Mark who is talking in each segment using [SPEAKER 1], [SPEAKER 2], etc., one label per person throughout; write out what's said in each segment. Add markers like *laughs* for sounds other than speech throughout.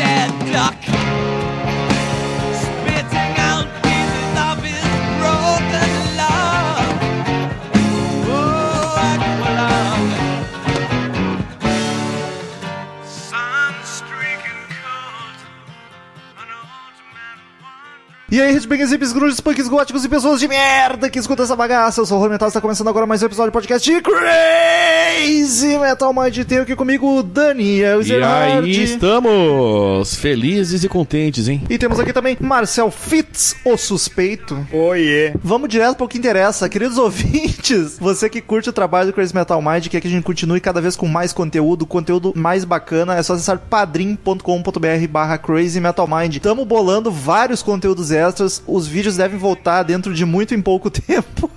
[SPEAKER 1] stuck. Spitting out pieces of his broken love. Oh, Aqualung.
[SPEAKER 2] E aí, hitbangers, hips, grunges, punks, góticos e pessoas de merda que escutam essa bagaça. Eu sou o Rô Metal, está começando agora mais um episódio do podcast de Crazy Metal Mind. Tenho aqui comigo o Dani, eu,
[SPEAKER 3] E aí
[SPEAKER 2] Gerard.
[SPEAKER 3] estamos, felizes e contentes, hein?
[SPEAKER 2] E temos aqui também Marcel Fitz, o suspeito.
[SPEAKER 4] Oiê.
[SPEAKER 2] Vamos direto para o que interessa. Queridos *laughs* ouvintes, você que curte o trabalho do Crazy Metal Mind, quer que a gente continue cada vez com mais conteúdo, conteúdo mais bacana, é só acessar padrim.com.br barra Crazy Metal Mind. Tamo bolando vários conteúdos extras, os vídeos devem voltar dentro de muito em pouco *laughs* tempo.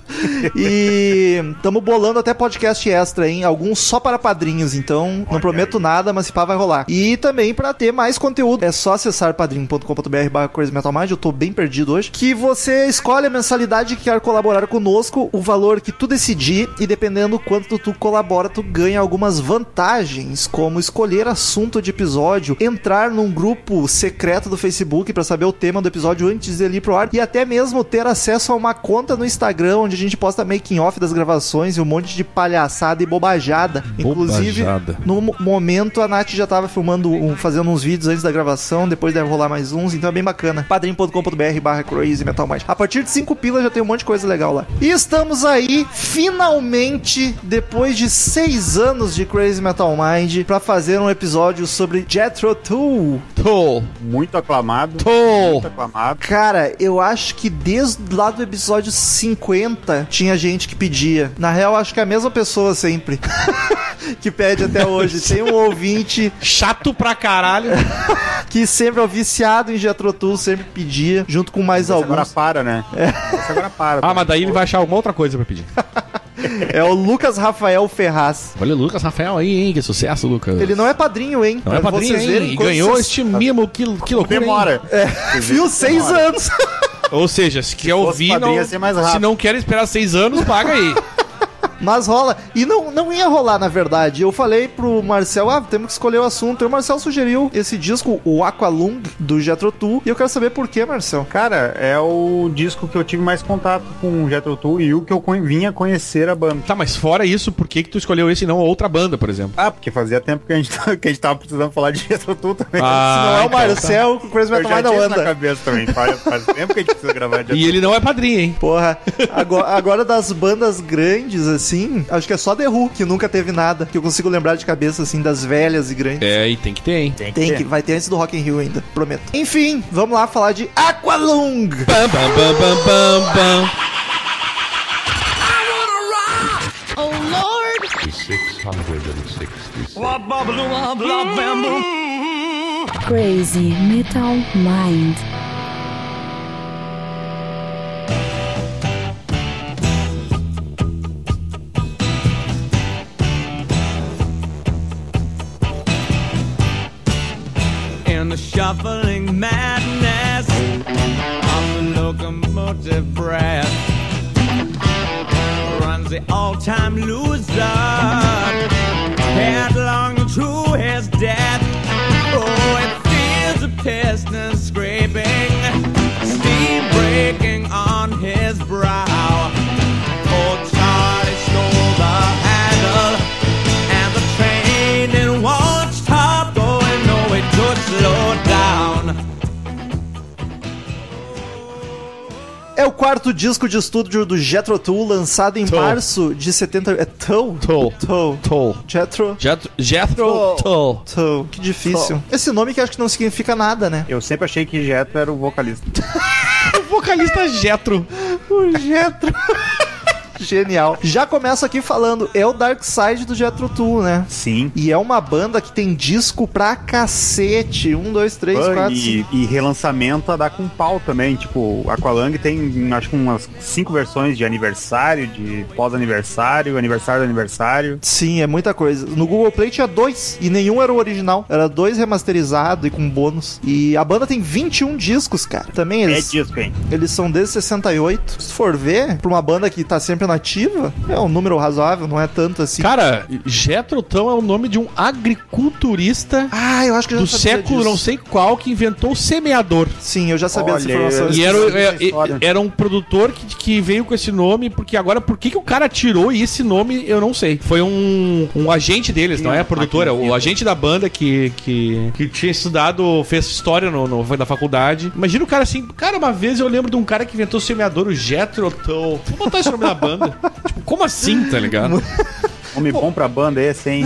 [SPEAKER 2] E tamo bolando até podcast extra, hein? Alguns só para padrinhos, então não prometo nada, mas se pá vai rolar. E também para ter mais conteúdo, é só acessar padrim.com.br barra Crazy Metal Mind, eu tô bem perdido hoje, que você escolhe a mensalidade que quer colaborar conosco, o valor que tu decidir e dependendo quanto tu colabora, tu ganha algumas vantagens, como escolher assunto de episódio, entrar num grupo secreto do Facebook para saber o tema do episódio antes dele ir pro ar e até mesmo ter acesso a uma conta no Instagram onde a gente posta making off das gravações e um monte de palhaçada e bobajada. Inclusive,
[SPEAKER 3] Bobajada.
[SPEAKER 2] no mo- momento, a Nath já tava filmando, um- fazendo uns vídeos antes da gravação, depois deve rolar mais uns, então é bem bacana. padrim.com.br barra crazy metal mind. A partir de 5 pilas já tem um monte de coisa legal lá. E estamos aí, finalmente, depois de 6 anos de Crazy Metal Mind, pra fazer um episódio sobre Jethro Tull.
[SPEAKER 3] Tô,
[SPEAKER 4] Muito aclamado.
[SPEAKER 3] tô.
[SPEAKER 4] Muito aclamado.
[SPEAKER 2] Cara, eu acho que desde lá do episódio 50 tinha gente que pedia. Na real, acho que é a mesma pessoa sempre. *laughs* que pede até hoje. Tem um ouvinte
[SPEAKER 3] Chato pra caralho.
[SPEAKER 2] que sempre é o viciado em Getrotul, sempre pedia, junto com mais
[SPEAKER 4] Esse agora
[SPEAKER 2] alguns.
[SPEAKER 4] para, né? Esse agora para. tá?
[SPEAKER 3] Ah, mas daí ele vai achar alguma outra coisa pra pedir.
[SPEAKER 2] É o Lucas Rafael Ferraz.
[SPEAKER 3] Olha o Lucas Rafael aí, hein? Que sucesso, Lucas.
[SPEAKER 2] Ele não é padrinho, hein?
[SPEAKER 3] Não é
[SPEAKER 2] Pra
[SPEAKER 3] padrinho,
[SPEAKER 2] vocês verem
[SPEAKER 3] hein? E
[SPEAKER 2] quanto
[SPEAKER 3] ganhou
[SPEAKER 2] vocês-
[SPEAKER 3] este mimo, que, que loucura, hein?
[SPEAKER 4] Demora. Vocês
[SPEAKER 2] Viu?
[SPEAKER 4] viram?
[SPEAKER 2] Seis
[SPEAKER 4] Demora.
[SPEAKER 2] anos. *laughs*
[SPEAKER 3] Ou seja, se quer
[SPEAKER 4] fosse
[SPEAKER 3] ouvir,
[SPEAKER 4] padrinho,
[SPEAKER 3] não,
[SPEAKER 4] ia ser mais rápido.
[SPEAKER 3] se não quer esperar seis anos, paga aí.
[SPEAKER 2] Mas rola. E não, não ia rolar, na verdade. Eu falei pro Marcel, ah, temos que escolher o assunto. E o Marcel sugeriu esse disco, o Aqualung, do Getrotul. E eu quero saber por que, Marcel.
[SPEAKER 4] Cara, é o disco que eu tive mais contato com o Jethro Tull e o que eu con- vinha conhecer a banda.
[SPEAKER 3] Tá, mas fora isso, por que que tu escolheu esse e não outra banda, por exemplo?
[SPEAKER 4] Ah, porque fazia tempo que a gente, que a gente tava *laughs* precisando falar de Jethro Tull também.
[SPEAKER 3] Ah,
[SPEAKER 2] Se não é o
[SPEAKER 3] então
[SPEAKER 2] Marcel, o Crazy
[SPEAKER 4] eu
[SPEAKER 2] Metal
[SPEAKER 4] já tinha
[SPEAKER 2] Mind não
[SPEAKER 4] isso na
[SPEAKER 2] anda.
[SPEAKER 4] cabeça também. Faz, faz tempo que a gente precisa gravar de
[SPEAKER 3] E ele não é padrinho, hein?
[SPEAKER 2] Porra, agora, agora das bandas grandes, assim, acho que é só The Who, que nunca teve nada, que eu consigo lembrar de cabeça, assim, das velhas e grandes.
[SPEAKER 3] É, e tem que ter, hein?
[SPEAKER 4] Tem que
[SPEAKER 2] Tem
[SPEAKER 4] ter.
[SPEAKER 2] que, vai ter antes do Rock in Rio ainda, prometo. Enfim, vamos lá falar de Aqualung.
[SPEAKER 3] Bam, bam, bam, bam, bam, bam.
[SPEAKER 5] Crazy Metal Mind.
[SPEAKER 1] In the shuffling madness of the locomotive breath runs the all-time loser headlong to his death. Oh, it feels the piston scraping, steam breaking on his brow. Old Charlie stole the handle, and the train didn't want to stop going. No, it could slow down.
[SPEAKER 2] É o quarto disco de estúdio do Jethro Tull, lançado em
[SPEAKER 3] Tull.
[SPEAKER 2] março de 70... É Tull?
[SPEAKER 3] Tull.
[SPEAKER 2] Tull.
[SPEAKER 3] Toll.
[SPEAKER 2] Jethro...
[SPEAKER 3] Jethro, Jethro Tull.
[SPEAKER 2] Tull. Que difícil. Esse nome que acho que não significa nada, né?
[SPEAKER 4] Eu sempre achei que Jethro era o vocalista.
[SPEAKER 3] Vocalista Jetro.
[SPEAKER 2] O Jethro... *laughs* Genial. Já começa aqui falando, é o Dark Side do Jethro Tull, né?
[SPEAKER 4] Sim.
[SPEAKER 2] E é uma banda que tem disco pra cacete. Um, dois, três,
[SPEAKER 4] Ban
[SPEAKER 2] quatro,
[SPEAKER 4] e,
[SPEAKER 2] cinco.
[SPEAKER 4] e relançamento a dar com pau também. Tipo, Aqualung tem acho que umas cinco versões de aniversário, de pós-aniversário, aniversário do aniversário.
[SPEAKER 2] Sim, é muita coisa. No Google Play tinha dois, e nenhum era o original. Era dois remasterizados e com bônus. E a banda tem 21 discos, cara. Também
[SPEAKER 4] É
[SPEAKER 2] eles,
[SPEAKER 4] disco, hein?
[SPEAKER 2] eles são desde 68. Se tu for ver, pra uma banda que tá sempre alternativa? É um número razoável, não é tanto assim.
[SPEAKER 3] Cara, Getrotão é o nome de um agriculturista
[SPEAKER 2] Ah, eu acho que eu já
[SPEAKER 3] do
[SPEAKER 2] sabia
[SPEAKER 3] século
[SPEAKER 2] disso.
[SPEAKER 3] não sei qual que inventou o semeador.
[SPEAKER 2] Sim, eu já sabia dessa
[SPEAKER 4] Olha,
[SPEAKER 2] informação.
[SPEAKER 4] eu
[SPEAKER 3] E era,
[SPEAKER 4] esqueci
[SPEAKER 3] é-
[SPEAKER 4] dessa história.
[SPEAKER 3] é- era um produtor que, que veio com esse nome, porque agora por que, que o cara tirou esse nome, eu não sei. Foi um, um agente deles, não é produtor, é o agente da banda que, que, que tinha estudado, fez história no, no- na faculdade. Imagina o cara assim, cara, uma vez eu lembro de um cara que inventou o semeador, o Jetrotão. Vou botar esse nome na banda. Tipo, como assim, tá ligado?
[SPEAKER 4] Homem bom pra banda esse, hein?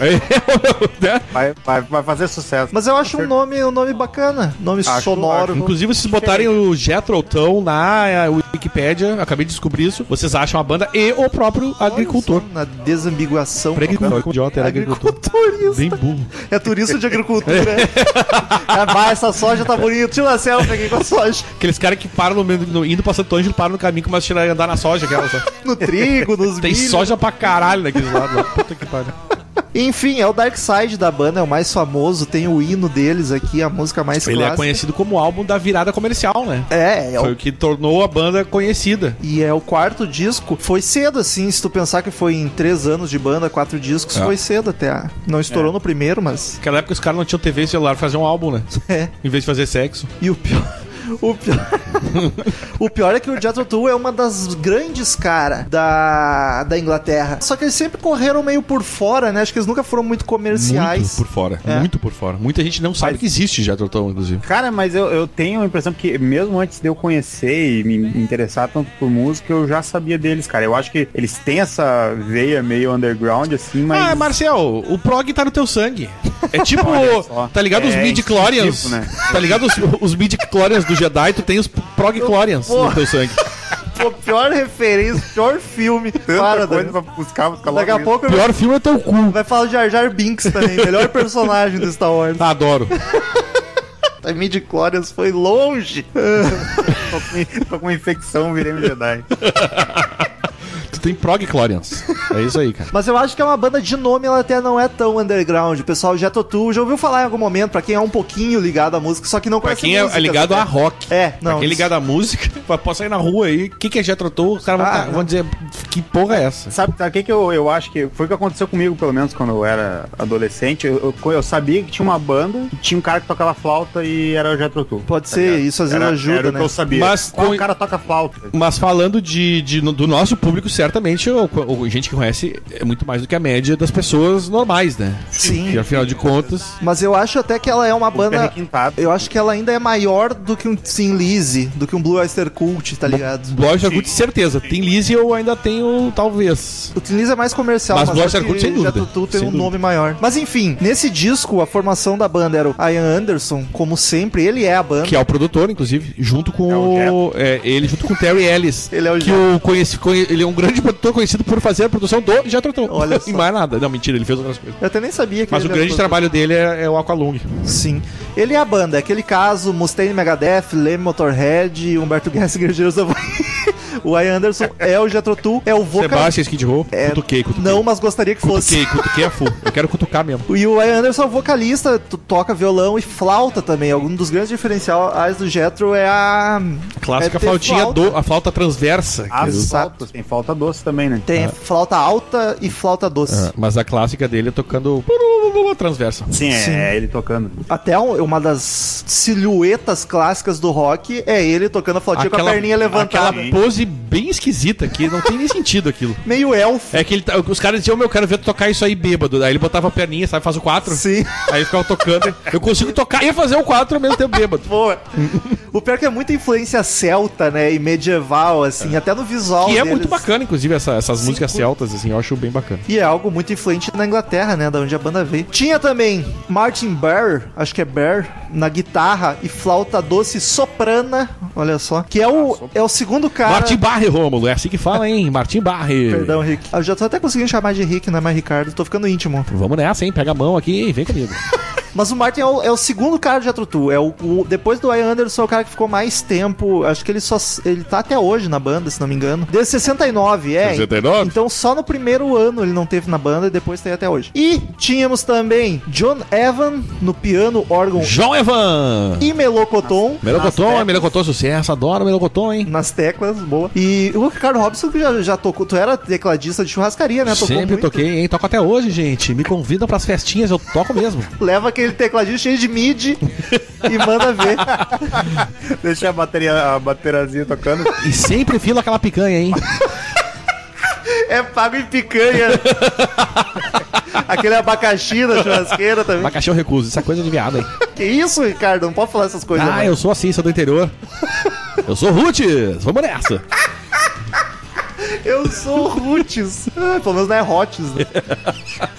[SPEAKER 3] É, *laughs* né?
[SPEAKER 4] Vai, vai, vai fazer sucesso.
[SPEAKER 2] Mas eu acho um nome, um nome bacana. Nome
[SPEAKER 4] Acho-
[SPEAKER 2] sonoro.
[SPEAKER 3] é, Inclusive, se vocês botarem o Jetrotão na eh, Wikipédia, acabei de descobrir isso, vocês acham a banda e o próprio agricultor.
[SPEAKER 2] Na desambiguação.
[SPEAKER 3] Pra agricultor, idiota, era agricultor.
[SPEAKER 2] Agricultorista.
[SPEAKER 3] Bem burro.
[SPEAKER 2] É turista de agricultura. né? é, vai, essa soja tá bonita. Tira uma selfie aqui com a soja.
[SPEAKER 3] Aqueles caras que param no, meio do- no, indo pra Santo Ângelo, param no caminho, começam a tirar, andar na soja. Aquela, sabe?
[SPEAKER 2] No trigo, nos
[SPEAKER 3] Tem
[SPEAKER 2] milho.
[SPEAKER 3] soja pra caralho naqueles lados né? lá. Puta que pariu.
[SPEAKER 2] Enfim, é o Dark Side da banda, é o mais famoso. Tem o hino deles aqui, a música mais
[SPEAKER 3] Ele é
[SPEAKER 2] clássica.
[SPEAKER 3] conhecido como álbum da virada comercial, né?
[SPEAKER 2] É, é o
[SPEAKER 3] Foi o que tornou a banda conhecida.
[SPEAKER 2] E é o quarto disco. Foi cedo, assim, se tu pensar que foi em três anos de banda, quatro discos,
[SPEAKER 3] É.
[SPEAKER 2] foi cedo até. Não estourou no primeiro, mas. *laughs*
[SPEAKER 3] Naquela época os caras não tinham TV e celular pra fazer um álbum, né?
[SPEAKER 2] É.
[SPEAKER 3] Em vez de fazer sexo.
[SPEAKER 2] E o pior. *laughs* O pior, o pior é que o Jethro Tull é uma das grandes caras da, da Inglaterra. Só que eles sempre correram meio por fora, né? Acho que eles nunca foram muito comerciais.
[SPEAKER 3] Muito por fora.
[SPEAKER 2] É.
[SPEAKER 3] Muito por fora. Muita gente não sabe que existe Jetrotão, inclusive.
[SPEAKER 4] Cara, mas eu, eu tenho a impressão que mesmo antes de eu conhecer e me interessar tanto por música, eu já sabia deles, cara. Eu acho que eles têm essa veia meio underground, assim, mas.
[SPEAKER 2] é
[SPEAKER 3] Ah, Marcel, o prog tá no teu sangue. É tipo,
[SPEAKER 4] Olha só.
[SPEAKER 3] tá ligado os
[SPEAKER 4] É
[SPEAKER 3] midi-chlorians?
[SPEAKER 4] instintivo, né?
[SPEAKER 3] Tá ligado os, os midi-chlorians do Jedi, tu tem os prog-chlorians no teu sangue.
[SPEAKER 2] Pô, pior referência, pior
[SPEAKER 4] *laughs*
[SPEAKER 2] filme.
[SPEAKER 4] tanta
[SPEAKER 2] Para,
[SPEAKER 4] coisa
[SPEAKER 2] Dani.
[SPEAKER 4] pra buscar, buscar
[SPEAKER 2] Daqui a
[SPEAKER 4] logo
[SPEAKER 2] pouco
[SPEAKER 3] Pior filme é teu cu.
[SPEAKER 2] vai falar de Jar Jar Binks também, melhor personagem do Star
[SPEAKER 4] *laughs*
[SPEAKER 2] Wars.
[SPEAKER 3] Ah, adoro.
[SPEAKER 2] A Midi-Chlorians foi longe.
[SPEAKER 4] isso. Tô com uma infecção, virei um Jedi.
[SPEAKER 3] Tu tem prog Clorians. É isso aí, cara.
[SPEAKER 2] Mas eu acho que é uma banda de nome, ela até não é tão underground. O pessoal já Totu já ouviu falar em algum momento, pra quem é um pouquinho ligado à música, só que não
[SPEAKER 3] Pra
[SPEAKER 2] conhece
[SPEAKER 3] quem é,
[SPEAKER 2] músicas,
[SPEAKER 3] é ligado
[SPEAKER 2] né?
[SPEAKER 3] a rock.
[SPEAKER 2] É, não.
[SPEAKER 3] pra quem é ligado à música, *laughs* pode sair na rua aí, o que, que é Jetrotou? Os caras vão,
[SPEAKER 2] Ah,
[SPEAKER 3] tá- vão dizer, que porra é essa?
[SPEAKER 4] Sabe, sabe o que, que eu, eu acho que foi o que aconteceu comigo, pelo menos quando eu era adolescente? Eu, eu, eu sabia que tinha uma banda, que tinha um cara que tocava flauta e era o Jetro Tool.
[SPEAKER 2] Pode ser, isso às vezes
[SPEAKER 4] Era-
[SPEAKER 2] ajuda,
[SPEAKER 4] era o
[SPEAKER 2] né?
[SPEAKER 4] que eu sabia.
[SPEAKER 3] Mas
[SPEAKER 4] Qual
[SPEAKER 3] com-
[SPEAKER 4] cara toca flauta?
[SPEAKER 3] Mas falando de, de- no- do nosso público, certamente o, o gente que conhece é muito mais do que a média das pessoas normais, né?
[SPEAKER 2] Sim.
[SPEAKER 3] E afinal de contas,
[SPEAKER 2] Mas eu acho até que ela é uma
[SPEAKER 4] É
[SPEAKER 2] banda.
[SPEAKER 4] requintado.
[SPEAKER 2] Eu acho que ela ainda é maior do que um Sim Lizzy, do que um Blue Oyster Cult, tá ligado?
[SPEAKER 3] Blood Agut, certeza. Tem Lizzie eu ainda tenho, talvez.
[SPEAKER 2] O Tin Lizzy é mais comercial,
[SPEAKER 3] Mas Blue
[SPEAKER 2] acho
[SPEAKER 3] Oyster
[SPEAKER 2] que
[SPEAKER 3] Cult, sem
[SPEAKER 2] Jethro
[SPEAKER 3] dúvida.
[SPEAKER 2] Tull tem
[SPEAKER 3] Sem
[SPEAKER 2] um
[SPEAKER 3] dúvida.
[SPEAKER 2] nome maior. Mas enfim, nesse disco, a formação da banda era o Ian Anderson, como sempre, ele é a banda.
[SPEAKER 3] Que é o produtor, inclusive, junto com
[SPEAKER 4] É o
[SPEAKER 3] o. é, ele junto com o Terry Ellis.
[SPEAKER 2] Ele é o
[SPEAKER 3] que
[SPEAKER 2] Jethro.
[SPEAKER 3] o conheci, conhe- Ele é um grande produtor conhecido por fazer a produção do Jethro Tull.
[SPEAKER 2] Olha só.
[SPEAKER 3] *laughs* E mais nada. Não, mentira, ele fez outras coisas.
[SPEAKER 2] Eu até nem sabia que
[SPEAKER 3] Mas o
[SPEAKER 2] ele era
[SPEAKER 3] grande
[SPEAKER 2] produtor.
[SPEAKER 3] trabalho dele é, é o Aqualung.
[SPEAKER 2] Sim. Ele é a banda, é aquele caso, Mustaine Megadeth, Leme Motorhead, Humberto Gessinger, Girls of *laughs* O Ian Anderson é o Jethro Tull, é o vocalista.
[SPEAKER 3] Sebastian Skid Row.
[SPEAKER 2] É,
[SPEAKER 3] Cutuquei, cutuquei.
[SPEAKER 2] Não, mas gostaria que fosse.
[SPEAKER 3] Cutuquei, cutuquei a full. Eu quero cutucar mesmo.
[SPEAKER 2] E o Ian Anderson é o vocalista, tu toca violão e flauta também. Um dos grandes diferenciais do Jethro é a.
[SPEAKER 3] Clássica
[SPEAKER 2] É ter
[SPEAKER 3] flautinha
[SPEAKER 2] flauta.
[SPEAKER 3] do. A flauta transversa.
[SPEAKER 4] Ah,
[SPEAKER 3] que-
[SPEAKER 2] Exato.
[SPEAKER 4] flautas. Tem flauta doce também, né?
[SPEAKER 2] Tem flauta alta e flauta doce.
[SPEAKER 3] Ah, mas a clássica dele é tocando. Transversa.
[SPEAKER 4] Sim, é,
[SPEAKER 2] Sim.
[SPEAKER 4] é ele tocando. *laughs*
[SPEAKER 2] Até um- uma das silhuetas clássicas do rock é ele tocando a flautinha com a perninha levantada.
[SPEAKER 3] aquela pose bem esquisita que não tem nem sentido aquilo.
[SPEAKER 2] Meio
[SPEAKER 3] *laughs*
[SPEAKER 2] elfo.
[SPEAKER 3] É que ele, tá- os caras diziam, meu, eu quero ver tu tocar isso aí bêbado. Aí ele botava a perninha, sabe, faz o 4.
[SPEAKER 2] Sim.
[SPEAKER 3] Aí ficava tocando. Eu consigo tocar e fazer o 4 ao mesmo tempo bêbado.
[SPEAKER 2] Boa. o pior é que é muita influência celta, né? E medieval, assim, até no visual.
[SPEAKER 3] Que é
[SPEAKER 2] deles.
[SPEAKER 3] muito bacana, inclusive, essa- essas
[SPEAKER 2] Sim,
[SPEAKER 3] músicas
[SPEAKER 2] cu-
[SPEAKER 3] celtas, assim, eu acho bem bacana.
[SPEAKER 2] E é algo muito influente na Inglaterra, né? Da onde a banda veio. Tinha também Martin Burr, acho que é Burr, na guitarra e flauta doce soprana. Olha só. Que é o, é o segundo cara.
[SPEAKER 3] Martim Barre, Rômulo, é assim que fala, hein? Martim Barre.
[SPEAKER 2] Perdão, Rick. Ah, né, Eu já tô até conseguindo chamar de Rick, não é mais Ricardo. Tô ficando íntimo.
[SPEAKER 3] Vamos nessa, hein? Pega a mão aqui e vem comigo.
[SPEAKER 2] Mas o Martin é o, é o segundo cara de Atrutu. É o, o- depois do Ian Anderson, é o cara que ficou mais tempo. Acho que ele só. Ele tá até hoje na banda, se não me engano. Desde 69, é.
[SPEAKER 6] 69?
[SPEAKER 2] Então só no primeiro ano ele não teve na banda e depois tem até hoje. E tínhamos também John Evan no piano, órgão
[SPEAKER 6] João Evan!
[SPEAKER 2] e melocoton.
[SPEAKER 6] Melocoton, é Melocoton sucesso, adoro Melocoton, hein?
[SPEAKER 2] Nas teclas, boa. E o Ricardo Robson que já, já tocou. Tu era tecladista de churrascaria, né? Tocou
[SPEAKER 6] Sempre
[SPEAKER 2] muito.
[SPEAKER 6] toquei, hein? Toco até hoje, gente. Me convidam pras festinhas, eu toco mesmo.
[SPEAKER 2] Leva aquele tecladinho cheio de mid e manda ver.
[SPEAKER 4] Deixa a bateria, a bateriazinha tocando. é
[SPEAKER 6] E sempre filo aquela picanha,
[SPEAKER 3] *laughs*
[SPEAKER 6] hein?
[SPEAKER 2] É pago em
[SPEAKER 6] *laughs*
[SPEAKER 2] picanha. Aquele abacaxi da churrasqueira também.
[SPEAKER 3] um
[SPEAKER 6] Abacaxi eu recuso, isso é coisa de viado, hein?
[SPEAKER 2] Que isso, Ricardo? Não pode falar essas coisas.
[SPEAKER 6] Ah,
[SPEAKER 2] não.
[SPEAKER 6] eu sou assim, sou do interior. *laughs* Eu sou Rutes, vamos nessa.
[SPEAKER 2] Eu sou o Roots. *laughs* Ah, Pelo menos não é Hotes, né?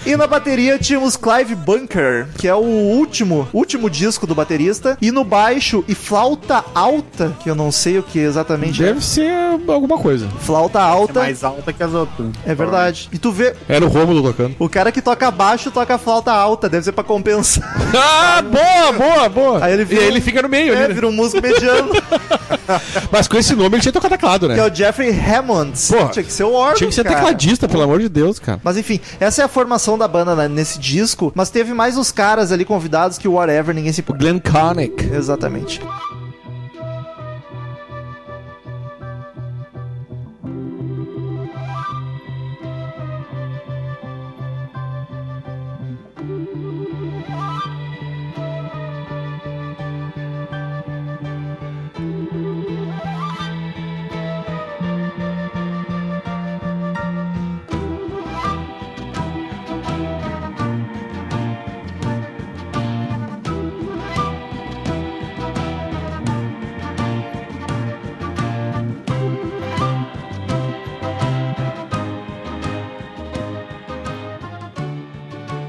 [SPEAKER 2] E na bateria tínhamos Clive Bunker, que é o último, último disco do baterista. E no baixo, e flauta alta, que eu não sei o que exatamente é.
[SPEAKER 3] Deve ser alguma coisa.
[SPEAKER 2] Flauta alta, é,
[SPEAKER 4] mais alta que as outras.
[SPEAKER 2] verdade. E tu vê,
[SPEAKER 3] Era o Rômulo tocando.
[SPEAKER 2] o cara que toca baixo toca flauta alta, deve ser pra compensar.
[SPEAKER 3] *laughs* Ah, boa, boa, boa.
[SPEAKER 2] Aí ele vira-
[SPEAKER 3] E ele fica no meio,
[SPEAKER 2] É,
[SPEAKER 3] ali, né?
[SPEAKER 2] vira um músico mediano,
[SPEAKER 3] Mas com esse nome ele tinha tocado teclado, né?
[SPEAKER 2] que é o Jeffrey Hammond.
[SPEAKER 3] Porra,
[SPEAKER 2] tinha que ser o órgão,
[SPEAKER 3] Tinha que ser
[SPEAKER 2] cara.
[SPEAKER 3] tecladista, pelo amor de Deus, cara.
[SPEAKER 2] Mas enfim, essa é a formação da banda né, nesse disco, mas teve mais os caras ali convidados que o Whatever, ninguém se
[SPEAKER 6] O Glenn Connick.
[SPEAKER 2] Exatamente.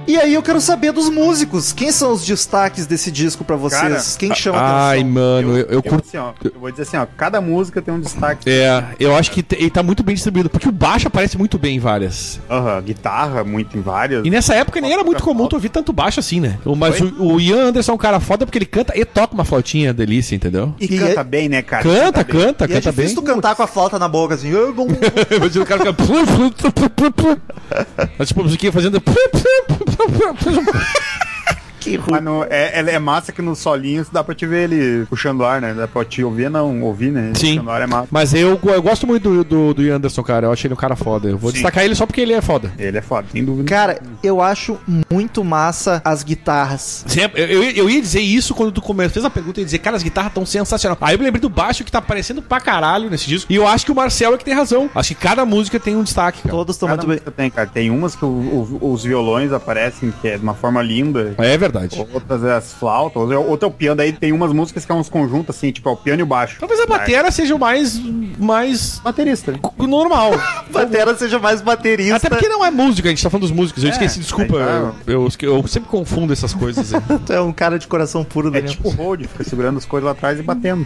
[SPEAKER 2] E aí eu quero saber dos músicos. Quem são os destaques desse disco pra vocês?
[SPEAKER 4] Cara,
[SPEAKER 2] Quem chama
[SPEAKER 3] Ai,
[SPEAKER 2] atenção?
[SPEAKER 3] mano, eu, eu
[SPEAKER 4] Eu,
[SPEAKER 3] curto.
[SPEAKER 4] assim, ó, eu vou dizer assim, ó, cada música tem um destaque.
[SPEAKER 3] É, eu acho que te- ele tá muito bem distribuído, porque o baixo aparece muito bem em várias.
[SPEAKER 4] Aham, guitarra, muito em várias.
[SPEAKER 3] E nessa época nem era muito comum tu ouvir tanto baixo assim, né? O- Mas o, o Ian Anderson é um cara foda porque ele canta e toca uma flautinha delícia, entendeu?
[SPEAKER 4] E
[SPEAKER 2] E
[SPEAKER 4] canta
[SPEAKER 2] é-
[SPEAKER 4] bem, né, cara?
[SPEAKER 3] Canta,
[SPEAKER 4] bem.
[SPEAKER 3] canta,
[SPEAKER 2] E é
[SPEAKER 3] canta bem. *laughs*
[SPEAKER 2] difícil tu cantar com a flauta na boca assim. Eu não-
[SPEAKER 3] Imagina o cara fica. plu, plu, plu, plu, plu, plu. Mas tipo, a musiquinha fazendo. plu, plu, plu, plu, plu, plu.
[SPEAKER 4] Mas não, é, ela é massa que nos solinhos dá pra te ver ele puxando ar, né? Dá pra te ouvir, não. Ouvir, né?
[SPEAKER 3] Sim.
[SPEAKER 4] Puxando ar é massa.
[SPEAKER 3] Mas eu, eu gosto muito do, do, do Ian Anderson, cara. Eu achei ele um cara foda. Eu vou destacar ele só porque ele é foda.
[SPEAKER 4] Ele é foda, sem dúvida.
[SPEAKER 2] Cara, eu acho muito massa as guitarras.
[SPEAKER 3] Sempre- Eu, eu- eu ia dizer isso quando tu come- fez a pergunta e dizer, cara, as guitarras tão sensacionais. Aí eu me lembrei do baixo que tá aparecendo pra caralho nesse disco. E eu acho que o Marcel é que tem razão. Acho que cada música tem um destaque, cara.
[SPEAKER 2] Todos estão
[SPEAKER 4] Cada
[SPEAKER 2] muito bem.
[SPEAKER 4] música tem, cara. Tem umas que o- o- os violões aparecem, que é de uma forma linda.
[SPEAKER 3] É verdade.
[SPEAKER 4] Outras é as flautas, outra é o piano. Daí tem umas músicas que é uns conjuntos, assim, tipo, é o piano e o baixo.
[SPEAKER 3] Talvez a batera seja o mais. mais.
[SPEAKER 4] Baterista.
[SPEAKER 2] *laughs*
[SPEAKER 3] normal.
[SPEAKER 2] Batera seja mais baterista.
[SPEAKER 3] Até porque não é música, a gente tá falando dos músicos. Eu
[SPEAKER 4] É,
[SPEAKER 3] esqueci, desculpa.
[SPEAKER 4] aí
[SPEAKER 2] então.
[SPEAKER 4] tá.
[SPEAKER 3] Eu, eu, eu sempre confundo essas coisas. aí.
[SPEAKER 2] Tu é um cara de coração puro,
[SPEAKER 4] É
[SPEAKER 2] Daniel.
[SPEAKER 4] tipo o Hold, fica segurando as coisas lá atrás e batendo.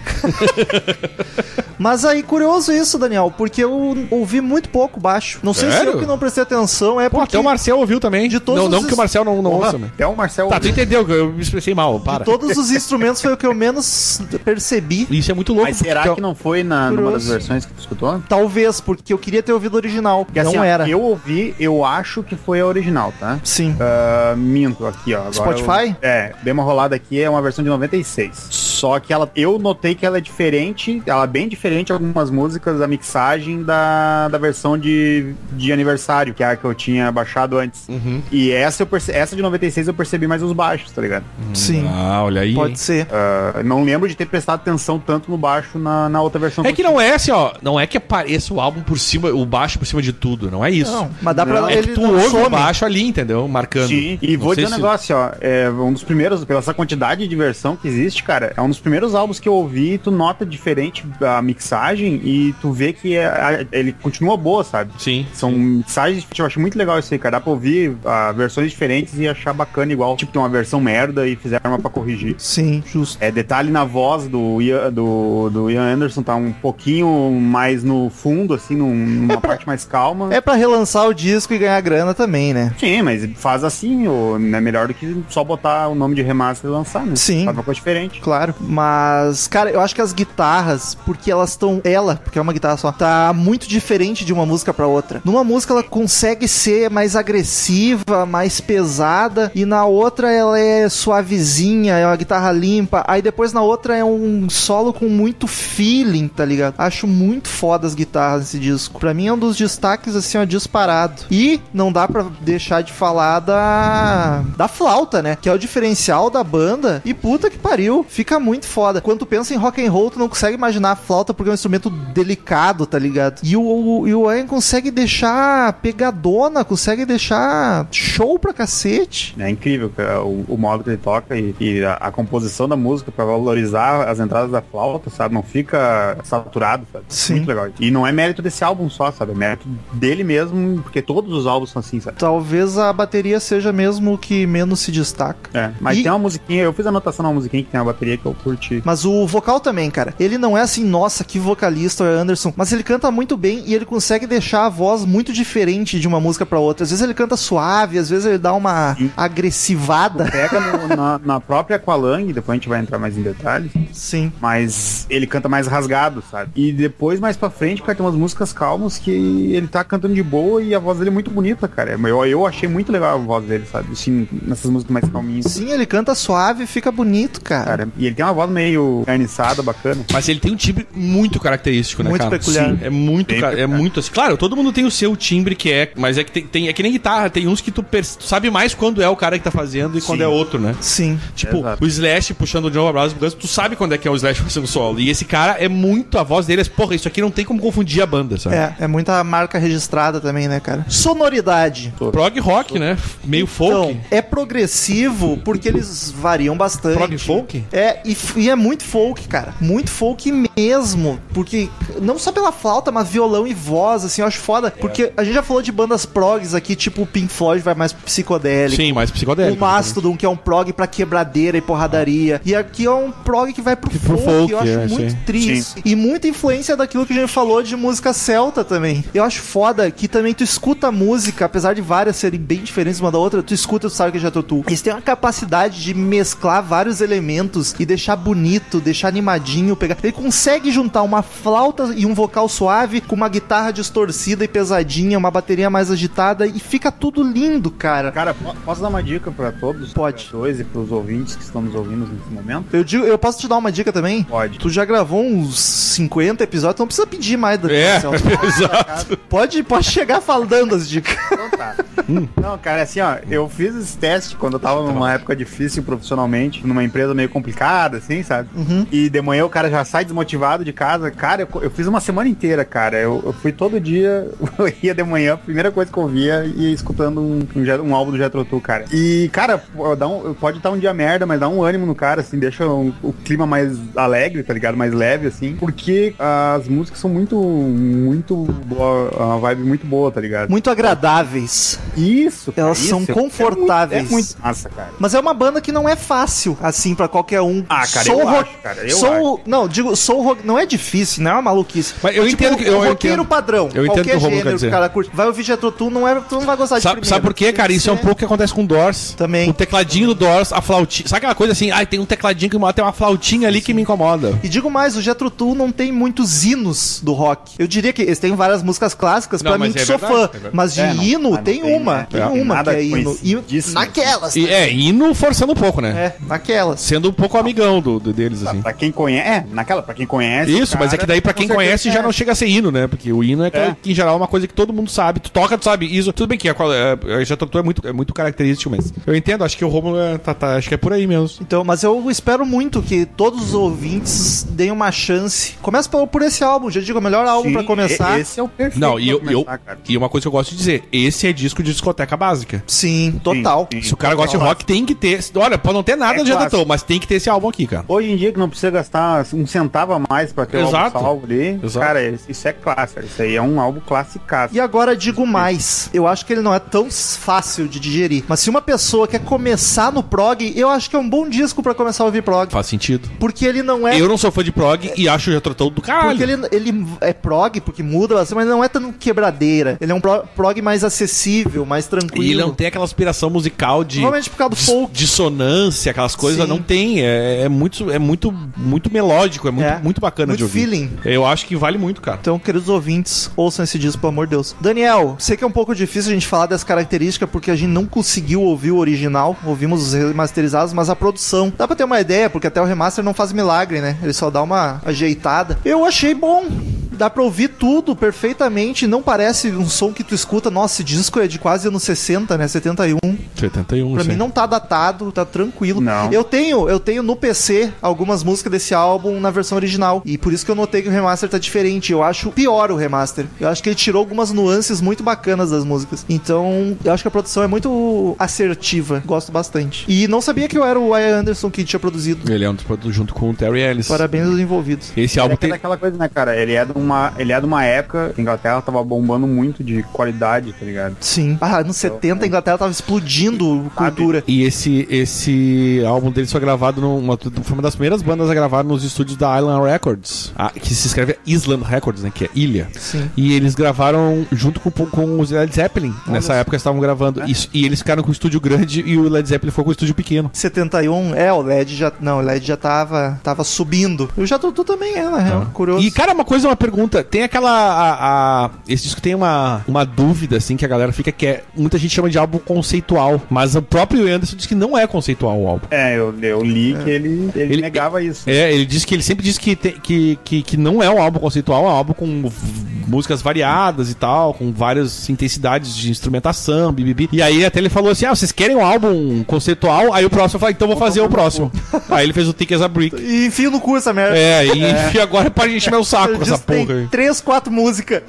[SPEAKER 2] Mas aí, curioso isso, Daniel, porque eu ouvi muito pouco baixo. Não sei se
[SPEAKER 3] Sério?
[SPEAKER 2] eu que não prestei atenção, é
[SPEAKER 3] Pô,
[SPEAKER 2] *laughs* porque
[SPEAKER 3] até o Marcel ouviu também.
[SPEAKER 2] De todos
[SPEAKER 3] não, não
[SPEAKER 2] os-
[SPEAKER 3] que o Marcel não, não
[SPEAKER 4] Porra,
[SPEAKER 3] ouça, né?
[SPEAKER 4] Até o Marcel.
[SPEAKER 3] Tá, tu entendeu que eu me expressei mal, para.
[SPEAKER 2] todos os instrumentos foi o que eu menos percebi.
[SPEAKER 3] Isso é muito louco.
[SPEAKER 4] Mas será
[SPEAKER 3] porque-
[SPEAKER 4] que não foi na, numa das
[SPEAKER 2] Curioso.
[SPEAKER 4] versões que tu escutou?
[SPEAKER 2] Talvez, porque eu queria ter ouvido o original.
[SPEAKER 4] Porque,
[SPEAKER 2] não
[SPEAKER 4] assim, ó,
[SPEAKER 2] era.
[SPEAKER 4] Eu ouvi, eu acho que foi a original, tá?
[SPEAKER 2] Sim.
[SPEAKER 4] Ah, minto aqui, ó. Agora
[SPEAKER 2] Spotify?
[SPEAKER 4] eu- é, dei uma rolada aqui, é uma versão de 96. Só que ela, eu notei que ela é diferente, ela é bem diferente de algumas músicas da mixagem da, da versão de, de aniversário, que é a que eu tinha baixado antes.
[SPEAKER 3] Uhum.
[SPEAKER 4] E essa, eu perce- essa de 96 eu percebi mais os baixos, tá ligado?
[SPEAKER 2] Sim.
[SPEAKER 3] Ah, olha aí.
[SPEAKER 2] Pode ser.
[SPEAKER 4] Ah, não lembro de ter prestado atenção tanto no baixo na, na outra versão.
[SPEAKER 3] É
[SPEAKER 4] eu
[SPEAKER 3] que não é assim, ó. Não é que apareça o álbum por cima, o baixo por cima de tudo. Não é isso.
[SPEAKER 2] Não, mas dá pra
[SPEAKER 4] Não,
[SPEAKER 3] é que
[SPEAKER 2] ele
[SPEAKER 3] tu
[SPEAKER 2] não
[SPEAKER 3] ouve
[SPEAKER 2] some.
[SPEAKER 3] o baixo ali, entendeu? Marcando.
[SPEAKER 4] Sim, e
[SPEAKER 3] Não
[SPEAKER 4] vou
[SPEAKER 3] sei
[SPEAKER 4] dizer um
[SPEAKER 3] se-
[SPEAKER 4] negócio, ó. É um dos primeiros, pela essa quantidade de versão que existe, cara, é um um dos primeiros álbuns que eu ouvi, tu nota diferente a mixagem e tu vê que é- a- ele continua boa, sabe?
[SPEAKER 3] Sim.
[SPEAKER 4] São mixagens diferentes. Eu acho muito legal isso aí, cara. Dá pra ouvir ah, versões diferentes e achar bacana igual. Tipo, tem uma versão merda e fizeram uma pra corrigir.
[SPEAKER 2] Sim, justo.
[SPEAKER 4] É, detalhe na voz do Ian, do, do Ian Anderson tá um pouquinho mais no fundo, assim, num- numa parte mais calma.
[SPEAKER 2] É pra relançar o disco e ganhar grana também, né?
[SPEAKER 4] Sim, mas faz assim, ou, né? Melhor do que só botar o nome de remaster e lançar, né?
[SPEAKER 2] Sim.
[SPEAKER 4] Faz uma coisa diferente.
[SPEAKER 2] Claro, mas, cara, eu acho que as guitarras, porque elas estão. Ela, porque é uma guitarra só, tá muito diferente de uma música pra outra. Numa música ela consegue ser mais agressiva, mais pesada, e na outra ela é suavezinha, é uma guitarra limpa. Aí depois na outra é um solo com muito feeling, tá ligado? Acho muito foda as guitarras nesse disco. Pra mim é um dos destaques, assim, ó, disparado. E não dá pra deixar de falar da. da flauta, né? Que é o diferencial da banda. E puta que pariu, fica muito foda. Quando tu pensa em rock and roll, tu não consegue imaginar a flauta porque é um instrumento delicado, tá ligado? E o, o, e o Ian consegue deixar pegadona, consegue deixar show pra cacete.
[SPEAKER 4] É incrível cara, o, o modo que ele toca e, e a, a composição da música pra valorizar as entradas da flauta, sabe? Não fica saturado, sabe?
[SPEAKER 2] Sim.
[SPEAKER 4] Muito legal. E não é mérito desse álbum só, sabe? É mérito dele mesmo, porque todos os álbuns são assim, sabe?
[SPEAKER 2] Talvez a bateria seja mesmo o que menos se destaca.
[SPEAKER 4] É, mas
[SPEAKER 2] E-
[SPEAKER 4] tem uma musiquinha, eu fiz anotação na musiquinha que tem uma bateria que eu curti.
[SPEAKER 2] Mas o vocal também, cara. Ele não é assim, nossa, que vocalista é Anderson. Mas ele canta muito bem e ele consegue deixar a voz muito diferente de uma música pra outra. Às vezes ele canta suave, às vezes ele dá uma
[SPEAKER 4] Sim.
[SPEAKER 2] agressivada.
[SPEAKER 4] Pega no- na, na própria Aqualung, depois a gente vai entrar mais em detalhes,
[SPEAKER 2] Sim.
[SPEAKER 4] mas ele canta mais rasgado, sabe? E depois, mais pra frente, cara, tem umas músicas calmas que ele tá cantando de boa e a voz dele é muito bonita, cara. Eu, eu achei muito legal a voz dele, sabe? Assim, nessas músicas mais calminhas. assim,
[SPEAKER 2] Sim, ele canta suave e fica bonito, cara.
[SPEAKER 4] Cara, e ele tem uma voz meio carniçada, bacana.
[SPEAKER 3] Mas ele tem um timbre muito característico, né,
[SPEAKER 2] Muito
[SPEAKER 3] cara?
[SPEAKER 2] peculiar.
[SPEAKER 3] Sim, é muito,
[SPEAKER 4] Bem
[SPEAKER 3] ca- é
[SPEAKER 4] peculiar.
[SPEAKER 3] muito assim. Claro, todo mundo tem o seu timbre que é, mas é que tem, tem- é que nem guitarra, tem uns que tu, perce- tu sabe mais quando é o cara que tá fazendo e quando é outro, né?
[SPEAKER 2] Sim.
[SPEAKER 3] Tipo,
[SPEAKER 4] Exato.
[SPEAKER 3] o Slash puxando o John Abraço, tu sabe quando é que é o Slash *laughs* fazendo solo. E esse cara é muito a voz dele, é, porra, isso aqui não tem como confundir a banda, sabe?
[SPEAKER 2] É, é muita marca registrada também, né, cara? Sonoridade.
[SPEAKER 3] Prog rock, né? Meio folk.
[SPEAKER 2] Então, é progressivo porque eles variam bastante.
[SPEAKER 3] Prog folk?
[SPEAKER 2] É, e, f- e é muito folk, cara. Muito folk mesmo. Porque, não só pela flauta, mas violão e voz, assim, eu acho foda. Porque a gente já falou de bandas progs aqui, tipo o Pink Floyd vai mais pro psicodélico.
[SPEAKER 3] Sim, mais
[SPEAKER 2] O
[SPEAKER 3] psicodélico.
[SPEAKER 2] Mastodon, que é um prog pra quebradeira e porradaria. E aqui é um prog que vai pro,
[SPEAKER 3] pro
[SPEAKER 2] folk,
[SPEAKER 3] folk,
[SPEAKER 2] eu acho
[SPEAKER 3] é,
[SPEAKER 2] muito
[SPEAKER 3] sim.
[SPEAKER 2] triste. E muita influência daquilo que a gente falou de música celta também. Eu acho foda que também tu escuta a música, apesar de várias serem bem diferentes uma da outra, tu escuta, tu sabe que já tu. Eles têm uma capacidade de mesclar vários elementos e deixar bonito, deixar animadinho, pegar. Ele consegue juntar uma flauta e um vocal suave com uma guitarra distorcida e pesadinha, uma bateria mais agitada e fica tudo lindo, cara.
[SPEAKER 4] Cara, po- posso dar uma dica pra todos?
[SPEAKER 2] Pode.
[SPEAKER 4] Pra dois e pros ouvintes que estão nos ouvindo nesse momento?
[SPEAKER 2] Eu, digo- eu posso te dar uma dica também?
[SPEAKER 4] Pode.
[SPEAKER 2] Tu já gravou uns 50 episódios, então não precisa pedir mais da
[SPEAKER 3] É, *laughs*
[SPEAKER 2] Celso.
[SPEAKER 3] exato.
[SPEAKER 2] Pode, pode chegar falando as dicas.
[SPEAKER 4] Então tá. Não, cara, assim, ó, eu fiz esse teste quando eu tava numa época difícil profissionalmente, numa empresa meio complicada, assim, sabe? E de manhã o cara já sai desmotivado de casa. Cara, eu, co- eu fiz uma semana inteira, cara. Eu, eu fui todo dia, *laughs* eu ia de manhã, a primeira coisa que eu via, ia escutando um, um, Jet- um álbum do Jetro Tu, cara. E, cara, pô, dá um- pode estar um dia merda, mas dá um ânimo no cara, assim, deixa um- o clima mais alegre, tá ligado? Mais leve, assim. Porque as músicas são muito, muito boa, uma vibe muito boa, tá ligado?
[SPEAKER 2] Muito agradáveis.
[SPEAKER 4] Isso, cara,
[SPEAKER 2] Elas são
[SPEAKER 4] isso.
[SPEAKER 2] confortáveis.
[SPEAKER 4] É muito, é muito massa, cara.
[SPEAKER 2] Mas é uma banda que não é fácil, assim, pra qualquer um.
[SPEAKER 4] Ah, cara,
[SPEAKER 2] Soul
[SPEAKER 4] eu
[SPEAKER 2] rock-
[SPEAKER 4] acho, cara, eu
[SPEAKER 2] soul- Não, digo, soul rock não é difícil, não é uma maluquice.
[SPEAKER 3] Mas eu entendo que- eu
[SPEAKER 2] o roqueiro
[SPEAKER 3] entendo.
[SPEAKER 2] padrão.
[SPEAKER 3] Eu entendo
[SPEAKER 2] qualquer
[SPEAKER 3] que o Romulo quer
[SPEAKER 2] gênero que
[SPEAKER 3] dizer.
[SPEAKER 2] o cara curte. Vai ouvir Jetro Tu, não é, tu não vai gostar de
[SPEAKER 3] Sabe,
[SPEAKER 2] primeira.
[SPEAKER 3] sabe por quê, cara? Isso é um pouco que acontece com o Doors.
[SPEAKER 2] Também.
[SPEAKER 3] O tecladinho do Doors, a flautinha. Sabe aquela coisa assim? Ai, tem um tecladinho que me tem uma flautinha ali que me incomoda.
[SPEAKER 2] E digo mais, o Jethro Tull não tem muitos hinos do rock. Eu diria que eles têm várias músicas clássicas,
[SPEAKER 3] Não,
[SPEAKER 2] pra mim
[SPEAKER 3] mas
[SPEAKER 2] que
[SPEAKER 3] é
[SPEAKER 2] sou
[SPEAKER 3] verdade, é
[SPEAKER 2] fã.
[SPEAKER 3] verdade.
[SPEAKER 2] Mas de
[SPEAKER 4] É, não,
[SPEAKER 2] hino
[SPEAKER 4] mas não
[SPEAKER 2] tem,
[SPEAKER 4] tem,
[SPEAKER 2] uma.
[SPEAKER 4] né?
[SPEAKER 2] Tem
[SPEAKER 4] É,
[SPEAKER 2] uma que
[SPEAKER 4] nada
[SPEAKER 2] é hino. E
[SPEAKER 4] conhecidíssimo.
[SPEAKER 2] naquelas.
[SPEAKER 3] E, é, indo forçando um pouco, né?
[SPEAKER 2] É, naquelas.
[SPEAKER 3] Sendo um pouco amigão do, do- deles, assim.
[SPEAKER 4] Pra quem conhece. É, naquela, pra quem conhece.
[SPEAKER 3] Isso, mas é que daí pra quem conhece já não chega a ser hino, né? Porque o hino é, aquela- que, em geral é uma coisa que todo mundo sabe, tu toca, tu sabe. Isso, tudo bem que a, qual- é, a, estrutura é muito, é muito característico, mas eu entendo, acho que o Romulo é, tá, tá- acho que é por aí mesmo.
[SPEAKER 2] Então, mas eu espero muito que todos os ouvintes deem uma chance, Começa por, por esse álbum, já digo, é o melhor álbum
[SPEAKER 4] Sim,
[SPEAKER 2] pra começar.
[SPEAKER 4] e- Esse é o perfeito.
[SPEAKER 3] Não,
[SPEAKER 4] pra
[SPEAKER 3] e eu, e eu-
[SPEAKER 4] começar, cara.
[SPEAKER 3] e uma coisa que eu gosto de dizer, esse é disco de discoteca básica.
[SPEAKER 2] Sim, total.
[SPEAKER 4] sim.
[SPEAKER 3] Se o cara gosta de rock, tem que ter. Olha, pode não ter nada
[SPEAKER 4] É
[SPEAKER 3] de
[SPEAKER 4] clássico.
[SPEAKER 3] Adotão, mas tem que ter esse álbum aqui, cara.
[SPEAKER 4] Hoje em dia que não precisa gastar um centavo a mais pra ter um álbum
[SPEAKER 3] Exato.
[SPEAKER 4] salvo ali.
[SPEAKER 3] Exato. é
[SPEAKER 4] Cara, isso é clássico. Isso aí é um álbum classicaço.
[SPEAKER 2] E agora digo mais, eu acho que ele não é tão fácil de digerir, mas se uma pessoa quer começar no prog, eu acho que é um bom disco pra começar a ouvir prog,
[SPEAKER 3] Faz sentido.
[SPEAKER 2] porque ele não é
[SPEAKER 3] Eu não sou fã de prog e acho o Retrotão do caralho.
[SPEAKER 2] Porque ele, ele é prog, porque muda, assim, mas não é tão quebradeira. Ele é um pro- prog mais acessível, mais tranquilo.
[SPEAKER 3] E ele é um não tem aquela aspiração musical de
[SPEAKER 2] Provavelmente por causa do
[SPEAKER 3] dis-
[SPEAKER 2] folk.
[SPEAKER 3] dissonância, aquelas coisas,
[SPEAKER 2] Sim.
[SPEAKER 3] não tem. É, é muito, é muito, muito melódico, é muito,
[SPEAKER 2] É.
[SPEAKER 3] muito bacana
[SPEAKER 2] Muito
[SPEAKER 3] de ouvir.
[SPEAKER 2] feeling.
[SPEAKER 3] Eu acho que vale muito, cara.
[SPEAKER 2] Então, queridos ouvintes, ouçam esse disco, pelo amor de Deus. Daniel, sei que é um pouco difícil a gente falar dessa característica porque a gente não conseguiu ouvir o original, ouvimos os remasterizados, mas a produção. Dá pra ter uma ideia, porque até o remaster não faz milagre, né? Ele só dá uma ajeitada. Eu achei bom. Dá pra ouvir tudo perfeitamente, não parece um som que tu escuta. Nossa, esse disco é de quase anos 60, né? 71.
[SPEAKER 3] 71,
[SPEAKER 2] Pra
[SPEAKER 3] isso
[SPEAKER 2] mim
[SPEAKER 3] aí.
[SPEAKER 2] não tá datado, tá tranquilo.
[SPEAKER 4] Não.
[SPEAKER 2] Eu tenho, eu tenho no PC algumas músicas desse álbum na versão original. E por isso que eu notei que o remaster tá diferente. Eu acho pior o remaster. Eu acho que ele tirou algumas nuances muito bacanas das músicas. Então, eu acho que a produção é muito assertiva. Gosto bastante. E não sabia que eu era o Ian Anderson que tinha produzido.
[SPEAKER 3] Ele é um dos produtos junto com o Terry Ellis.
[SPEAKER 2] Parabéns aos envolvidos.
[SPEAKER 3] Esse
[SPEAKER 4] É
[SPEAKER 3] um álbum tem.
[SPEAKER 4] aquela, aquela coisa, né, cara? Ele é de uma, ele é de uma época que a Inglaterra tava bombando muito de qualidade, tá ligado?
[SPEAKER 2] Sim. Ah, anos 70 a Inglaterra tava explodindo cultura.
[SPEAKER 3] E esse, esse álbum dele foi gravado numa. Foi uma das primeiras bandas a gravar nos estúdios da Island Records. a- que se escreve Island Records, né? Que é ilha.
[SPEAKER 2] Sim.
[SPEAKER 3] E eles gravaram junto com, com os Led Zeppelin. Nessa época eles estavam gravando. Isso, e eles ficaram com o estúdio grande e o Led Zeppelin ficou com o estúdio pequeno.
[SPEAKER 2] 71, é, o LED já. Não, o LED já tava, tava subindo. Eu já tô, tô também, é, na real. Curioso.
[SPEAKER 3] E, cara, uma coisa, uma pergunta. Tem aquela. A, a- esse disco tem uma, uma dúvida, assim, que a galera fica, que é. Muita gente chama de álbum conceitual. Mas o próprio Anderson diz que não é conceitual o álbum.
[SPEAKER 4] É, eu, eu li que ele, ele,
[SPEAKER 3] Ele-
[SPEAKER 4] negava isso.
[SPEAKER 3] É, ele disse que ele sempre diz que, tem- que, que, que não é um álbum conceitual, é um álbum com v- músicas variadas e tal, com várias intensidades de instrumentação, bibibi. E aí até ele falou assim: ah, vocês querem um álbum conceitual? Aí o próximo fala, então vou fazer o *laughs* próxrio. Aí ele fez o Tick as a Brick.
[SPEAKER 2] E enfio no cu essa merda.
[SPEAKER 3] É, e enfim, *laughs* agora para de encher meu saco
[SPEAKER 2] Ele
[SPEAKER 3] com essa
[SPEAKER 2] disse, tem
[SPEAKER 3] porra aí.
[SPEAKER 2] Três, quatro músicas.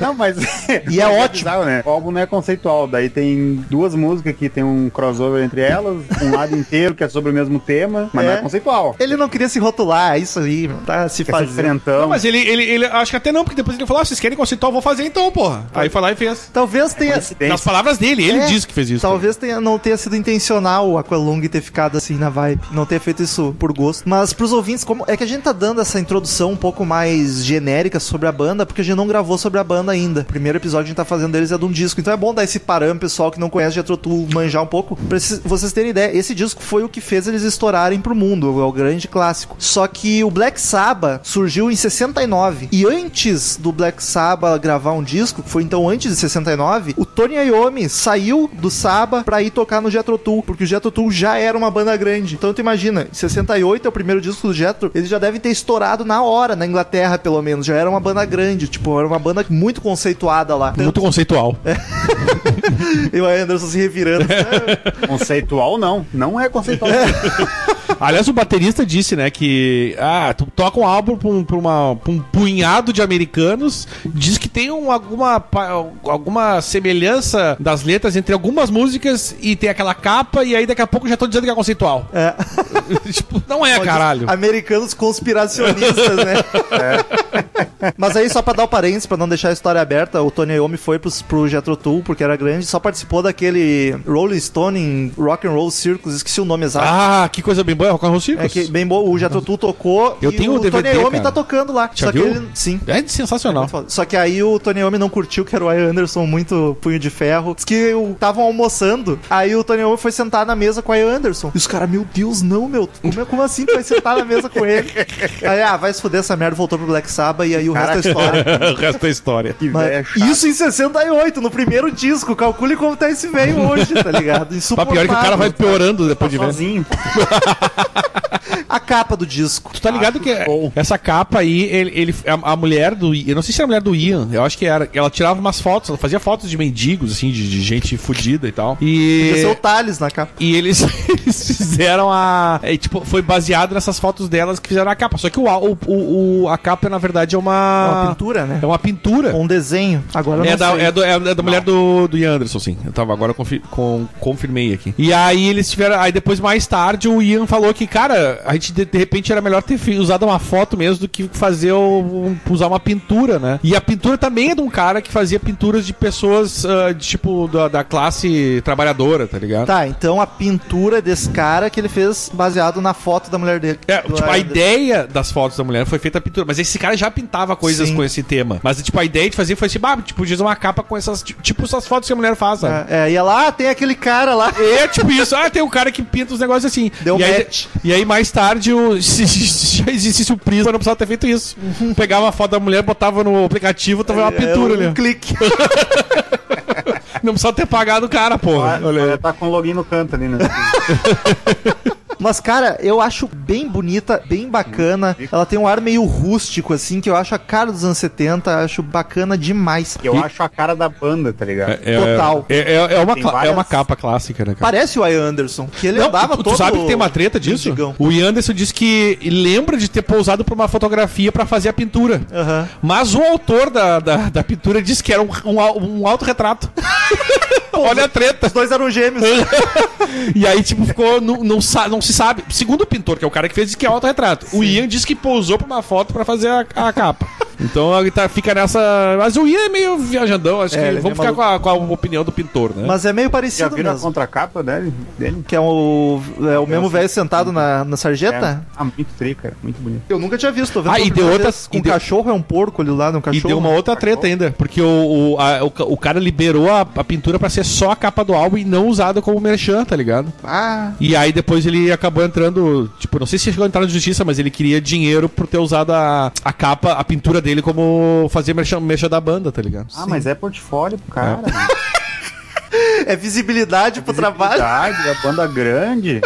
[SPEAKER 4] Não, mas.
[SPEAKER 2] *laughs* E é
[SPEAKER 4] mas
[SPEAKER 2] ótimo.
[SPEAKER 4] bizarro, né? O álbum não é conceitual. Daí tem duas músicas que tem um crossover entre elas, um lado inteiro que é sobre o mesmo tema, mas não
[SPEAKER 2] É.
[SPEAKER 4] é conceitual.
[SPEAKER 2] Ele não queria se rotular, é isso aí, meu, tá se
[SPEAKER 4] Essa
[SPEAKER 2] fazendo.
[SPEAKER 4] diferentão.
[SPEAKER 3] Não, mas ele, ele, ele, acho que até não, porque depois ele falou, ah, vocês querem conceitual, vou fazer então, porra. Aí foi lá e fez.
[SPEAKER 2] Talvez tenha.
[SPEAKER 4] Tem-
[SPEAKER 3] Nas palavras dele, ele
[SPEAKER 2] É,
[SPEAKER 3] disse que fez isso.
[SPEAKER 2] Talvez tenha, não tenha sido intencional o Aqualung ter ficado assim na vibe. Não ter feito isso por gosto. Mas pros ouvintes, como é que a gente tá dando essa introdução um pouco mais genérica sobre a banda, porque a gente não gravou sobre a banda ainda. O primeiro episódio que a gente tá fazendo deles é de um disco. Então é bom dar esse parâmetro, pessoal que não conhece Jethro Tull, manjar um pouco. Pra esses- vocês terem ideia, esse disco foi o que fez eles estourarem pro mundo. É o grande clássico. Só que o Black Sabbath surgiu em 69. E antes do Black Sabbath gravar um disco, que foi então antes de 69, o Tony Iommi saiu do Sabbath pra ir tocar no Jethro Tull, porque o Jethro Tull já era uma banda grande. Então tu imagina, em 68 é o primeiro disco do Jethro, eles já devem ter estourado na hora, na Inglaterra pelo menos, já era uma banda grande, tipo, era uma banda muito conceituada lá.
[SPEAKER 3] Muito conceitual.
[SPEAKER 2] E o Anderson se revirando.
[SPEAKER 4] Conceitual não. Não é
[SPEAKER 2] *laughs*
[SPEAKER 4] conceitual.
[SPEAKER 3] Aliás, o baterista disse, né, que ah, tu toca um álbum pra um, pra uma- pra um punhado de americanos, diz que tem um- alguma, pa- alguma semelhança das letras entre algumas músicas e tem aquela capa, e aí daqui a pouco já tô dizendo que é conceitual.
[SPEAKER 2] É.
[SPEAKER 3] *laughs* tipo, não é, caralho.
[SPEAKER 2] Americanos conspiracionistas, né? *laughs* Mas aí, só pra dar o parênteses, pra não deixar a história aberta, o Tony Iommi foi pros, pro Jethro Tull, porque era grande, só participou daquele Rolling Stone em Rock and Roll Circus, esqueci o nome exato.
[SPEAKER 3] Ah, que coisa bem boa, é Rock and Roll Circus.
[SPEAKER 2] É que bem bom, o Jethro Tull tocou
[SPEAKER 3] Eu
[SPEAKER 2] e
[SPEAKER 3] tenho um
[SPEAKER 2] o
[SPEAKER 3] o DVD,
[SPEAKER 2] Tony Iommi
[SPEAKER 3] cara.
[SPEAKER 2] tá tocando lá.
[SPEAKER 3] Já
[SPEAKER 2] só
[SPEAKER 3] viu?
[SPEAKER 2] que ele, sim.
[SPEAKER 3] É sensacional.
[SPEAKER 2] Só que aí o Tony Iommi não curtiu que era o Ian Anderson muito punho de ferro. Diz que estavam almoçando, aí o Tony Iommi foi sentar na mesa com o Ian Anderson. E os caras, meu Deus, não, meu. Como, é- como assim tu vai sentar na mesa com
[SPEAKER 3] *laughs*
[SPEAKER 2] ele? Aí, ah, vai se fuder essa merda, voltou pro Black Sabbath e aí *laughs* o resto é
[SPEAKER 3] *laughs*
[SPEAKER 2] história.
[SPEAKER 3] o resto da história.
[SPEAKER 4] que
[SPEAKER 2] Mas
[SPEAKER 4] véia chata.
[SPEAKER 2] isso em 68, no primeiro disco. Calcule como tá esse velho hoje, tá ligado?
[SPEAKER 3] *laughs* Mas
[SPEAKER 2] Insuportável. tá
[SPEAKER 3] pior é que o cara vai piorando depois de ver.
[SPEAKER 4] sozinho.
[SPEAKER 2] A capa do disco.
[SPEAKER 3] Tu tá ligado que
[SPEAKER 4] bom.
[SPEAKER 3] essa capa aí, ele, ele- a, a mulher do. Eu não sei se era a mulher do Ian, eu acho que era. Ela tirava umas fotos, ela fazia fotos de mendigos, assim, de, de gente fodida e tal.
[SPEAKER 2] Podia ser o
[SPEAKER 3] E.
[SPEAKER 2] Thales na capa.
[SPEAKER 3] E eles, *laughs* eles fizeram a. é, tipo, foi baseado nessas fotos delas que fizeram a capa. Só que o, a- o, o- a capa, na verdade, é
[SPEAKER 2] É uma
[SPEAKER 3] uma.
[SPEAKER 2] pintura, né?
[SPEAKER 3] É uma pintura.
[SPEAKER 2] Ou um desenho. Agora eu
[SPEAKER 3] É
[SPEAKER 2] não
[SPEAKER 3] da,
[SPEAKER 2] sei.
[SPEAKER 3] é do- é da mulher do, do Ian Anderson, sim. Eu tava agora confi- com- confirmei aqui. E aí eles tiveram. Aí depois, mais tarde, o Ian falou que, cara, a gente de, de repente era melhor ter fi- usado uma foto mesmo do que fazer o- um- usar uma pintura, né? E a pintura também é de um cara que fazia pinturas de pessoas, ah, de, tipo, da, da classe trabalhadora, tá ligado?
[SPEAKER 2] Tá, então a pintura desse cara que ele fez baseado na foto da mulher dele.
[SPEAKER 3] É,
[SPEAKER 2] Do
[SPEAKER 3] tipo, a
[SPEAKER 2] Ian Anderson.
[SPEAKER 3] ideia das fotos da mulher foi feita a pintura. Mas esse cara já pintava coisas
[SPEAKER 2] Sim.
[SPEAKER 3] com esse tema. Mas, tipo, a ideia de fazer foi assim, ah, tipo, podia fazer uma capa com essas. Tipo, essas fotos que a mulher faz, sabe?
[SPEAKER 2] É, é, e ela, ah, tem aquele cara lá.
[SPEAKER 3] É tipo isso, ah, tem um cara que pinta os negócios assim.
[SPEAKER 2] Deu
[SPEAKER 3] e, aí,
[SPEAKER 2] match.
[SPEAKER 3] e aí mais tarde, o, *laughs* se, se- se já existisse o Prisma, não precisava ter feito isso. Pegava a foto da mulher, botava no aplicativo, tava uma pintura
[SPEAKER 2] é, um
[SPEAKER 3] ali.
[SPEAKER 2] clique.
[SPEAKER 3] *laughs*
[SPEAKER 2] *laughs*
[SPEAKER 3] Não precisava ter pagado o cara, porra.
[SPEAKER 4] Olha, olha, tá com o login no canto ali, né?
[SPEAKER 2] Mas, cara, eu acho bem bonita, bem bacana. Ela tem um ar meio rústico, assim, que eu acho a cara dos anos 70, acho bacana demais.
[SPEAKER 4] Eu acho a cara da banda, tá ligado?
[SPEAKER 3] É, é-
[SPEAKER 2] Total.
[SPEAKER 3] É, é- é uma,
[SPEAKER 4] Tem
[SPEAKER 3] cla- é
[SPEAKER 4] várias-
[SPEAKER 3] uma capa clássica, né, cara?
[SPEAKER 2] Parece o Ian Anderson, que ele
[SPEAKER 3] Não,
[SPEAKER 2] andava
[SPEAKER 3] tu, tu
[SPEAKER 2] todo...
[SPEAKER 3] sabe que tem uma treta disso?
[SPEAKER 2] mendigão.
[SPEAKER 3] O Ian Anderson disse que lembra de ter pousado pra uma fotografia pra fazer a pintura.
[SPEAKER 2] Aham.
[SPEAKER 3] Mas o autor da, da, da pintura disse que era um, um, au-
[SPEAKER 2] *laughs*
[SPEAKER 3] um autorretrato. Olha a treta.
[SPEAKER 2] Os dois eram gêmeos.
[SPEAKER 3] E aí, tipo, ficou. Não, não, sa- não se sabe. Segundo o pintor, que é o cara que fez, diz que é autorretrato. O Ian disse que pousou pra uma foto pra fazer a, a capa. Então ele tá, fica nessa. Mas o Ian é meio viajandão, acho
[SPEAKER 2] É, ele
[SPEAKER 3] que.
[SPEAKER 2] é
[SPEAKER 3] Vamos
[SPEAKER 2] meio
[SPEAKER 3] ficar com a, com a opinião do pintor, né?
[SPEAKER 2] Mas é meio
[SPEAKER 4] Já
[SPEAKER 2] parecido
[SPEAKER 4] viram a
[SPEAKER 2] mesmo.
[SPEAKER 4] contracapa dele? dele?
[SPEAKER 2] Que é o, é o mesmo velho sentado na, na sarjeta?
[SPEAKER 4] Ah, muito tri, cara. Muito bonito.
[SPEAKER 2] Eu nunca tinha visto. Tô vendo
[SPEAKER 3] Ah,
[SPEAKER 2] pela
[SPEAKER 3] e deu
[SPEAKER 2] primeira
[SPEAKER 3] outra-
[SPEAKER 2] vez. Com
[SPEAKER 3] e
[SPEAKER 2] um
[SPEAKER 3] deu-
[SPEAKER 2] cachorro, é um porco ali lá, né? Um
[SPEAKER 3] E
[SPEAKER 2] cachorro.
[SPEAKER 3] deu uma outra treta ainda, porque o, o, a- o, ca- o cara liberou a, a pintura pra ser só a capa do álbum e não usada como merchan, tá ligado?
[SPEAKER 2] Ah,
[SPEAKER 3] E aí depois ele acabou entrando, tipo, não sei se chegou a entrar na justiça, mas ele queria dinheiro por ter usado a, a capa, a pintura dele como fazer merchan, merchan da banda, tá ligado?
[SPEAKER 4] Ah, mas é portfólio pro cara. mano.
[SPEAKER 2] é visibilidade pro *laughs* trabalho. *laughs*
[SPEAKER 4] Visibilidade, a banda grande.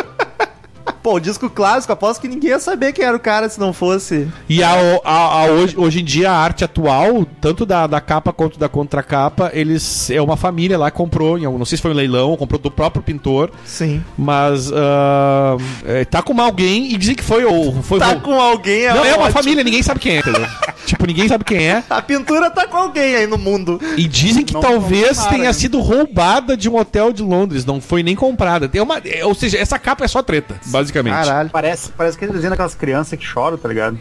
[SPEAKER 2] Pô, o disco clássico, aposto que ninguém ia saber quem era o cara se não fosse.
[SPEAKER 3] E a, a- a- hoje, hoje em dia a arte atual, tanto da, da capa quanto da contracapa, eles é uma família lá que comprou, em algum, não sei se foi um leilão, comprou do próprio pintor,
[SPEAKER 2] Sim.
[SPEAKER 3] mas ah, é, tá com alguém e dizem que foi o foi
[SPEAKER 2] Tá
[SPEAKER 3] o-
[SPEAKER 2] com alguém é
[SPEAKER 3] Não, é uma
[SPEAKER 2] ótimo.
[SPEAKER 3] família, ninguém sabe quem é, entendeu? tipo, ninguém sabe quem é.
[SPEAKER 2] A pintura tá com alguém aí no mundo.
[SPEAKER 3] E dizem que
[SPEAKER 4] Não
[SPEAKER 3] talvez
[SPEAKER 4] compraram,
[SPEAKER 3] tenha
[SPEAKER 4] né?
[SPEAKER 3] sido roubada de um hotel de Londres, não foi nem comprada. Tem uma, é, ou seja, essa capa é só treta, basicamente.
[SPEAKER 2] Caralho.
[SPEAKER 4] Parece, parece que eles vendo aquelas crianças que choram, tá ligado?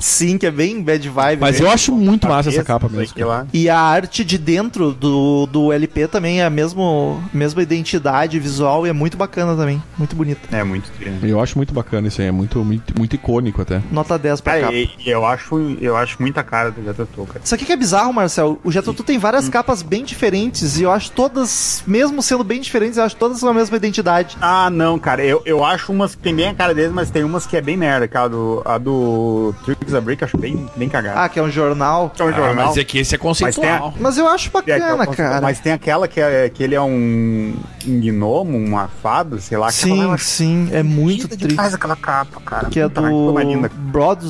[SPEAKER 2] Sim, que é bem bad vibe.
[SPEAKER 3] Mas
[SPEAKER 2] né?
[SPEAKER 3] eu acho muito massa
[SPEAKER 4] Cabeça,
[SPEAKER 3] essa
[SPEAKER 4] né?
[SPEAKER 3] capa
[SPEAKER 4] não sei
[SPEAKER 3] mesmo.
[SPEAKER 4] que lá.
[SPEAKER 2] E a arte de dentro do, do LP também é a mesmo, mesma identidade visual e é muito bacana também. Muito bonita.
[SPEAKER 4] É muito tri, né?
[SPEAKER 3] Eu acho muito bacana isso aí, é muito, muito, muito icônico até.
[SPEAKER 2] Nota 10 pra
[SPEAKER 4] Cara,
[SPEAKER 2] capa.
[SPEAKER 4] É, e- e eu acho, eu acho muita cara do Gato Toca.
[SPEAKER 2] Isso aqui que é bizarro, Marcel. O Jethro Tull tem várias
[SPEAKER 4] Hum.
[SPEAKER 2] capas bem diferentes e eu acho todas, mesmo sendo bem diferentes, eu acho todas com a mesma identidade.
[SPEAKER 4] Ah, não, cara. Eu, eu acho umas que tem bem a cara deles, mas tem umas que é bem merda. Aquela do, a do Tricks a Break, eu acho bem, bem cagada.
[SPEAKER 2] Ah, que é um jornal.
[SPEAKER 4] é um jornal.
[SPEAKER 3] mas é que esse é conceitual.
[SPEAKER 4] conceitual.
[SPEAKER 2] Mas eu acho
[SPEAKER 4] É, aquela
[SPEAKER 2] bacana,
[SPEAKER 4] conceitual.
[SPEAKER 2] cara.
[SPEAKER 4] Mas tem aquela que, é, que ele é um, um gnomo, um afado, sei lá. aquela lá,
[SPEAKER 2] Sim,
[SPEAKER 4] eu acho
[SPEAKER 2] sim, é muito
[SPEAKER 4] bonita
[SPEAKER 2] triste.
[SPEAKER 4] demais aquela capa, cara.
[SPEAKER 2] Que é
[SPEAKER 4] Puta, mas
[SPEAKER 2] do
[SPEAKER 4] como é linda.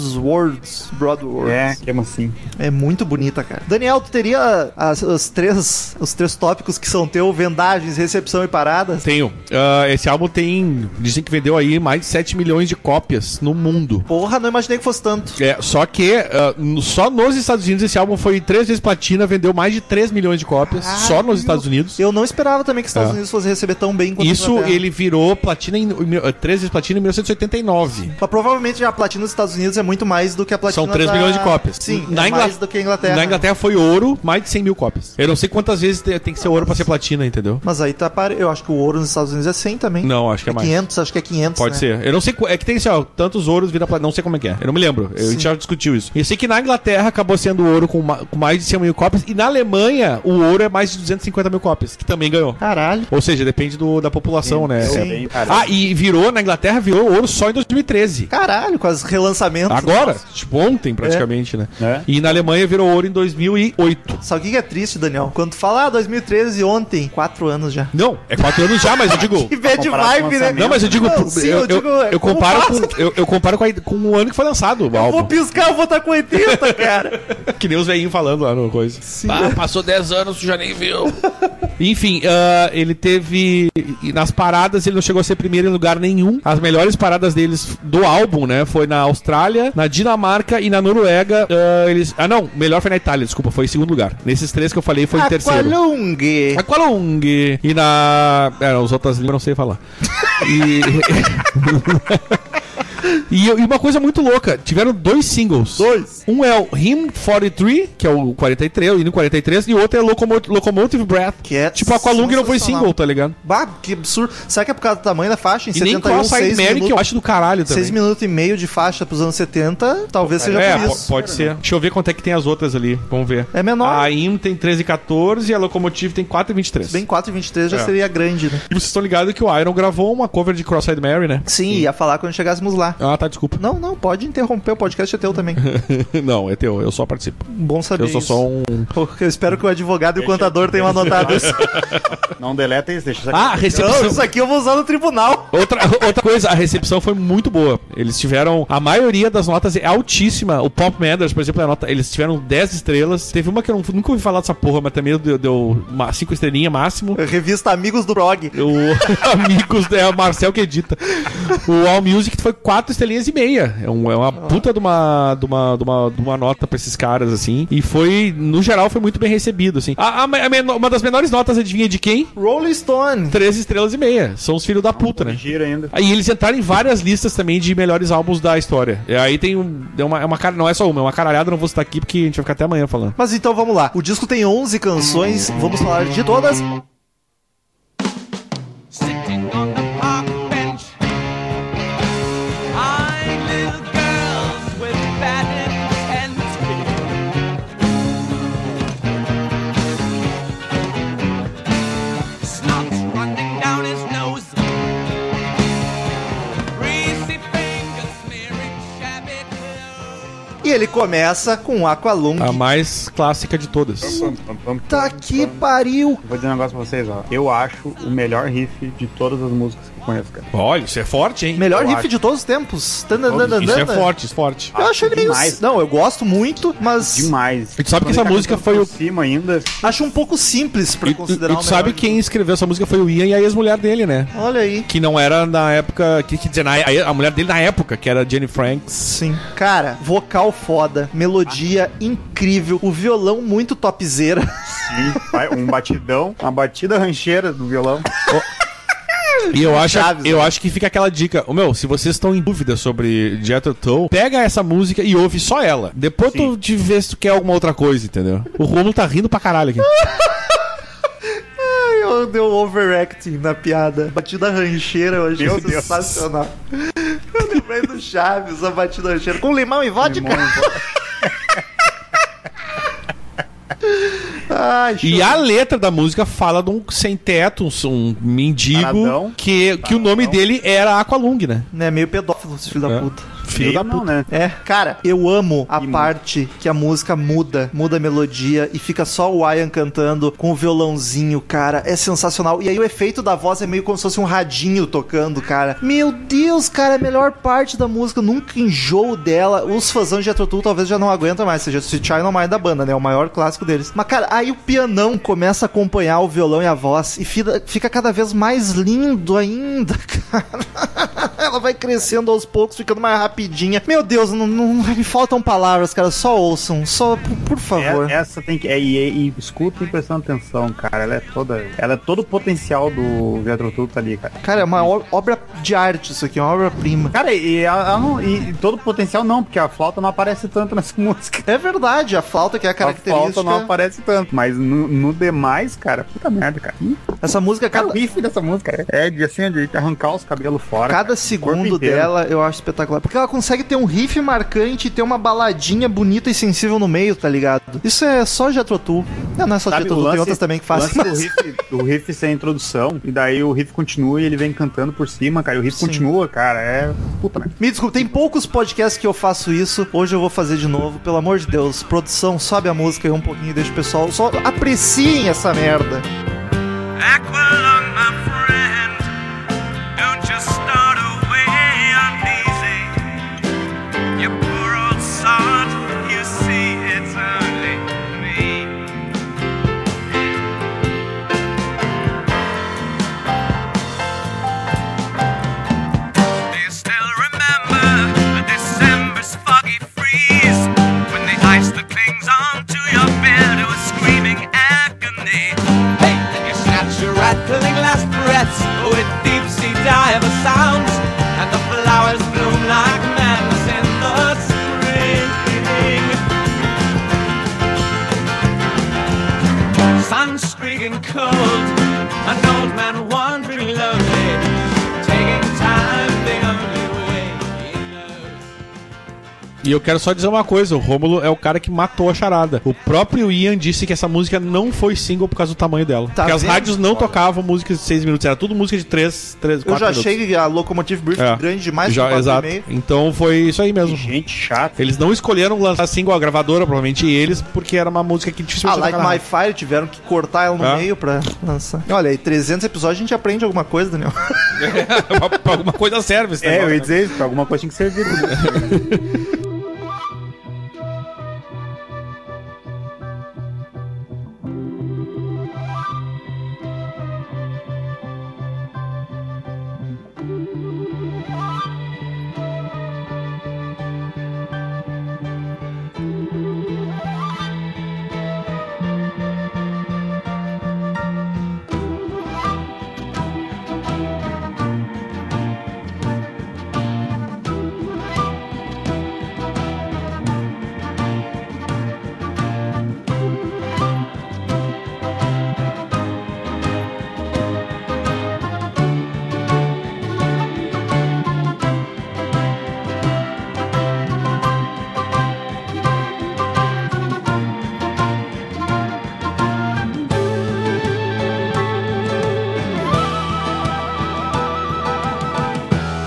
[SPEAKER 2] Broadswords. Broadswords.
[SPEAKER 4] É, que é assim.
[SPEAKER 2] É muito bonita, cara. Daniel, tu teria ah, as, os, três, os três tópicos que são teu: vendagens, recepção e paradas?
[SPEAKER 3] Tenho. Ah, esse álbum tem. Dizem que vendeu aí mais de 7 milhões de cópias no mundo.
[SPEAKER 2] Porra, não imaginei que fosse tanto.
[SPEAKER 3] É, só que ah, no- só nos Estados Unidos esse álbum foi três vezes platina, vendeu mais de 3 milhões de cópias, só nos Estados Unidos.
[SPEAKER 2] Ah, Eu não esperava também que os Estados
[SPEAKER 3] É.
[SPEAKER 2] Unidos fossem receber tão bem quanto a
[SPEAKER 3] Isso
[SPEAKER 2] Inglaterra.
[SPEAKER 3] ele virou platina em, em mil- 13 vezes platina em 1989.
[SPEAKER 2] Mas provavelmente a platina dos Estados Unidos é muito mais do que a platina
[SPEAKER 3] São 3
[SPEAKER 2] da-
[SPEAKER 3] milhões de cópias.
[SPEAKER 2] Sim,
[SPEAKER 3] Na
[SPEAKER 2] é
[SPEAKER 3] Ingla-
[SPEAKER 2] mais do que a Inglaterra.
[SPEAKER 3] Na Inglaterra foi ouro, mais de 100 mil cópias. Eu não sei quantas vezes te- tem que ser ouro pra ser platina, entendeu?
[SPEAKER 2] Mas aí tá pare... Eu acho que o ouro nos Estados Unidos é 100 também.
[SPEAKER 3] Não, acho que é, mais.
[SPEAKER 2] 500, acho que é 500,
[SPEAKER 3] Pode
[SPEAKER 2] né?
[SPEAKER 3] ser. Eu não sei. qu- É que tem assim, ó, tantos ouros vira platina. Não sei como é que é. Eu não me lembro. Eu- A gente já discutiu isso. Eu sei que na Inglaterra acabou sendo ouro com, ma- com mais de 100 mil cópias. E na Alemanha, o ouro é mais de 250 mil cópias, que também ganhou.
[SPEAKER 2] Caralho.
[SPEAKER 3] Ou seja, depende do- da população, né?
[SPEAKER 4] É
[SPEAKER 2] Sim.
[SPEAKER 4] bem cara.
[SPEAKER 3] Ah, e virou, na Inglaterra, virou ouro só em 2013.
[SPEAKER 2] Caralho, com os relançamentos.
[SPEAKER 3] Agora, tipo ontem praticamente, né?
[SPEAKER 4] É.
[SPEAKER 3] E na Alemanha virou ouro em 2008.
[SPEAKER 2] Sabe o que que é triste, Daniel? Quando tu fala, ah, 2013 ontem, quatro anos já.
[SPEAKER 3] Não, é quatro anos já, mas eu digo.
[SPEAKER 2] *laughs* Que bad
[SPEAKER 4] comparado com o
[SPEAKER 2] vibe, né?
[SPEAKER 4] lançamento.
[SPEAKER 3] Não, mas eu digo.
[SPEAKER 2] Não, sim,
[SPEAKER 3] eu,
[SPEAKER 2] eu digo, é
[SPEAKER 3] eu- eu
[SPEAKER 2] como
[SPEAKER 3] comparo
[SPEAKER 2] passa?
[SPEAKER 3] com, eu, eu comparo com, a- com o ano que foi lançado o
[SPEAKER 2] Vou
[SPEAKER 3] álbum.
[SPEAKER 2] piscar, eu vou estar com
[SPEAKER 3] *laughs*
[SPEAKER 2] 80, cara.
[SPEAKER 3] Que nem os velhinhos falando lá no coisa.
[SPEAKER 6] Ah, passou 10 anos, tu já nem viu.
[SPEAKER 3] *laughs* Enfim, ah, ele teve. e Nas paradas, ele não chegou a ser primeiro em lugar nenhum. As melhores paradas deles do álbum, né? Foi na Austrália, na Dinamarca e na Noruega. Ah, eles, ah, não, melhor foi na Itália, desculpa, foi em segundo lugar. Nesses três que eu falei,
[SPEAKER 2] Ah,
[SPEAKER 3] foi em
[SPEAKER 2] é
[SPEAKER 3] terceiro.
[SPEAKER 2] Aqualung.
[SPEAKER 3] Aqualung. E na. É, não, as outras línguas eu não sei falar. E. *laughs* E, e uma coisa muito louca, tiveram dois singles.
[SPEAKER 2] Dois.
[SPEAKER 3] Um é o Hymn 43, que é o 43, o hino 43, e o outro é Locomot Locomotive Breath.
[SPEAKER 2] Que é
[SPEAKER 3] tipo, Aqualung não foi
[SPEAKER 2] sensacional.
[SPEAKER 3] single, tá ligado?
[SPEAKER 2] Bah, que absurdo. Será que é por causa do tamanho da faixa? Em
[SPEAKER 3] E nem
[SPEAKER 2] 71,
[SPEAKER 3] Cross
[SPEAKER 2] 6
[SPEAKER 3] Eyed Mary, que eu
[SPEAKER 2] um, minutos,
[SPEAKER 3] acho do caralho também.
[SPEAKER 2] 6 minutos e meio de faixa pros anos 70, talvez seja
[SPEAKER 3] é,
[SPEAKER 2] por
[SPEAKER 3] po-
[SPEAKER 2] isso.
[SPEAKER 3] pode ser. Deixa eu ver quanto é que tem as outras ali. Vamos ver.
[SPEAKER 2] É menor.
[SPEAKER 3] A Hymn tem 13 e 14 e a Locomotive tem 4 e 23.
[SPEAKER 2] Se bem 4,23
[SPEAKER 3] é.
[SPEAKER 2] já seria grande, né?
[SPEAKER 3] E vocês estão ligados que o Iron gravou uma cover de Cross Eyed Mary, né?
[SPEAKER 2] Sim, ia falar quando chegássemos lá.
[SPEAKER 3] Ah, tá, desculpa. *laughs*
[SPEAKER 2] Não, não, pode interromper, o podcast é teu também.
[SPEAKER 3] Não, é teu, eu só participo.
[SPEAKER 2] Bom saber
[SPEAKER 3] Eu sou
[SPEAKER 2] isso.
[SPEAKER 3] só um.
[SPEAKER 2] Pô, Eu espero que o advogado e o contador tenham anotado
[SPEAKER 3] *laughs*
[SPEAKER 2] isso.
[SPEAKER 4] Não deleta isso, deixa isso aqui.
[SPEAKER 3] Ah,
[SPEAKER 2] Não,
[SPEAKER 3] recepção.
[SPEAKER 2] isso aqui eu vou usar no tribunal.
[SPEAKER 3] Outra, *laughs* outra coisa, a recepção foi muito boa. Eles tiveram. A maioria das notas é altíssima. O Pop Matters, por exemplo, é a nota, eles tiveram 10 estrelas. Teve uma que eu não- nunca ouvi falar dessa porra, mas também deu- deu 5 estrelinhas máximo.
[SPEAKER 2] Revista Amigos do Prog.
[SPEAKER 3] O *laughs* Amigos, é o Marcel que edita. O All Music foi 4 estrelinhas e meia. É, um- é uma puta de uma, de, uma, de, uma, de uma nota pra esses caras, assim. E foi, no geral, foi muito bem recebido, assim. A- a me- a menor- uma das menores notas, adivinha de quem?
[SPEAKER 2] Rolling Stone.
[SPEAKER 3] Três estrelas e meia. São os filhos da puta, né?
[SPEAKER 4] Gira ainda.
[SPEAKER 3] Aí eles entraram em várias listas também de melhores álbuns da história. E aí tem um, é uma, é uma cara, não é só uma, é uma caralhada, não vou citar aqui porque a gente vai ficar até amanhã falando.
[SPEAKER 2] Mas então vamos lá. O disco tem 11 canções, vamos falar de todas.
[SPEAKER 1] sitting on the park bench. Eyeing little girls with bad intent. Snot running down his nose. Greasy fingers smearing shabby clothes.
[SPEAKER 2] E ele começa com Aqualung.
[SPEAKER 3] A mais clássica de todas.
[SPEAKER 2] Tá que pariu.
[SPEAKER 4] Vou dizer um negócio pra vocês, ó. Eu acho o melhor riff de todas as músicas que eu conheço, cara.
[SPEAKER 3] Olha, isso é forte, hein?
[SPEAKER 2] Melhor Ah,
[SPEAKER 4] Eu
[SPEAKER 2] riff
[SPEAKER 4] acho.
[SPEAKER 2] de todos os tempos.
[SPEAKER 3] Isso é
[SPEAKER 2] Tananana.
[SPEAKER 3] forte, isso é forte.
[SPEAKER 2] Eu acho ele meio.
[SPEAKER 4] Demais.
[SPEAKER 2] Não, eu gosto muito, mas
[SPEAKER 4] Demais.
[SPEAKER 3] E tu sabe
[SPEAKER 4] Quando
[SPEAKER 3] que essa
[SPEAKER 4] ele tá
[SPEAKER 3] música
[SPEAKER 4] cantando
[SPEAKER 3] foi
[SPEAKER 4] por cima ainda.
[SPEAKER 2] acho um pouco simples pra
[SPEAKER 3] E, tu-
[SPEAKER 2] considerar
[SPEAKER 3] e tu
[SPEAKER 2] o
[SPEAKER 3] sabe
[SPEAKER 2] melhor.
[SPEAKER 3] quem escreveu essa música foi o Ian e a ex-mulher dele, né?
[SPEAKER 2] Olha aí.
[SPEAKER 3] Que não era na época. Que, que dizer, na- a, a mulher dele na época, que era Jenny Franks.
[SPEAKER 2] Sim. Cara, vocal foda, melodia incrível, o violão muito topzera. *laughs*
[SPEAKER 4] Sim, vai, um batidão, uma batida rancheira do
[SPEAKER 3] *laughs*
[SPEAKER 4] violão.
[SPEAKER 3] E eu acho,
[SPEAKER 2] Chaves,
[SPEAKER 3] eu
[SPEAKER 2] né?
[SPEAKER 3] acho que fica aquela dica. Ô, meu, se vocês estão em dúvida sobre Jethro Tull, pega essa música e ouve só ela. Depois tu te vê se tu quer alguma outra coisa, entendeu? O Romulo tá rindo pra caralho aqui.
[SPEAKER 2] *laughs* Eu deu overacting na piada. Batida rancheira, eu achei
[SPEAKER 4] Meu Deus.
[SPEAKER 2] sensacional. *laughs* Eu lembrei do Chaves, a batida rancheira. Com limão e vodka? Ai,
[SPEAKER 3] E
[SPEAKER 2] show.
[SPEAKER 3] a letra da música fala de um sem-teto, um, um mendigo,
[SPEAKER 4] Paradão.
[SPEAKER 3] que, que o nome dele era Aqualung, né?
[SPEAKER 2] Né, meio pedófilo, esse filho
[SPEAKER 3] É.
[SPEAKER 2] da puta.
[SPEAKER 3] Filho da
[SPEAKER 4] Não,
[SPEAKER 3] puta.
[SPEAKER 4] né?
[SPEAKER 2] É, cara, eu amo a
[SPEAKER 4] E mu-
[SPEAKER 2] parte que a música muda, muda a melodia e fica só o Ian cantando com o violãozinho, cara. É sensacional. E aí o efeito da voz é meio como se fosse um radinho tocando, cara. Meu Deus, cara, é a melhor parte da música. Nunca enjoo dela. Os fãs de Jethro Tull talvez já não aguentam mais. Seja se China Mind da banda, né? O maior clássico deles. Mas, cara, aí o pianão começa a acompanhar o violão e a voz e fida- fica cada vez mais lindo ainda, *laughs* cara. Ela vai crescendo aos poucos, ficando mais rapidinha. Meu Deus, não, não- me faltam palavras, cara. Só ouçam, só por, por favor.
[SPEAKER 4] É- essa tem que. É, e, e escuta e prestando atenção, cara. Ela é toda. Ela é todo o potencial do Jethro Tull tá ali, cara.
[SPEAKER 2] Cara, é uma o- obra de arte isso aqui, é uma obra-prima.
[SPEAKER 4] Cara, e, ela- ela não- e- e todo o potencial não, porque a flauta não aparece tanto *laughs* nessa música.
[SPEAKER 2] É verdade, a flauta que é a
[SPEAKER 4] A
[SPEAKER 2] característica.
[SPEAKER 4] flauta não aparece tanto, mas no, no demais, cara, puta merda, cara. Ih,
[SPEAKER 2] Essa música,
[SPEAKER 4] Cara,
[SPEAKER 2] cada,
[SPEAKER 4] o bife dessa música é de assim, de arrancar os cabelos fora.
[SPEAKER 2] cada
[SPEAKER 4] cara. O corpo
[SPEAKER 2] segundo
[SPEAKER 4] inteiro.
[SPEAKER 2] dela eu acho espetacular. Porque ela consegue ter um riff marcante e ter uma baladinha bonita e sensível no meio, tá ligado? Isso é só Jethro Tull. Não, não é só
[SPEAKER 4] Sabe,
[SPEAKER 2] Jethro
[SPEAKER 4] o
[SPEAKER 2] Tull, tem
[SPEAKER 4] lance-
[SPEAKER 2] outras também que
[SPEAKER 4] o
[SPEAKER 2] fazem.
[SPEAKER 4] lance
[SPEAKER 2] *laughs*
[SPEAKER 4] do riff, o riff sem introdução, e daí o riff continua e ele vem cantando por cima, cara. E o riff
[SPEAKER 2] Sim.
[SPEAKER 4] continua, cara. É. Puta, né?
[SPEAKER 2] Me desculpa, tem poucos podcasts que eu faço isso. Hoje eu vou fazer de novo. Pelo amor de Deus, produção, sobe a música aí um pouquinho, deixa o pessoal. Só apreciem essa merda.
[SPEAKER 1] Aqualung, my friend, don't just start away uneasy. You poor old sod, you see it's only me. Do you still remember a December's foggy freeze when the ice that clings onto your beard was screaming agony? Hey, you snatch your rattling last breaths with deep sea diver sounds, and the flowers bloom like madness in the spring. Sun streaking cold, an old man wandering lonely, taking time the only way he knows.
[SPEAKER 3] E eu quero só dizer uma coisa, o Rômulo é o cara que matou a charada. O próprio Ian disse que essa música não foi single por causa do tamanho dela.
[SPEAKER 2] Tá
[SPEAKER 3] porque as
[SPEAKER 2] vendo?
[SPEAKER 3] rádios não tocavam músicas de 6 minutos, era tudo música de 3, 3, 4
[SPEAKER 2] Eu já
[SPEAKER 3] minutos.
[SPEAKER 2] achei a Locomotive Brief
[SPEAKER 3] É.
[SPEAKER 2] grande demais,
[SPEAKER 3] Já,
[SPEAKER 2] quatro um e
[SPEAKER 3] exato.
[SPEAKER 2] meio.
[SPEAKER 3] Então foi isso aí mesmo.
[SPEAKER 4] Gente chata.
[SPEAKER 3] Eles não escolheram lançar single a gravadora, provavelmente eles, porque era uma música que
[SPEAKER 2] A
[SPEAKER 3] dificilmente
[SPEAKER 2] Ah, Like
[SPEAKER 3] tocava na
[SPEAKER 2] My Fire tiveram que cortar ela no
[SPEAKER 3] É.
[SPEAKER 2] meio pra lançar. Olha, aí 300 episódios a gente aprende alguma coisa, Daniel. *laughs*
[SPEAKER 3] rádio. É, Pra alguma coisa serve esse
[SPEAKER 4] É,
[SPEAKER 3] negócio,
[SPEAKER 4] eu ia
[SPEAKER 3] né?
[SPEAKER 4] dizer isso, pra alguma coisa tinha que servir. né?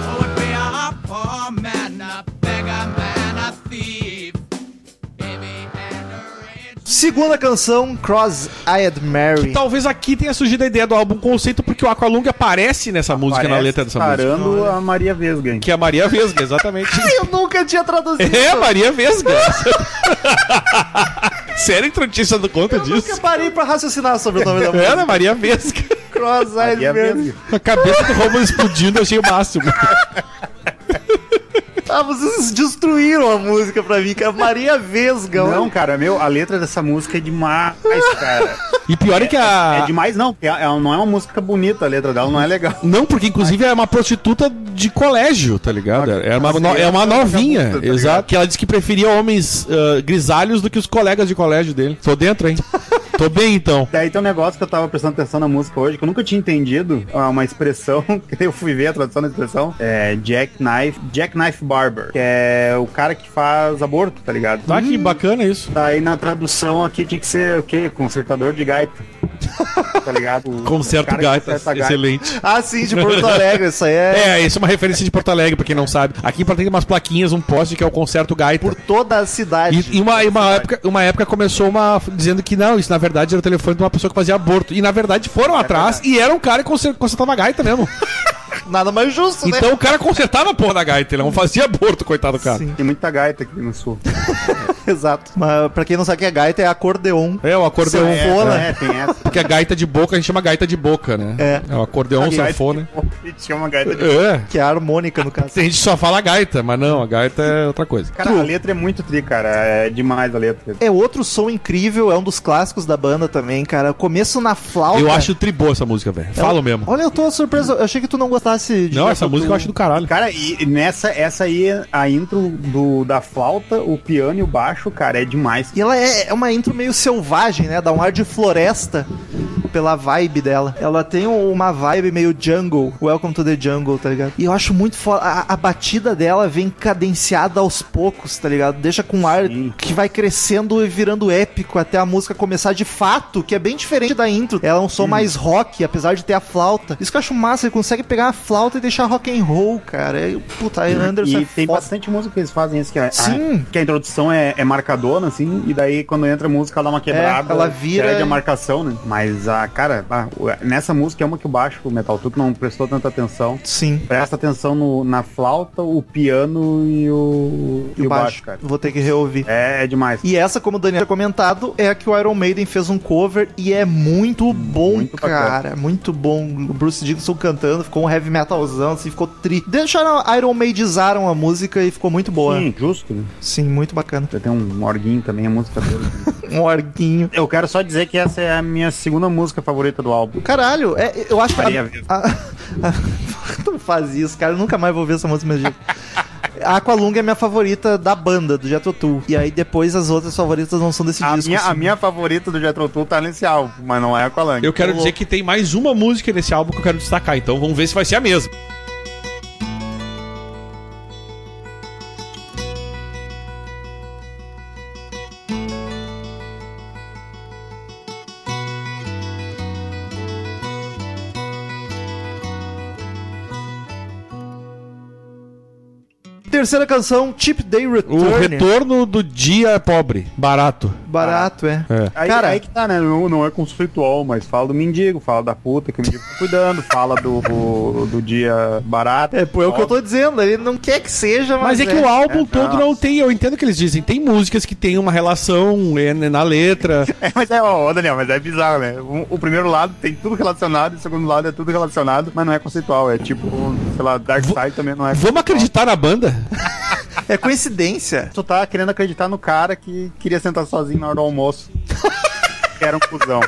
[SPEAKER 1] Oh, would be a poor man, a beggar man, a thief, heavy and a rich.
[SPEAKER 2] Segunda canção, Cross Eyed Mary.
[SPEAKER 3] Talvez aqui tenha surgido a ideia do álbum conceito, porque o Aqualung aparece nessa música, na
[SPEAKER 4] Parece
[SPEAKER 3] letra dessa música.
[SPEAKER 4] Parando a Maria Vesga, hein?
[SPEAKER 3] Que é a Maria
[SPEAKER 2] *laughs*
[SPEAKER 3] Vesga, exatamente.
[SPEAKER 2] Eu nunca tinha traduzido.
[SPEAKER 3] é, Maria Vesga. *laughs* Sério que tu não tinha se dado conta
[SPEAKER 2] Eu nunca
[SPEAKER 3] disso?
[SPEAKER 2] parei pra raciocinar sobre o nome
[SPEAKER 3] *laughs* É,
[SPEAKER 2] da música.
[SPEAKER 3] Era Maria Vesga.
[SPEAKER 2] *laughs* Cross Eyed
[SPEAKER 3] é
[SPEAKER 4] Maria
[SPEAKER 2] Mary.
[SPEAKER 4] Vesga.
[SPEAKER 3] A cabeça do Romulo explodindo, eu achei o máximo.
[SPEAKER 2] Ah, vocês destruíram a música pra mim, cara. Maria Vesga.
[SPEAKER 4] Não,
[SPEAKER 2] olha.
[SPEAKER 4] cara, meu, a letra dessa música é demais, cara.
[SPEAKER 2] *laughs*
[SPEAKER 3] E pior é que
[SPEAKER 2] Ah.
[SPEAKER 3] a.
[SPEAKER 4] É demais, não. É, é- não é uma música bonita, a letra dela não é legal.
[SPEAKER 3] Não, porque inclusive é uma prostituta de colégio, tá ligado? É uma, no- é uma novinha,
[SPEAKER 4] Tá ligado?
[SPEAKER 3] exato. Que ela disse que preferia homens ah, grisalhos do que os colegas de colégio dele. Tô dentro, *laughs* hein? Tô bem então.
[SPEAKER 4] Daí tem um negócio que eu tava prestando atenção na música hoje, que eu nunca tinha entendido. ah, Uma expressão, *laughs* que eu fui ver a tradução da expressão. É Jackknife, Jackknife Barber, que é o cara que faz aborto, tá ligado?
[SPEAKER 3] Tá que bacana isso.
[SPEAKER 4] Daí na tradução aqui tinha que ser o quê? Consertador de gaita. *laughs* tá ligado? O
[SPEAKER 3] Concerto
[SPEAKER 4] cara que
[SPEAKER 3] Gaita,
[SPEAKER 4] conserta a
[SPEAKER 3] excelente.
[SPEAKER 2] Ah, sim, de Porto Alegre. Isso aí é,
[SPEAKER 3] *laughs* É, isso é uma referência de Porto Alegre, pra quem não sabe. Aqui em Porto Alegre tem umas plaquinhas, um poste que é o Concerto Gaita.
[SPEAKER 2] por toda a cidade.
[SPEAKER 3] E, e uma, e uma época, uma época começou uma dizendo que não, isso na verdade era o telefone de uma pessoa que fazia aborto. E na verdade foram atrás e era um cara que conser- consertava gaita mesmo.
[SPEAKER 2] Nada mais justo, né?
[SPEAKER 3] Então o cara consertava a porra da gaita, ele não fazia aborto, coitado do cara.
[SPEAKER 2] Sim.
[SPEAKER 4] Tem muita gaita aqui no sul.
[SPEAKER 2] *laughs* Exato. Mas pra quem não sabe o que é gaita, é acordeon.
[SPEAKER 3] É, o acordeão.
[SPEAKER 2] Sim, é. Sanfona.
[SPEAKER 4] É, tem essa.
[SPEAKER 3] Porque a gaita de boca a gente chama gaita de boca, né?
[SPEAKER 2] É.
[SPEAKER 3] É o acordeão,
[SPEAKER 4] Gaita de
[SPEAKER 3] sanfona.
[SPEAKER 4] boca, e Tinha uma gaita de...
[SPEAKER 3] É.
[SPEAKER 2] Que é a harmônica, no caso.
[SPEAKER 3] Tem gente que só fala gaita, mas não, a gaita é outra coisa.
[SPEAKER 4] Cara, a letra é muito tri, cara. É demais a letra.
[SPEAKER 2] É outro som incrível, é um dos clássicos da banda também, cara. Começo na flauta.
[SPEAKER 3] Eu acho tribô essa música, velho.
[SPEAKER 2] Ela-
[SPEAKER 3] Falo mesmo.
[SPEAKER 2] Olha, eu tô surpreso. Eu achei que tu não gostasse de.
[SPEAKER 3] Não, essa música eu acho do caralho.
[SPEAKER 4] Cara, e e nessa essa aí, a intro do, da flauta, o piano e o baixo, cara, é demais.
[SPEAKER 2] E ela é, é uma intro meio selvagem, né? Dá um ar de floresta. pela vibe dela. Ela tem um, uma vibe meio jungle, Welcome to the Jungle, tá ligado? E eu acho muito foda. A, a batida dela vem cadenciada aos poucos, tá ligado? Deixa com um ar
[SPEAKER 4] Sim.
[SPEAKER 2] que vai crescendo e virando épico até a música começar de fato, que é bem diferente da intro. Ela é um som mais rock, apesar de ter a flauta. Isso que eu acho massa, ele consegue pegar a flauta e deixar rock and roll, cara. É, puta, aí Anderson
[SPEAKER 4] E
[SPEAKER 2] é
[SPEAKER 4] tem
[SPEAKER 2] foda.
[SPEAKER 4] bastante música que eles fazem isso que é.
[SPEAKER 2] Sim.
[SPEAKER 4] a- que a introdução é, é marcadona, assim, e daí quando entra a música ela dá uma quebrada.
[SPEAKER 2] É, ela vira
[SPEAKER 4] Perde
[SPEAKER 2] e-
[SPEAKER 4] a marcação, né? Mas, a cara, a- o- nessa música é uma que o baixo, o Metal Tuco, não prestou tanta atenção.
[SPEAKER 2] Sim.
[SPEAKER 4] Presta atenção no- na flauta, o piano e o, e o baixo, cara.
[SPEAKER 2] Vou ter que reouvir.
[SPEAKER 4] É, é demais.
[SPEAKER 2] E essa, como o Daniel tinha comentado, é a que o Iron Maiden fez um cover e é muito bom,
[SPEAKER 4] Muito bacana.
[SPEAKER 2] cara. Muito bom. O Bruce Dickinson cantando, ficou um heavy metalzão, assim, ficou tri. Deixaram, Iron Maidizaram a música e ficou muito boa. Sim,
[SPEAKER 4] Sim, justo. né?
[SPEAKER 2] muito bacana.
[SPEAKER 4] Já tem um orguinho também, a música dele.
[SPEAKER 2] Um orguinho.
[SPEAKER 4] Eu quero só dizer que essa é a minha segunda música favorita do álbum.
[SPEAKER 2] Caralho, é, eu acho que.
[SPEAKER 4] Maria
[SPEAKER 2] A,
[SPEAKER 4] Viva.
[SPEAKER 2] a, a- *laughs* não faz isso, cara. Eu nunca mais vou ver essa música mesmo. A Aqualung é minha favorita da banda, do Jethro Tull. E aí depois as outras favoritas não são desse
[SPEAKER 4] A
[SPEAKER 2] disco.
[SPEAKER 4] minha,
[SPEAKER 2] assim.
[SPEAKER 4] a minha favorita do Jethro Tull tá nesse álbum, mas não é a Colang.
[SPEAKER 3] Eu quero dizer que tem mais uma música nesse álbum que eu quero destacar, então vamos ver se vai ser a mesma.
[SPEAKER 2] Terceira canção, Chip Day
[SPEAKER 3] O
[SPEAKER 2] Return.
[SPEAKER 3] retorno do dia pobre, barato.
[SPEAKER 2] Barato, é.
[SPEAKER 3] É.
[SPEAKER 4] Aí,
[SPEAKER 2] Cara-
[SPEAKER 4] aí que tá, né? Não, não é conceitual, mas fala do mendigo, fala da puta que o mendigo tá cuidando, fala do, do, do dia barato.
[SPEAKER 2] É, pô, é o que eu tô dizendo. Ele não quer que seja, mas.
[SPEAKER 3] Mas é que o álbum
[SPEAKER 4] é,
[SPEAKER 3] todo não tem, eu entendo o que eles dizem, tem músicas que tem uma relação é, né, na letra.
[SPEAKER 4] É, *laughs* mas é, ó, ô, Daniel, mas é bizarro, né? O, o primeiro lado tem tudo relacionado, e o segundo lado é tudo relacionado, mas não é conceitual. É tipo, sei lá, Dark Side também não é
[SPEAKER 3] Vamos acreditar na banda?
[SPEAKER 2] É coincidência.
[SPEAKER 4] Tu tá querendo acreditar no cara que queria sentar sozinho na hora do
[SPEAKER 3] *laughs*
[SPEAKER 4] almoço. que era um cuzão.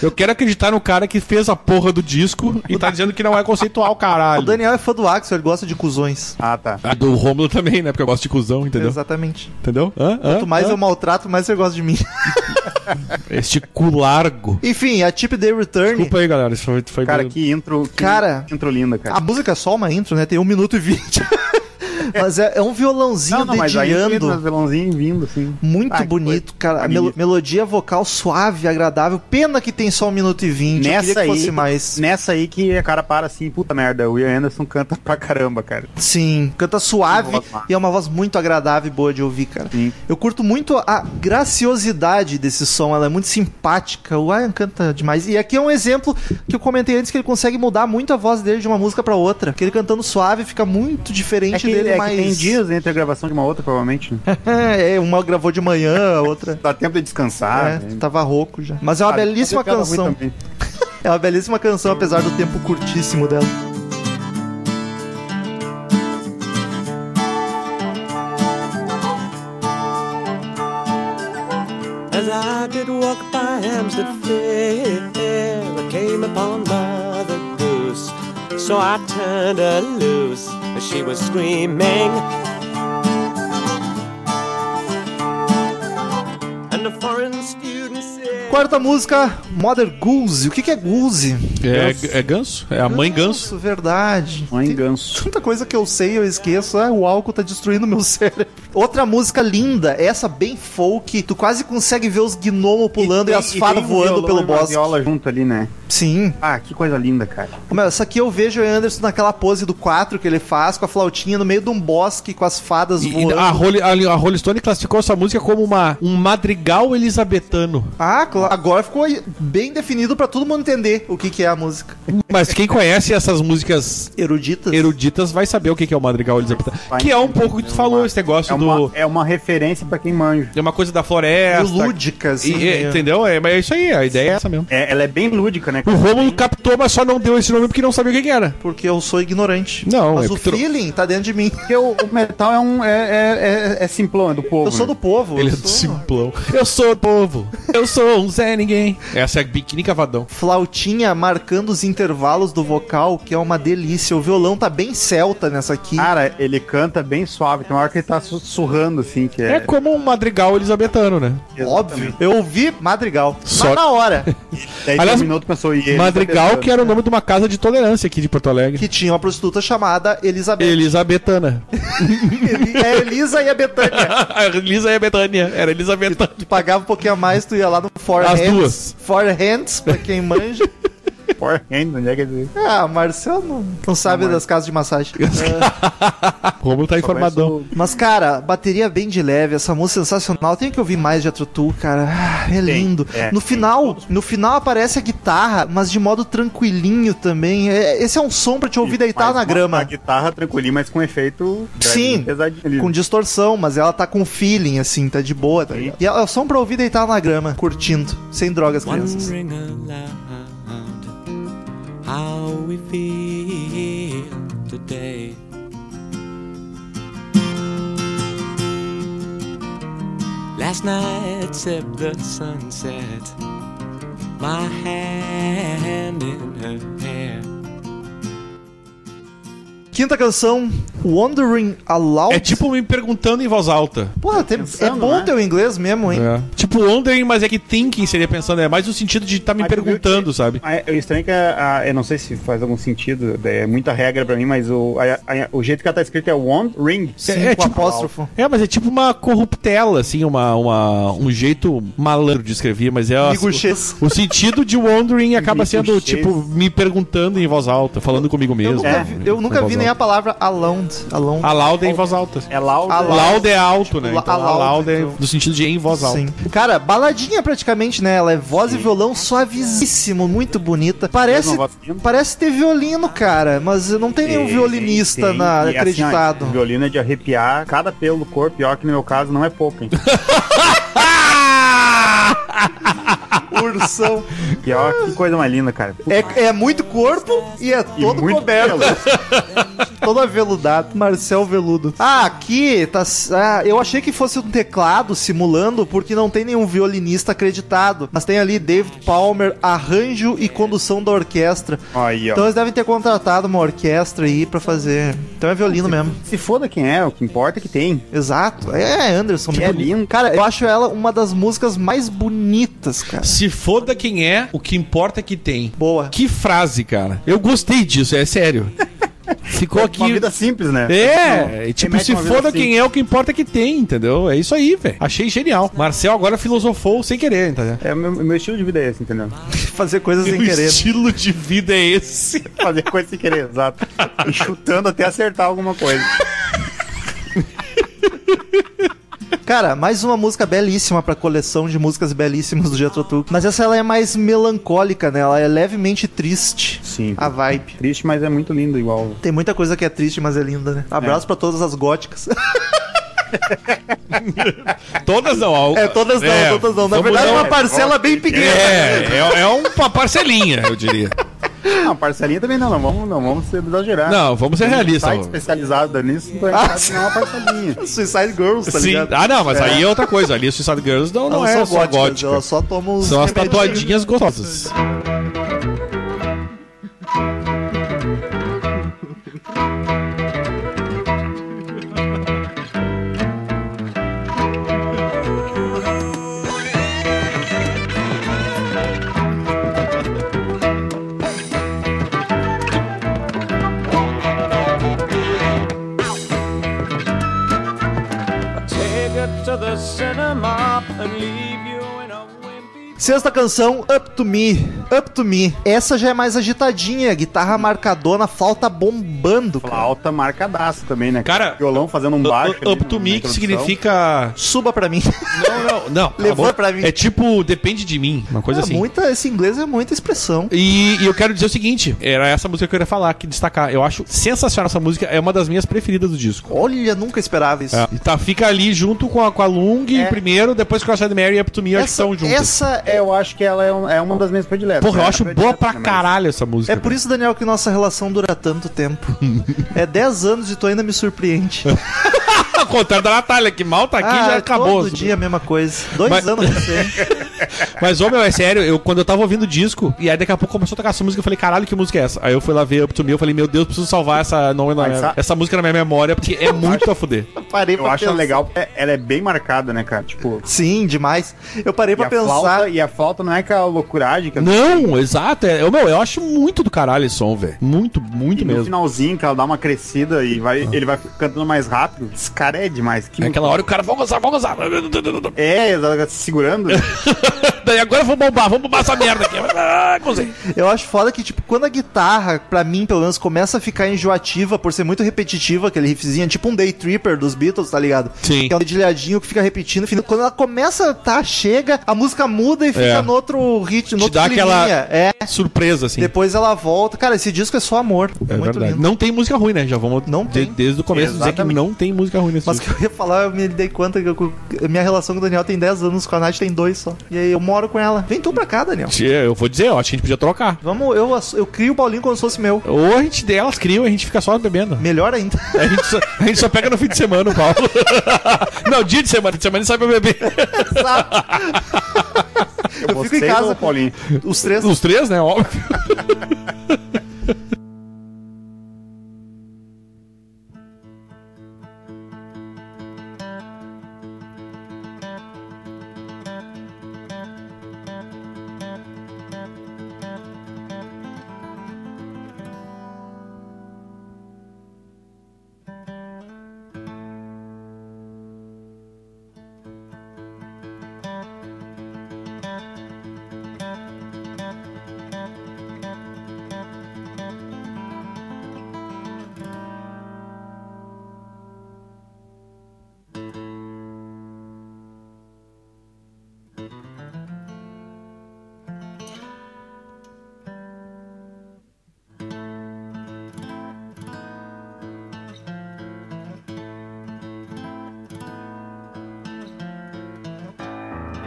[SPEAKER 3] Eu quero acreditar no cara que fez a porra do disco e tá dizendo que não é conceitual,
[SPEAKER 2] O
[SPEAKER 3] caralho.
[SPEAKER 2] Daniel é fã do Axel, ele gosta de cuzões.
[SPEAKER 4] Ah, tá.
[SPEAKER 3] Ah, do Rômulo também, né? Porque eu gosto de cuzão, entendeu?
[SPEAKER 2] Exatamente.
[SPEAKER 3] Entendeu? Hã? Hã?
[SPEAKER 2] Quanto mais
[SPEAKER 3] Hã?
[SPEAKER 2] eu maltrato, mais você gosta de mim. *laughs*
[SPEAKER 3] Este cu largo.
[SPEAKER 2] Enfim, a Chip Day Return.
[SPEAKER 3] Desculpa aí, galera. Isso foi, foi
[SPEAKER 4] Cara,
[SPEAKER 3] meio-
[SPEAKER 4] que intro. que
[SPEAKER 2] Cara.
[SPEAKER 4] intro linda, cara.
[SPEAKER 2] A música é só uma intro, né? Tem 1 minuto e
[SPEAKER 3] *laughs*
[SPEAKER 2] 20. mas é, é um violãozinho dedilhando.
[SPEAKER 4] Mas aí, vilãozinho vindo, assim.
[SPEAKER 2] Muito
[SPEAKER 4] Ah, que
[SPEAKER 2] bonito,
[SPEAKER 4] coisa.
[SPEAKER 2] cara. A
[SPEAKER 4] Maravilha.
[SPEAKER 2] melo- melodia vocal suave, agradável. Pena que tem só 1 minuto e 20. eu
[SPEAKER 4] Nessa
[SPEAKER 2] queria que
[SPEAKER 4] aí,
[SPEAKER 2] fosse mais.
[SPEAKER 4] nessa aí que a cara para assim, puta merda, o Ian Anderson canta pra caramba, cara.
[SPEAKER 2] Sim, canta suave
[SPEAKER 4] Uma voz massa.
[SPEAKER 2] e é uma voz muito agradável e boa de ouvir, cara.
[SPEAKER 4] Sim.
[SPEAKER 2] Eu curto muito a graciosidade desse som, ela é muito simpática. O Ian canta demais. E aqui é um exemplo que eu comentei antes que ele consegue mudar muito a voz dele de uma música pra outra. Que ele cantando suave fica muito diferente
[SPEAKER 4] É que,
[SPEAKER 2] dele,
[SPEAKER 4] é que
[SPEAKER 2] mas
[SPEAKER 4] tem dias entre a gravação de uma outra, provavelmente. né?
[SPEAKER 2] *laughs* é, uma gravou de manhã, a outra
[SPEAKER 4] Dá tempo de descansar.
[SPEAKER 2] é,
[SPEAKER 4] né?
[SPEAKER 2] tava rouco já. Mas é uma
[SPEAKER 4] Ah,
[SPEAKER 2] belíssima
[SPEAKER 4] fazer piada ruim
[SPEAKER 2] canção.
[SPEAKER 4] também.
[SPEAKER 2] É uma belíssima canção, apesar do tempo curtíssimo dela.
[SPEAKER 1] As I did walk by Hampstead Fair, I came upon Mother Goose. So I turned her loose, as she was screaming. And the foreign student said.
[SPEAKER 2] Quarta música, Mother Goose. O que, que é Goose?
[SPEAKER 3] É, é ganso? É a mãe ganso?
[SPEAKER 2] verdade.
[SPEAKER 4] Mãe
[SPEAKER 2] Tem-
[SPEAKER 4] ganso.
[SPEAKER 2] Tanta coisa que eu sei, eu esqueço. Ah, o álcool tá destruindo meu *laughs* cérebro. Outra música linda, essa bem folk. Tu quase consegue ver os gnomos pulando e,
[SPEAKER 4] tem-
[SPEAKER 2] as
[SPEAKER 4] tem
[SPEAKER 2] fadas
[SPEAKER 4] um
[SPEAKER 2] voando
[SPEAKER 4] violão e
[SPEAKER 2] pelo
[SPEAKER 4] uma
[SPEAKER 2] bosque.
[SPEAKER 4] viola junto ali, né?
[SPEAKER 2] Sim.
[SPEAKER 4] Ah, que coisa linda, cara.
[SPEAKER 2] Mas essa aqui eu vejo o Anderson naquela pose do 4 que ele faz, com a flautinha no meio de um bosque, com as fadas
[SPEAKER 3] E- e
[SPEAKER 2] voando.
[SPEAKER 4] ah.
[SPEAKER 3] a, Rolling, a- a Rolling Stone classificou essa música como uma, um madrigal elisabetano.
[SPEAKER 2] Ah, claro. Agora ficou bem definido pra todo mundo entender o que, que é a música.
[SPEAKER 3] Mas quem conhece essas músicas
[SPEAKER 2] Eruditas.
[SPEAKER 3] eruditas vai saber o que que é o madrigal elisabetano. Que é um pouco que tu falou, esse negócio
[SPEAKER 4] É uma,
[SPEAKER 3] do...
[SPEAKER 4] é uma referência pra quem manja.
[SPEAKER 3] É uma coisa da floresta.
[SPEAKER 2] E lúdica, assim,
[SPEAKER 3] E- e-
[SPEAKER 2] meio.
[SPEAKER 3] entendeu? É, mas é isso aí, a ideia é essa mesmo.
[SPEAKER 4] É, ela é bem lúdica, né?
[SPEAKER 3] O
[SPEAKER 4] cara?
[SPEAKER 3] Rômulo captou, mas só não deu esse nome porque não sabia o que que era.
[SPEAKER 2] Porque eu sou ignorante.
[SPEAKER 3] Não,
[SPEAKER 2] Mas
[SPEAKER 3] é
[SPEAKER 2] o
[SPEAKER 3] porque tu-
[SPEAKER 2] feeling tá dentro de mim.
[SPEAKER 4] Porque o, o metal é um. É, é, é- é simplão, é do povo.
[SPEAKER 2] Eu sou
[SPEAKER 4] né?
[SPEAKER 2] do povo.
[SPEAKER 3] Ele é
[SPEAKER 2] eu
[SPEAKER 3] do
[SPEAKER 2] sou...
[SPEAKER 3] simplão. Eu sou o povo. Eu sou um Zé Ninguém. Essa é biquíni cavadão.
[SPEAKER 2] Flautinha marcando os intervalos do vocal, que é uma delícia. O violão tá bem celta nessa aqui.
[SPEAKER 4] Cara, ele canta bem suave, tem uma hora que ele tá su- sussurrando, assim, que
[SPEAKER 3] É
[SPEAKER 4] é...
[SPEAKER 3] como um madrigal elisabetano, né?
[SPEAKER 2] Óbvio. Eu ouvi Madrigal.
[SPEAKER 3] Só-
[SPEAKER 2] Só na hora.
[SPEAKER 4] Daí
[SPEAKER 3] Aliás,
[SPEAKER 4] terminou, tu pensou... E ele tá
[SPEAKER 3] Madrigal,
[SPEAKER 4] tentando.
[SPEAKER 3] que era o nome de uma casa de tolerância aqui de Porto Alegre.
[SPEAKER 2] que tinha uma prostituta chamada Elizabeth.
[SPEAKER 3] Elisabetana.
[SPEAKER 2] É Elisa e a Betânia.
[SPEAKER 3] *laughs* A Elisa e a Betânia. Era Elisabetana. *laughs*
[SPEAKER 2] Tu pagava um pouquinho a mais, tu ia lá no Four
[SPEAKER 3] As
[SPEAKER 2] Hands.
[SPEAKER 3] duas.
[SPEAKER 2] Four Hands, pra quem manja.
[SPEAKER 4] Forehand, onde é que ele...
[SPEAKER 2] Ah, Marcel não, não sabe das casas de massagem. Ah.
[SPEAKER 3] Romulo tá informadão.
[SPEAKER 2] Mas, cara, bateria bem de leve, essa música sensacional. Tem que ouvir mais de Atrutu, cara. Ah, é lindo.
[SPEAKER 4] é,
[SPEAKER 2] no
[SPEAKER 4] tem
[SPEAKER 2] final, no final aparece a guitarra, mas de modo tranquilinho também. É- esse é um som pra te ouvir deitar
[SPEAKER 4] Mas
[SPEAKER 2] na
[SPEAKER 4] uma-
[SPEAKER 2] grama.
[SPEAKER 4] A guitarra tranquilinha, mas com efeito...
[SPEAKER 2] Sim.
[SPEAKER 4] Pesadinho. ali.
[SPEAKER 2] Com distorção, mas ela tá com feeling, assim, tá de boa, tá ligado? E é é som pra ouvir deitar na grama, curtindo, sem drogas, crianças.
[SPEAKER 1] wondering aloud how we feel today. Last night sipped the sunset, my hand in her hair.
[SPEAKER 2] Quinta canção, Wandering Aloud.
[SPEAKER 3] É tipo me perguntando em voz alta.
[SPEAKER 2] Porra, tem- é
[SPEAKER 4] pensando,
[SPEAKER 2] bom
[SPEAKER 4] né?
[SPEAKER 2] teu inglês mesmo, hein?
[SPEAKER 3] É. Tipo wondering, mas é que thinking seria pensando. É mais no sentido de tá me
[SPEAKER 4] Mas tu viu
[SPEAKER 3] perguntando, sabe?
[SPEAKER 4] Ah, é- O estranho é que a, a- eu não sei se faz algum sentido, daí é muita regra pra mim, mas o, a- a- o jeito que ela tá escrita é one ring.
[SPEAKER 2] Sim,
[SPEAKER 3] é
[SPEAKER 2] com
[SPEAKER 3] tipo-
[SPEAKER 2] apóstrofo.
[SPEAKER 3] É, mas é tipo uma corruptela, assim, uma, uma- um jeito malandro de escrever, mas é a-
[SPEAKER 2] Miguxês.
[SPEAKER 3] o, o sentido de wondering acaba sendo,
[SPEAKER 4] Miguxês.
[SPEAKER 3] tipo, me perguntando em voz alta, falando comigo
[SPEAKER 2] Eu
[SPEAKER 3] mesmo.
[SPEAKER 2] nunca,
[SPEAKER 4] É.
[SPEAKER 2] vi, eu nunca vi nem a palavra alone. alone.
[SPEAKER 3] A lauda é em voz alta.
[SPEAKER 4] É loud.
[SPEAKER 2] A
[SPEAKER 3] A lauda é alto, né?
[SPEAKER 2] Tipo,
[SPEAKER 3] Então,
[SPEAKER 2] a
[SPEAKER 3] a
[SPEAKER 2] lauda,
[SPEAKER 3] lauda é
[SPEAKER 2] então.
[SPEAKER 3] no sentido de em voz alta.
[SPEAKER 2] Sim. Cara, baladinha praticamente, né? Ela é voz e violão suavíssimo, muito bonita. Parece,
[SPEAKER 4] Mesma voz fina.
[SPEAKER 2] parece ter violino, cara, mas não tem nenhum
[SPEAKER 4] Tem,
[SPEAKER 2] um violinista
[SPEAKER 4] tem.
[SPEAKER 2] na,
[SPEAKER 4] E, assim, ó,
[SPEAKER 2] acreditado.
[SPEAKER 4] o violino é de arrepiar cada pelo do corpo, pior que no meu caso não é pouco, hein?
[SPEAKER 3] Ah!
[SPEAKER 2] Ursão.
[SPEAKER 4] Pior, que coisa mais linda, cara.
[SPEAKER 2] É, é muito corpo e é
[SPEAKER 4] E
[SPEAKER 2] todo
[SPEAKER 4] muito
[SPEAKER 2] coberto.
[SPEAKER 4] pelo.
[SPEAKER 2] todo aveludado. Marcel Veludo. Ah, aqui tá. s- ah, eu achei que fosse um teclado simulando, porque não tem nenhum violinista acreditado. Mas tem ali David Palmer, arranjo e condução da orquestra.
[SPEAKER 4] Aí, ó.
[SPEAKER 2] Então eles devem ter contratado uma orquestra aí pra fazer. Então é violino mesmo.
[SPEAKER 4] Se foda quem é, o que importa é que tem.
[SPEAKER 2] Exato. É Anderson.
[SPEAKER 4] Que é lindo.
[SPEAKER 2] Cara, eu acho ela uma das músicas mais bonitas, cara.
[SPEAKER 3] Se foda quem é, o que importa é que tem.
[SPEAKER 2] Boa.
[SPEAKER 3] Que frase, cara. Eu gostei disso,
[SPEAKER 2] *laughs*
[SPEAKER 3] é sério. Ficou aqui.
[SPEAKER 4] Uma vida simples, né?
[SPEAKER 3] É,
[SPEAKER 4] Não,
[SPEAKER 3] tipo,
[SPEAKER 4] remete
[SPEAKER 3] se
[SPEAKER 4] a uma vida
[SPEAKER 3] foda
[SPEAKER 2] assim.
[SPEAKER 4] simples.
[SPEAKER 3] quem é, o que importa é que tem, entendeu? É isso aí, velho. Achei genial. Marcel agora filosofou sem querer, entendeu?
[SPEAKER 4] É, meu, meu estilo de vida é esse, entendeu?
[SPEAKER 2] Fazer coisas sem
[SPEAKER 3] o
[SPEAKER 2] querer.
[SPEAKER 3] estilo de vida é esse.
[SPEAKER 4] Fazer coisa sem querer, exato. E chutando até acertar alguma coisa.
[SPEAKER 2] Cara, mais uma música belíssima pra coleção de músicas belíssimas do Jethro Tull. Mas essa ela é mais melancólica, né? Ela é levemente triste.
[SPEAKER 4] Sim.
[SPEAKER 2] A vibe.
[SPEAKER 4] Triste, mas é muito lindo igual.
[SPEAKER 2] Tem muita coisa que é triste, mas é linda, né? Abraço pra todas as góticas.
[SPEAKER 3] Todas não.
[SPEAKER 2] *laughs*
[SPEAKER 3] Al...
[SPEAKER 2] É, todas não, todas não. Na
[SPEAKER 3] vamos
[SPEAKER 2] verdade, é
[SPEAKER 3] dar
[SPEAKER 2] uma né?
[SPEAKER 3] um-
[SPEAKER 2] parcela bem pequena.
[SPEAKER 3] É, é, é uma parcelinha,
[SPEAKER 2] *laughs*
[SPEAKER 3] eu diria.
[SPEAKER 4] Não, Ah, parcelinha também não, não vamos, não vamos ser exagerar.
[SPEAKER 3] Não, é vamos ser
[SPEAKER 2] tá
[SPEAKER 4] Tem um
[SPEAKER 3] realistas.
[SPEAKER 4] site
[SPEAKER 3] ó.
[SPEAKER 4] especializado nisso, então é
[SPEAKER 2] Ah,
[SPEAKER 4] ah,
[SPEAKER 2] sim.
[SPEAKER 4] não é uma parcelinha.
[SPEAKER 2] Suicide Girls, tá
[SPEAKER 3] Sim.
[SPEAKER 2] ligado?
[SPEAKER 3] Ah, não, mas aí é outra coisa. Ali, Suicide Girls não, não
[SPEAKER 2] Elas
[SPEAKER 3] é
[SPEAKER 2] são
[SPEAKER 3] só
[SPEAKER 2] góticas,
[SPEAKER 3] gótica.
[SPEAKER 2] Elas só tomam os
[SPEAKER 3] São as
[SPEAKER 2] remedinhos.
[SPEAKER 3] tatuadinhas gostosas.
[SPEAKER 1] Take it to the cinema and leave you in a wimpy.
[SPEAKER 2] Sexta canção, Up to Me. Up to Me. Essa já é mais agitadinha, guitarra marcadona, flauta bombando. Cara.
[SPEAKER 4] Flauta marcadaço também, né?
[SPEAKER 3] Cara,
[SPEAKER 4] violão fazendo um baixo. ali
[SPEAKER 3] Up to
[SPEAKER 2] né,
[SPEAKER 4] na
[SPEAKER 3] me que
[SPEAKER 4] introdução.
[SPEAKER 3] significa.
[SPEAKER 2] Suba pra mim.
[SPEAKER 3] Não, não, não. cala a
[SPEAKER 2] Levou
[SPEAKER 3] boca.
[SPEAKER 2] pra mim.
[SPEAKER 3] É tipo, depende de mim.
[SPEAKER 2] *laughs*
[SPEAKER 3] Uma coisa
[SPEAKER 2] É
[SPEAKER 3] assim.
[SPEAKER 2] muita, esse inglês é muita expressão.
[SPEAKER 3] E, e eu quero dizer o seguinte: era essa música que eu ia falar, que destacar. Eu acho sensacional essa música, é uma das minhas preferidas do disco.
[SPEAKER 2] Olha, nunca esperava isso.
[SPEAKER 3] É. E Tá, fica ali junto com a, com a Lung
[SPEAKER 4] É.
[SPEAKER 3] primeiro, depois com a Sad Mary e Up to Me, eu acho que
[SPEAKER 2] Essa,
[SPEAKER 3] estão juntas.
[SPEAKER 2] essa
[SPEAKER 4] É, eu acho que ela é, um- é uma das minhas prediletas.
[SPEAKER 3] Porra, eu
[SPEAKER 4] Ela
[SPEAKER 3] acho
[SPEAKER 4] é
[SPEAKER 3] boa pra
[SPEAKER 4] predileta, né, mas-
[SPEAKER 3] caralho essa música.
[SPEAKER 2] É por isso, Daniel, que nossa relação dura tanto
[SPEAKER 3] *laughs*
[SPEAKER 2] tempo. é 10 anos e tu ainda me surpreende. Ah,
[SPEAKER 3] isso. Ao contrário da Natália, que mal tá aqui já acabou. *laughs*
[SPEAKER 2] Todo dia a mesma coisa. Dois
[SPEAKER 3] Mas-
[SPEAKER 2] anos você.
[SPEAKER 3] Mas, ô meu, é sério, eu, quando eu tava ouvindo o disco, e aí daqui a pouco começou a tocar essa música, eu falei, caralho, que música é essa? Aí eu fui lá ver Up to Me, eu falei, meu Deus, preciso salvar essa, não, não,
[SPEAKER 4] Mas
[SPEAKER 3] essa,
[SPEAKER 4] sa-
[SPEAKER 3] música na minha memória, porque
[SPEAKER 2] *laughs*
[SPEAKER 3] é muito a fuder.
[SPEAKER 2] Parei
[SPEAKER 4] Eu acho
[SPEAKER 2] pensar.
[SPEAKER 4] legal, é- ela é bem marcada, né, cara? Tipo,
[SPEAKER 2] Sim, demais. Eu parei
[SPEAKER 4] e
[SPEAKER 2] pra
[SPEAKER 4] a,
[SPEAKER 2] pensar.
[SPEAKER 4] flauta, e a flauta não é aquela loucuragem que
[SPEAKER 2] um
[SPEAKER 4] eu-
[SPEAKER 3] Não, exato. É, ô, meu, eu acho muito do caralho esse som, velho. Muito, muito
[SPEAKER 4] E
[SPEAKER 2] um
[SPEAKER 4] no
[SPEAKER 3] mesmo. Ah.
[SPEAKER 4] finalzinho, que ela dá uma crescida e vai, ele vai cantando mais rápido. Esse cara é demais. Que...
[SPEAKER 3] É aquela hora que o cara, vamos gozar, vamos gozar. *laughs*
[SPEAKER 4] É, ela se segurando.
[SPEAKER 3] Daí agora eu vou bombar, vamos bombar essa merda aqui. Ah, gozei.
[SPEAKER 2] Eu acho foda que, tipo, quando a guitarra, pra mim, pelo menos, começa a ficar enjoativa por ser muito repetitiva, aquele riffzinho, é tipo um Day Tripper dos Beatles, tá ligado?
[SPEAKER 3] Sim.
[SPEAKER 2] Que é um dedilhadinho que fica repetindo. enfim, Quando ela começa a tá, chega, a música muda e fica
[SPEAKER 3] É.
[SPEAKER 2] no outro ritmo, no
[SPEAKER 3] Te
[SPEAKER 2] outro
[SPEAKER 3] dá aquela-
[SPEAKER 2] climinha. É,
[SPEAKER 3] Surpresa, assim.
[SPEAKER 2] depois ela volta. Cara, esse disco é só amor.
[SPEAKER 3] É verdade.
[SPEAKER 2] lindo.
[SPEAKER 3] Não tem música ruim, né? Já vamos
[SPEAKER 2] Não
[SPEAKER 3] de-
[SPEAKER 2] tem.
[SPEAKER 3] desde o começo dizer que
[SPEAKER 4] Exatamente.
[SPEAKER 3] não tem música ruim nesse
[SPEAKER 2] Mas o
[SPEAKER 3] disco.
[SPEAKER 2] que eu ia falar, eu me dei conta que eu- minha relação com o Daniel tem 10 anos, com a Nath tem 2 só. E aí eu moro com ela. Vem tu pra cá, Daniel.
[SPEAKER 3] Tia, Eu vou dizer, ó, acho que a gente podia trocar.
[SPEAKER 2] Vamos, eu, ass- eu crio o Paulinho como se fosse meu.
[SPEAKER 3] Ou a gente delas criam e a gente fica só bebendo.
[SPEAKER 2] Melhor ainda. *laughs*
[SPEAKER 3] A gente, só, a gente só pega no fim de semana o Paulo. *laughs* Não, dia de semana, de semana ele sai pra beber.
[SPEAKER 2] Eu fico em casa com
[SPEAKER 4] Paulinho.
[SPEAKER 2] os três.
[SPEAKER 3] Os três, né?
[SPEAKER 2] Então,
[SPEAKER 3] Óbvio.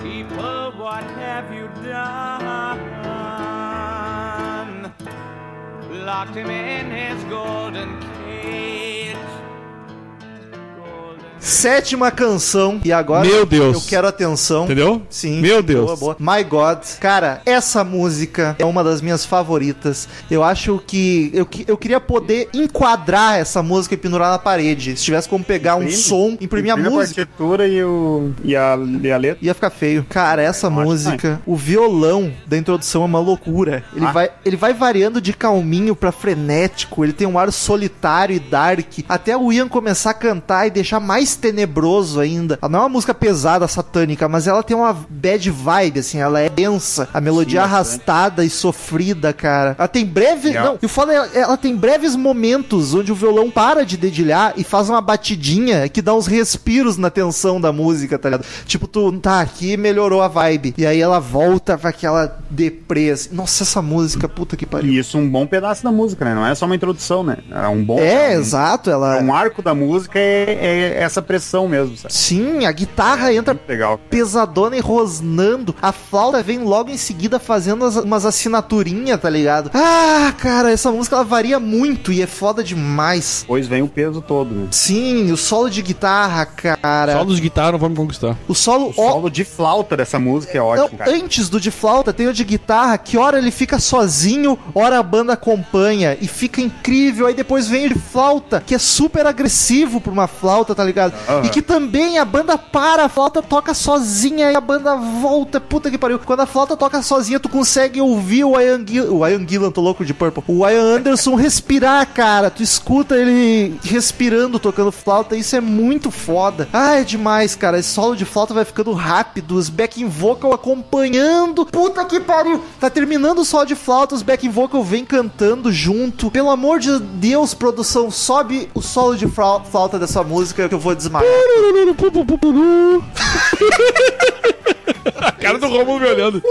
[SPEAKER 1] People, what have you done? Locked him in his golden cage. Golden
[SPEAKER 2] Sétima canção. E agora
[SPEAKER 3] Meu Deus.
[SPEAKER 2] eu quero atenção.
[SPEAKER 3] Entendeu?
[SPEAKER 2] Sim.
[SPEAKER 3] Meu Deus.
[SPEAKER 2] Boa, boa. My God. Cara, essa música é uma das minhas favoritas. Eu acho que eu, que- eu queria poder enquadrar essa música e pendurar na parede. Se tivesse como pegar um
[SPEAKER 4] Imprime.
[SPEAKER 2] som, imprimir a
[SPEAKER 4] Imprime
[SPEAKER 2] música.
[SPEAKER 4] partitura e, o, e, a, e a letra.
[SPEAKER 2] Ia ficar feio. Cara, essa
[SPEAKER 4] Ótimo. né?
[SPEAKER 2] música, o violão da introdução é uma loucura. Ele,
[SPEAKER 4] Ah.
[SPEAKER 2] vai, ele vai variando de calminho pra frenético, ele tem um ar solitário e dark. Até o Ian começar a cantar e deixar mais tenebroso ainda. Ela não é uma música pesada, satânica, mas ela tem uma bad vibe, assim, ela é densa. A melodia
[SPEAKER 4] Sim, bastante.
[SPEAKER 2] arrastada e sofrida, cara. Ela tem breve.
[SPEAKER 4] E ela-
[SPEAKER 2] Não, e o foda é, ela- ela tem breves momentos onde o violão para de dedilhar e faz uma batidinha que dá uns respiros na tensão da música, tá ligado? Tipo, tu tá aqui melhorou a vibe. E aí ela volta pra aquela depressa. Nossa, essa música, puta que pariu.
[SPEAKER 4] E isso é um bom pedaço da música, né? Não é só uma introdução, né? É um bom.
[SPEAKER 2] É,
[SPEAKER 4] um,
[SPEAKER 2] exato,
[SPEAKER 4] é
[SPEAKER 2] ela.
[SPEAKER 4] Um arco da música é, é essa pressão mesmo, sabe?
[SPEAKER 2] Sim, a guitarra entra
[SPEAKER 4] Legal.
[SPEAKER 2] pesadona e rosnando. A flauta vem logo em seguida fazendo as- umas assinaturinhas, tá ligado? Ah, cara, essa música ela varia muito e é foda demais.
[SPEAKER 4] Depois vem o peso todo, né?
[SPEAKER 2] Sim, o solo de guitarra, cara.
[SPEAKER 3] Só nos guitarras não vamos conquistar.
[SPEAKER 2] O solo,
[SPEAKER 4] O solo de flauta dessa música é
[SPEAKER 2] ó-
[SPEAKER 4] ótimo,
[SPEAKER 2] não,
[SPEAKER 4] cara.
[SPEAKER 2] antes do de flauta tem o de guitarra, que hora ele fica sozinho, hora a banda acompanha e fica incrível. Aí depois vem ele flauta, que é super agressivo pra uma flauta, tá ligado?
[SPEAKER 4] Aham.
[SPEAKER 2] E que também a banda para, a flauta toca sozinha e a banda volta. Puta que pariu. Quando a flauta toca sozinha, tu consegue ouvir o Ian Gillan, o Ian Gillan, tô louco de Purple. O Ian Anderson respirar, cara. Tu escuta ele respirando, tocando flauta. Isso é muito foda. Ah, é demais, cara. Esse solo de flauta vai ficando rápido. Os backing vocal acompanhando. Puta que pariu. Tá terminando o solo de flauta, os backing vocal vem cantando junto. Pelo amor de Deus, produção, sobe o solo de frau- flauta dessa música que eu vou desmaiar.
[SPEAKER 3] A cara do Romulo me olhando.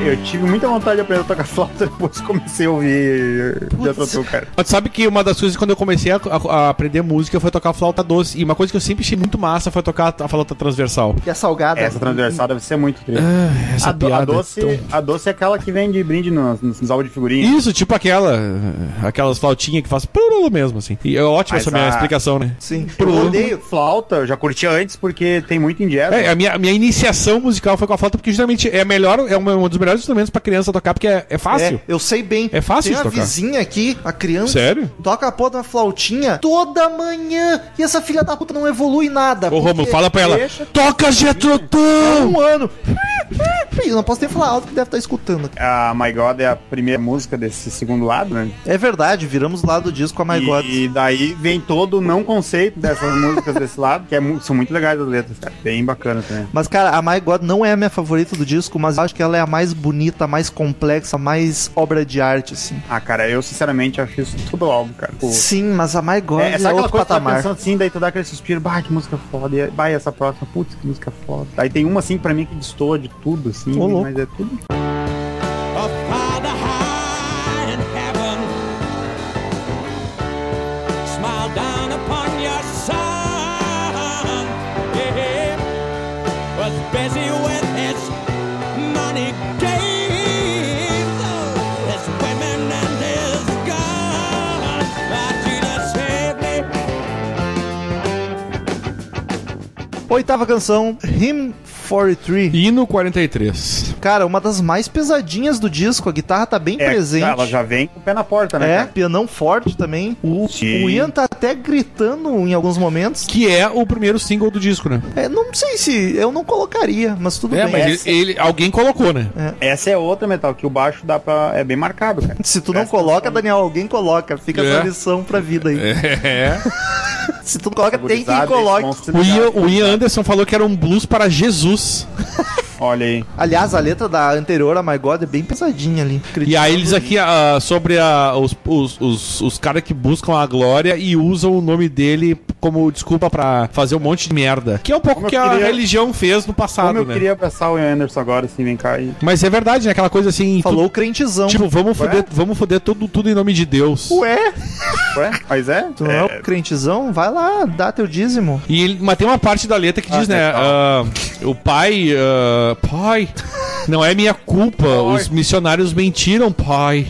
[SPEAKER 4] Eu tive muita vontade de aprender a tocar flauta *laughs* depois que comecei a ouvir Jatatu, cara.
[SPEAKER 3] Mas tu sabe que uma das coisas quando eu comecei a, a- a aprender música foi tocar flauta doce. E uma coisa que eu sempre achei muito massa foi tocar a flauta transversal.
[SPEAKER 2] E a salgada.
[SPEAKER 4] Essa transversal deve ser muito triste.
[SPEAKER 3] Essa
[SPEAKER 4] a, do- a
[SPEAKER 3] piada é
[SPEAKER 4] doce,
[SPEAKER 3] tão-
[SPEAKER 4] a doce é aquela que vem de brinde nos, nos, nos álbuns de figurinha.
[SPEAKER 3] Isso, tipo aquela. Aquelas flautinhas que faz purulo mesmo, assim. E é ótima
[SPEAKER 4] Mas
[SPEAKER 3] essa minha
[SPEAKER 4] a-
[SPEAKER 3] explicação, né?
[SPEAKER 2] Sim.
[SPEAKER 4] Eu odeio flauta, eu já curti antes porque tem muito em jazz.
[SPEAKER 3] É, a minha, a minha iniciação musical foi com a flauta, porque justamente é a melhor, é uma- um dos melhores instrumentos pra criança tocar, porque é, é fácil.
[SPEAKER 2] É, eu sei bem.
[SPEAKER 3] É fácil
[SPEAKER 2] Tem
[SPEAKER 3] de
[SPEAKER 2] a
[SPEAKER 3] tocar.
[SPEAKER 2] vizinha aqui, a criança.
[SPEAKER 3] Sério?
[SPEAKER 2] Toca a porra da flautinha toda manhã. E essa filha da puta não evolui nada.
[SPEAKER 3] Ô, Romulo,
[SPEAKER 2] porque
[SPEAKER 3] fala pra ela.
[SPEAKER 4] deixa-
[SPEAKER 3] Toca
[SPEAKER 2] é
[SPEAKER 3] Getrotão!
[SPEAKER 2] Um ano. *laughs* Eu não posso nem falar alto que deve estar escutando.
[SPEAKER 4] A My God é a primeira música desse segundo lado, né?
[SPEAKER 2] É verdade, viramos lá do disco com a My
[SPEAKER 4] e,
[SPEAKER 2] God.
[SPEAKER 4] e daí vem todo o não conceito dessas *laughs* músicas desse lado, que é mu- são muito legais as letras, cara. Bem bacana também.
[SPEAKER 2] Mas, cara, a My God não é a minha favorita do disco, mas eu acho que ela é a mais bonita, a mais complexa, a mais obra de arte, assim.
[SPEAKER 4] Ah, cara, eu sinceramente acho isso todo álbum, cara. Pô,
[SPEAKER 2] Sim, mas a My God
[SPEAKER 4] É,
[SPEAKER 2] é,
[SPEAKER 4] é só aquela
[SPEAKER 2] outro
[SPEAKER 4] coisa que tu tá
[SPEAKER 2] patamar.
[SPEAKER 4] pensando assim, daí tu dá aquele suspiro, bah, que música foda, e aí, bah, e essa próxima, putz, que música foda. Aí tem uma assim pra mim que destoa de tudo, assim,
[SPEAKER 2] Ô, louco.
[SPEAKER 4] mas é tudo.
[SPEAKER 1] Up Father high in heaven. Smile down upon your son. Yeah. Was busy with his money games, oh, his women and his guns. My Jesus saved me.
[SPEAKER 2] Oitava canção, Hymn 43.
[SPEAKER 3] Hino 43.
[SPEAKER 2] Cara, uma das mais pesadinhas do disco, a guitarra tá bem
[SPEAKER 4] É,
[SPEAKER 2] presente.
[SPEAKER 4] ela já vem com o pé na porta, né?
[SPEAKER 2] É,
[SPEAKER 4] cara?
[SPEAKER 2] pianão forte também. O,
[SPEAKER 4] Sim.
[SPEAKER 2] o Ian tá até gritando em alguns momentos.
[SPEAKER 3] Que é o primeiro single do disco, né?
[SPEAKER 2] É, não sei se eu não colocaria, mas tudo
[SPEAKER 3] É,
[SPEAKER 2] bem.
[SPEAKER 3] mas
[SPEAKER 4] Essa-
[SPEAKER 3] ele, ele- alguém colocou, né?
[SPEAKER 4] Essa é outra metal, que o baixo dá pra. é bem marcado, cara.
[SPEAKER 2] Se tu não
[SPEAKER 4] Presta
[SPEAKER 2] coloca, Daniel, alguém coloca. Fica
[SPEAKER 3] É.
[SPEAKER 2] essa lição pra vida aí.
[SPEAKER 3] É.
[SPEAKER 4] *laughs*
[SPEAKER 2] Se tu não coloca, tem quem
[SPEAKER 4] Gurizada,
[SPEAKER 2] coloque.
[SPEAKER 4] esse monstro
[SPEAKER 3] O Ian,
[SPEAKER 4] ligado.
[SPEAKER 3] o Ian Anderson falou que era um blues para Jesus.
[SPEAKER 4] Olha aí.
[SPEAKER 2] Aliás, a letra da anterior, a My God, é bem pesadinha ali.
[SPEAKER 3] E aí
[SPEAKER 2] Criticando-
[SPEAKER 3] eles aqui ah, sobre a- os, os, os, os caras que buscam a glória e usam o nome dele como desculpa pra fazer um monte de merda. Que é um pouco
[SPEAKER 4] Como eu
[SPEAKER 3] que a
[SPEAKER 4] queria-
[SPEAKER 3] religião fez no
[SPEAKER 4] Como
[SPEAKER 3] passado,
[SPEAKER 4] eu
[SPEAKER 3] né?
[SPEAKER 4] queria abraçar o Ian Anderson agora, assim, vem cá e.
[SPEAKER 3] Mas é verdade, né? Aquela coisa assim.
[SPEAKER 2] Falou o crentizão.
[SPEAKER 3] tu- tipo, vamos
[SPEAKER 4] Ué?
[SPEAKER 3] foder, vamos foder tudo, tudo em nome de Deus.
[SPEAKER 2] Tipo, ué,
[SPEAKER 4] Ué? Mas é?
[SPEAKER 2] tu não é o crentizão? Vai lá, dá teu dízimo.
[SPEAKER 3] E ele, mas tem uma parte da letra que
[SPEAKER 4] Ah,
[SPEAKER 3] diz, né? ah, o pai. ah, pai. Não é minha culpa. Os missionários mentiram, pai.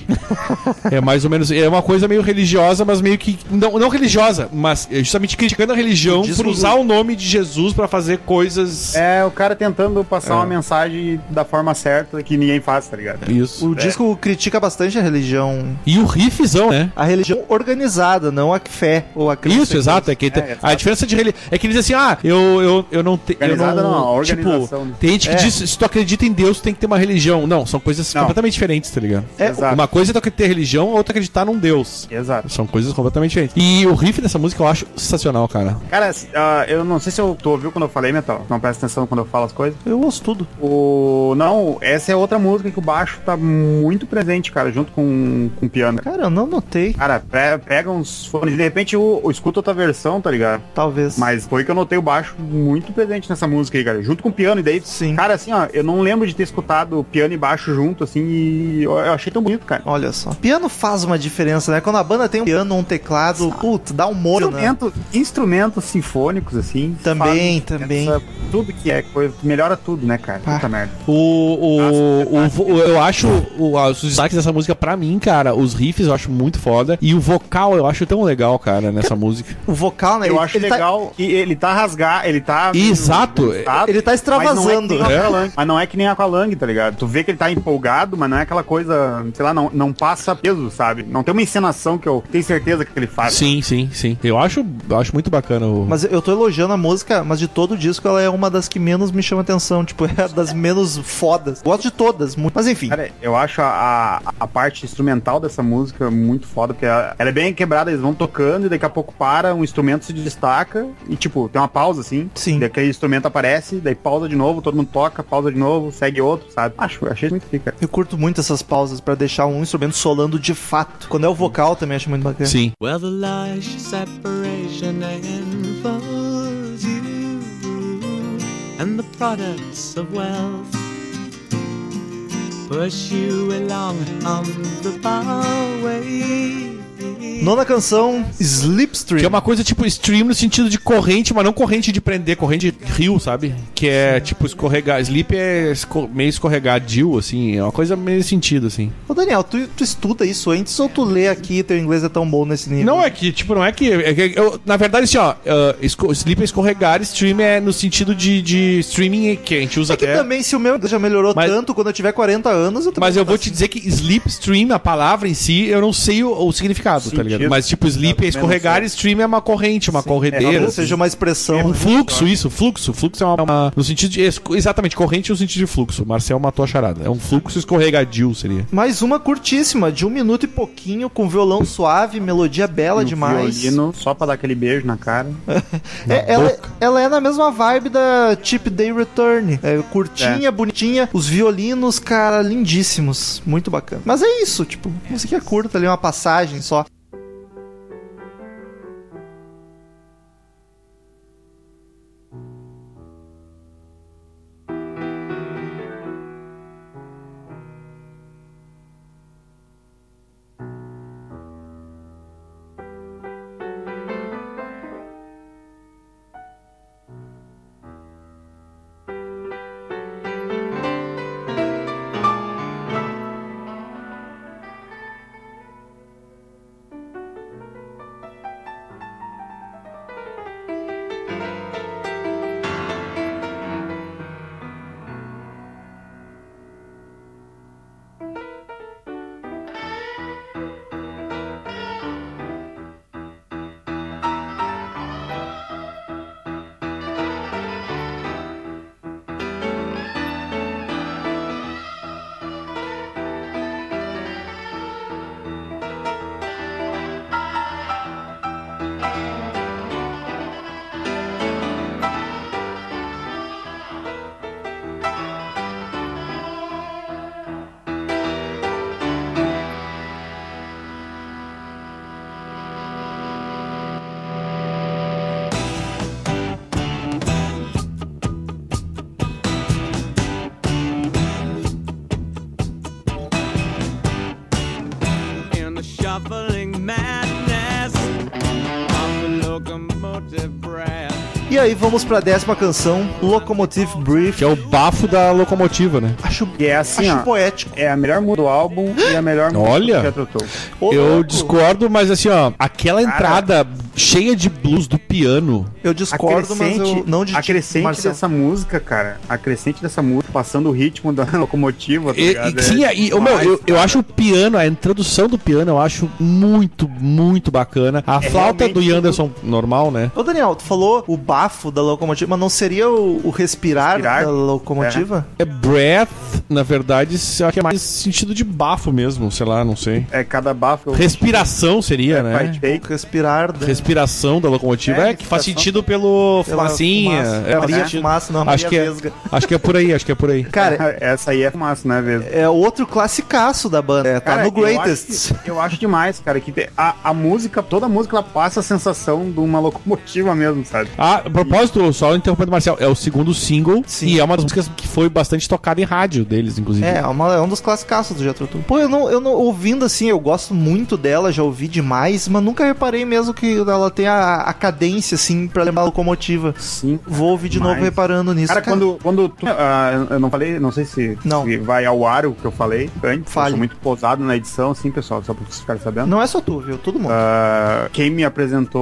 [SPEAKER 3] É mais ou menos. É uma coisa meio religiosa, mas meio que. Não, não religiosa, mas é justamente criticando a religião
[SPEAKER 2] Diz
[SPEAKER 3] por
[SPEAKER 2] o-
[SPEAKER 3] usar o nome de Jesus pra fazer coisas.
[SPEAKER 4] É o cara tentando passar uma mensagem da forma certa que ninguém faz, tá ligado?
[SPEAKER 3] Isso.
[SPEAKER 2] O disco critica bastante a religião.
[SPEAKER 3] E o riffzão, né?
[SPEAKER 2] A religião organizada, não a fé ou a crença.
[SPEAKER 3] Isso, exato. É que
[SPEAKER 4] É,
[SPEAKER 3] a diferença de religião. É que eles dizem assim, ah, eu, eu, eu não tenho.
[SPEAKER 4] Organizada não, a organização, né?
[SPEAKER 3] Tipo, tem gente que
[SPEAKER 2] É.
[SPEAKER 3] diz, se tu acredita em Deus, tu tem que ter uma religião. Não, são coisas
[SPEAKER 4] Não.
[SPEAKER 3] completamente diferentes, tá ligado?
[SPEAKER 2] É,
[SPEAKER 4] Exato.
[SPEAKER 3] Uma coisa é tu ter religião, a outra é acreditar num Deus.
[SPEAKER 4] Exato.
[SPEAKER 3] São coisas completamente diferentes. E o riff dessa música eu acho sensacional, cara.
[SPEAKER 4] Cara, assim, ah, eu não sei se eu tu ouviu quando eu falei metal. Não presta atenção quando eu falo as coisas.
[SPEAKER 2] Eu ouço tudo.
[SPEAKER 4] O. Não, essa é outra música que o baixo tá muito presente, cara, junto com, com o piano.
[SPEAKER 2] Cara, eu não notei,
[SPEAKER 4] Cara, pre- pega uns fones. De repente eu, eu escuto outra versão, tá ligado?
[SPEAKER 2] talvez.
[SPEAKER 4] Mas foi que eu notei o baixo muito presente nessa música aí, cara. Junto com o piano, e daí.
[SPEAKER 2] Sim.
[SPEAKER 4] Cara, assim, ó, eu não lembro de ter escutado piano e baixo junto, assim, e eu, eu achei tão bonito, cara.
[SPEAKER 2] Olha só. Piano faz uma diferença, né? Quando a banda tem um piano, um teclado, puto, dá um molho, né?
[SPEAKER 4] Instrumento- Instrumentos sinfônicos, assim.
[SPEAKER 2] Também,
[SPEAKER 4] fazem
[SPEAKER 2] também.
[SPEAKER 4] essa- Tudo que é coisa. Melhora tudo, né, cara?
[SPEAKER 2] Ah.
[SPEAKER 4] Puta merda.
[SPEAKER 3] O, o,
[SPEAKER 4] Nossa,
[SPEAKER 3] o- o- eu acho o- os destaques dessa música, pra mim, cara, os riffs eu acho muito foda. E o vocal eu acho tão legal, cara, nessa música.
[SPEAKER 2] O vocal, né?
[SPEAKER 4] Eu
[SPEAKER 2] Ele-
[SPEAKER 4] acho
[SPEAKER 2] ele tá-
[SPEAKER 4] legal que ele tá rasgar, ele tá.
[SPEAKER 3] Exato.
[SPEAKER 2] ele tá extravasando.
[SPEAKER 4] Mas não, é que nem o Aqualung, mas não é que nem a Aqualung, tá ligado? Tu vê que ele tá empolgado, mas não é aquela coisa, sei lá, não, não passa peso, sabe? Não tem uma encenação que eu tenho certeza que ele faz.
[SPEAKER 3] Sim, sim, sim. Eu acho, acho muito bacana o.
[SPEAKER 2] Mas eu tô elogiando a música, mas de todo o disco ela é uma das que menos me chama atenção. Tipo, é a das menos fodas. Gosto de todas, muito. Mas enfim.
[SPEAKER 4] Cara, eu acho a, a, a parte instrumental dessa música muito foda, porque ela, ela é bem quebrada, eles vão tocando e daqui a pouco para, um instrumento se destaca e, tipo, tem uma pausa, assim.
[SPEAKER 2] Sim.
[SPEAKER 4] Daquele instrumento aparece, daí pausa de novo, todo mundo toca, pausa de novo, segue outro, sabe? Acho, achei muito fica.
[SPEAKER 2] Eu curto muito essas pausas pra deixar um instrumento solando de fato. Quando é o vocal também acho muito bacana.
[SPEAKER 3] Sim.
[SPEAKER 1] Where the lies separation and falls you and the products of wealth push you along on the byway.
[SPEAKER 2] Nona canção, Slipstream.
[SPEAKER 3] Que é uma coisa tipo stream no sentido de corrente, mas não corrente de prender, corrente de rio, sabe? Que é tipo escorregar. Sleep é esco- meio escorregadio, assim. É uma coisa meio sentido, assim.
[SPEAKER 2] Ô Daniel, tu, tu estuda isso antes ou tu lê aqui e teu inglês é tão bom nesse nível?
[SPEAKER 3] Não é que, tipo, não é que. é que eu- na verdade, assim, ó. ah, esco- sleep é escorregar, stream é no sentido de, de streaming que é a gente usa
[SPEAKER 2] É que
[SPEAKER 3] até.
[SPEAKER 2] também, se o meu já melhorou
[SPEAKER 3] Mas-
[SPEAKER 2] tanto, quando eu tiver 40 anos, eu também tá assim,
[SPEAKER 3] Mas eu
[SPEAKER 2] vou
[SPEAKER 3] vou te dizer que sleep stream, a palavra em si, eu não sei o, o significado, tá
[SPEAKER 4] Sentido.
[SPEAKER 3] ligado? Mas, tipo, sleep é
[SPEAKER 4] Eu também não
[SPEAKER 3] escorregar,
[SPEAKER 4] sei. É,
[SPEAKER 3] stream é uma corrente, uma corredeira.
[SPEAKER 2] Talvez seja uma expressão.
[SPEAKER 4] Então,
[SPEAKER 3] Um fluxo, isso, fluxo. Fluxo é uma. uma- no sentido de. esco- Exatamente, corrente no sentido de fluxo. Marcel matou a charada. É um fluxo escorregadio, seria.
[SPEAKER 2] Mais uma curtíssima, de um minuto e pouquinho, com violão suave, melodia bela
[SPEAKER 4] E o
[SPEAKER 2] demais.
[SPEAKER 4] Violino, só pra dar aquele beijo na cara.
[SPEAKER 2] É, ela, ela é na mesma vibe da Chip Day Return. É curtinha, bonitinha, os violinos, cara, lindíssimos. Muito bacana. Mas é isso, tipo, música curta ali, uma passagem só.
[SPEAKER 1] in the shuffling madness of the locomotive breath.
[SPEAKER 2] E aí vamos pra décima canção, Locomotive Brief.
[SPEAKER 3] Que é o bafo da locomotiva, né?
[SPEAKER 2] Acho,
[SPEAKER 4] E é assim,
[SPEAKER 2] acho
[SPEAKER 4] ó.
[SPEAKER 2] poético.
[SPEAKER 4] É a melhor música do álbum e a melhor música
[SPEAKER 3] Olha.
[SPEAKER 4] que já tratou.
[SPEAKER 2] Ô,
[SPEAKER 3] eu
[SPEAKER 2] louco,
[SPEAKER 3] discordo, mas assim, ó. Aquela entrada cheia de blues do piano.
[SPEAKER 2] Eu
[SPEAKER 4] A
[SPEAKER 2] discordo, mas eu
[SPEAKER 4] crescente,
[SPEAKER 2] não de
[SPEAKER 4] a
[SPEAKER 2] ti,
[SPEAKER 4] crescente
[SPEAKER 2] Marcelo.
[SPEAKER 4] dessa música, cara. A crescente dessa música, passando o ritmo da *laughs* locomotiva, tá
[SPEAKER 3] E,
[SPEAKER 4] ligado?
[SPEAKER 3] e- sim,
[SPEAKER 4] É
[SPEAKER 3] e, ô, meu,
[SPEAKER 4] demais,
[SPEAKER 3] eu, eu
[SPEAKER 4] cara.
[SPEAKER 3] acho o piano, a introdução do piano, eu acho muito, muito bacana. A flauta do
[SPEAKER 4] É realmente um
[SPEAKER 3] Yanderson, normal, né?
[SPEAKER 2] Ô Daniel, tu falou o bafo da locomotiva, mas não seria o, o respirar,
[SPEAKER 4] Respirar?
[SPEAKER 2] da locomotiva?
[SPEAKER 3] É breath, na verdade, só que é mais sentido de bafo mesmo, sei lá, não sei.
[SPEAKER 4] É cada bafo.
[SPEAKER 3] Respiração seria, né?
[SPEAKER 4] É, Vai take.
[SPEAKER 2] O respirar da
[SPEAKER 3] Respiração da locomotiva. É,
[SPEAKER 4] É,
[SPEAKER 3] que faz
[SPEAKER 4] respiração.
[SPEAKER 3] sentido pelo
[SPEAKER 2] né? pela
[SPEAKER 3] fumacinha.
[SPEAKER 2] fumaça.
[SPEAKER 3] É, faz
[SPEAKER 2] Maria
[SPEAKER 3] sentido.
[SPEAKER 2] Fumaça, não,
[SPEAKER 3] acho,
[SPEAKER 2] Maria
[SPEAKER 3] que é,
[SPEAKER 2] Vesga.
[SPEAKER 3] acho que é por aí, acho que é por aí.
[SPEAKER 2] Cara,
[SPEAKER 4] *laughs* Essa aí é fumaça, né, mesmo?
[SPEAKER 2] é outro classicaço da banda. É, tá
[SPEAKER 4] Cara,
[SPEAKER 2] no
[SPEAKER 4] eu
[SPEAKER 2] Greatest.
[SPEAKER 4] acho que- Eu acho, demais, cara, que te- a, a música, toda a música, ela passa a sensação de uma locomotiva mesmo, sabe?
[SPEAKER 3] Ah, a propósito, só interrompendo o Marcel, é o segundo single
[SPEAKER 2] Sim.
[SPEAKER 3] e é uma das músicas que foi bastante tocada em rádio deles, inclusive.
[SPEAKER 2] É, é, uma- é um dos classicaços do Jethro Tull. Pô, eu não, eu não ouvindo assim, eu gosto muito dela, já ouvi demais, mas nunca reparei mesmo que ela tem a, a cadência, assim, pra lembrar a locomotiva.
[SPEAKER 4] Sim.
[SPEAKER 2] Vou ouvir de
[SPEAKER 4] Mas-
[SPEAKER 2] novo reparando nisso.
[SPEAKER 4] Cara, quando, quando tu- ah, eu- eu não falei, não sei se,
[SPEAKER 2] é- Não.
[SPEAKER 4] se vai ao ar o que eu falei antes.
[SPEAKER 2] Fale.
[SPEAKER 4] Eu sou muito pousado na edição, sim, pessoal, só pra vocês ficarem sabendo.
[SPEAKER 2] Não é só tu, viu? Todo mundo.
[SPEAKER 4] Ah, quem me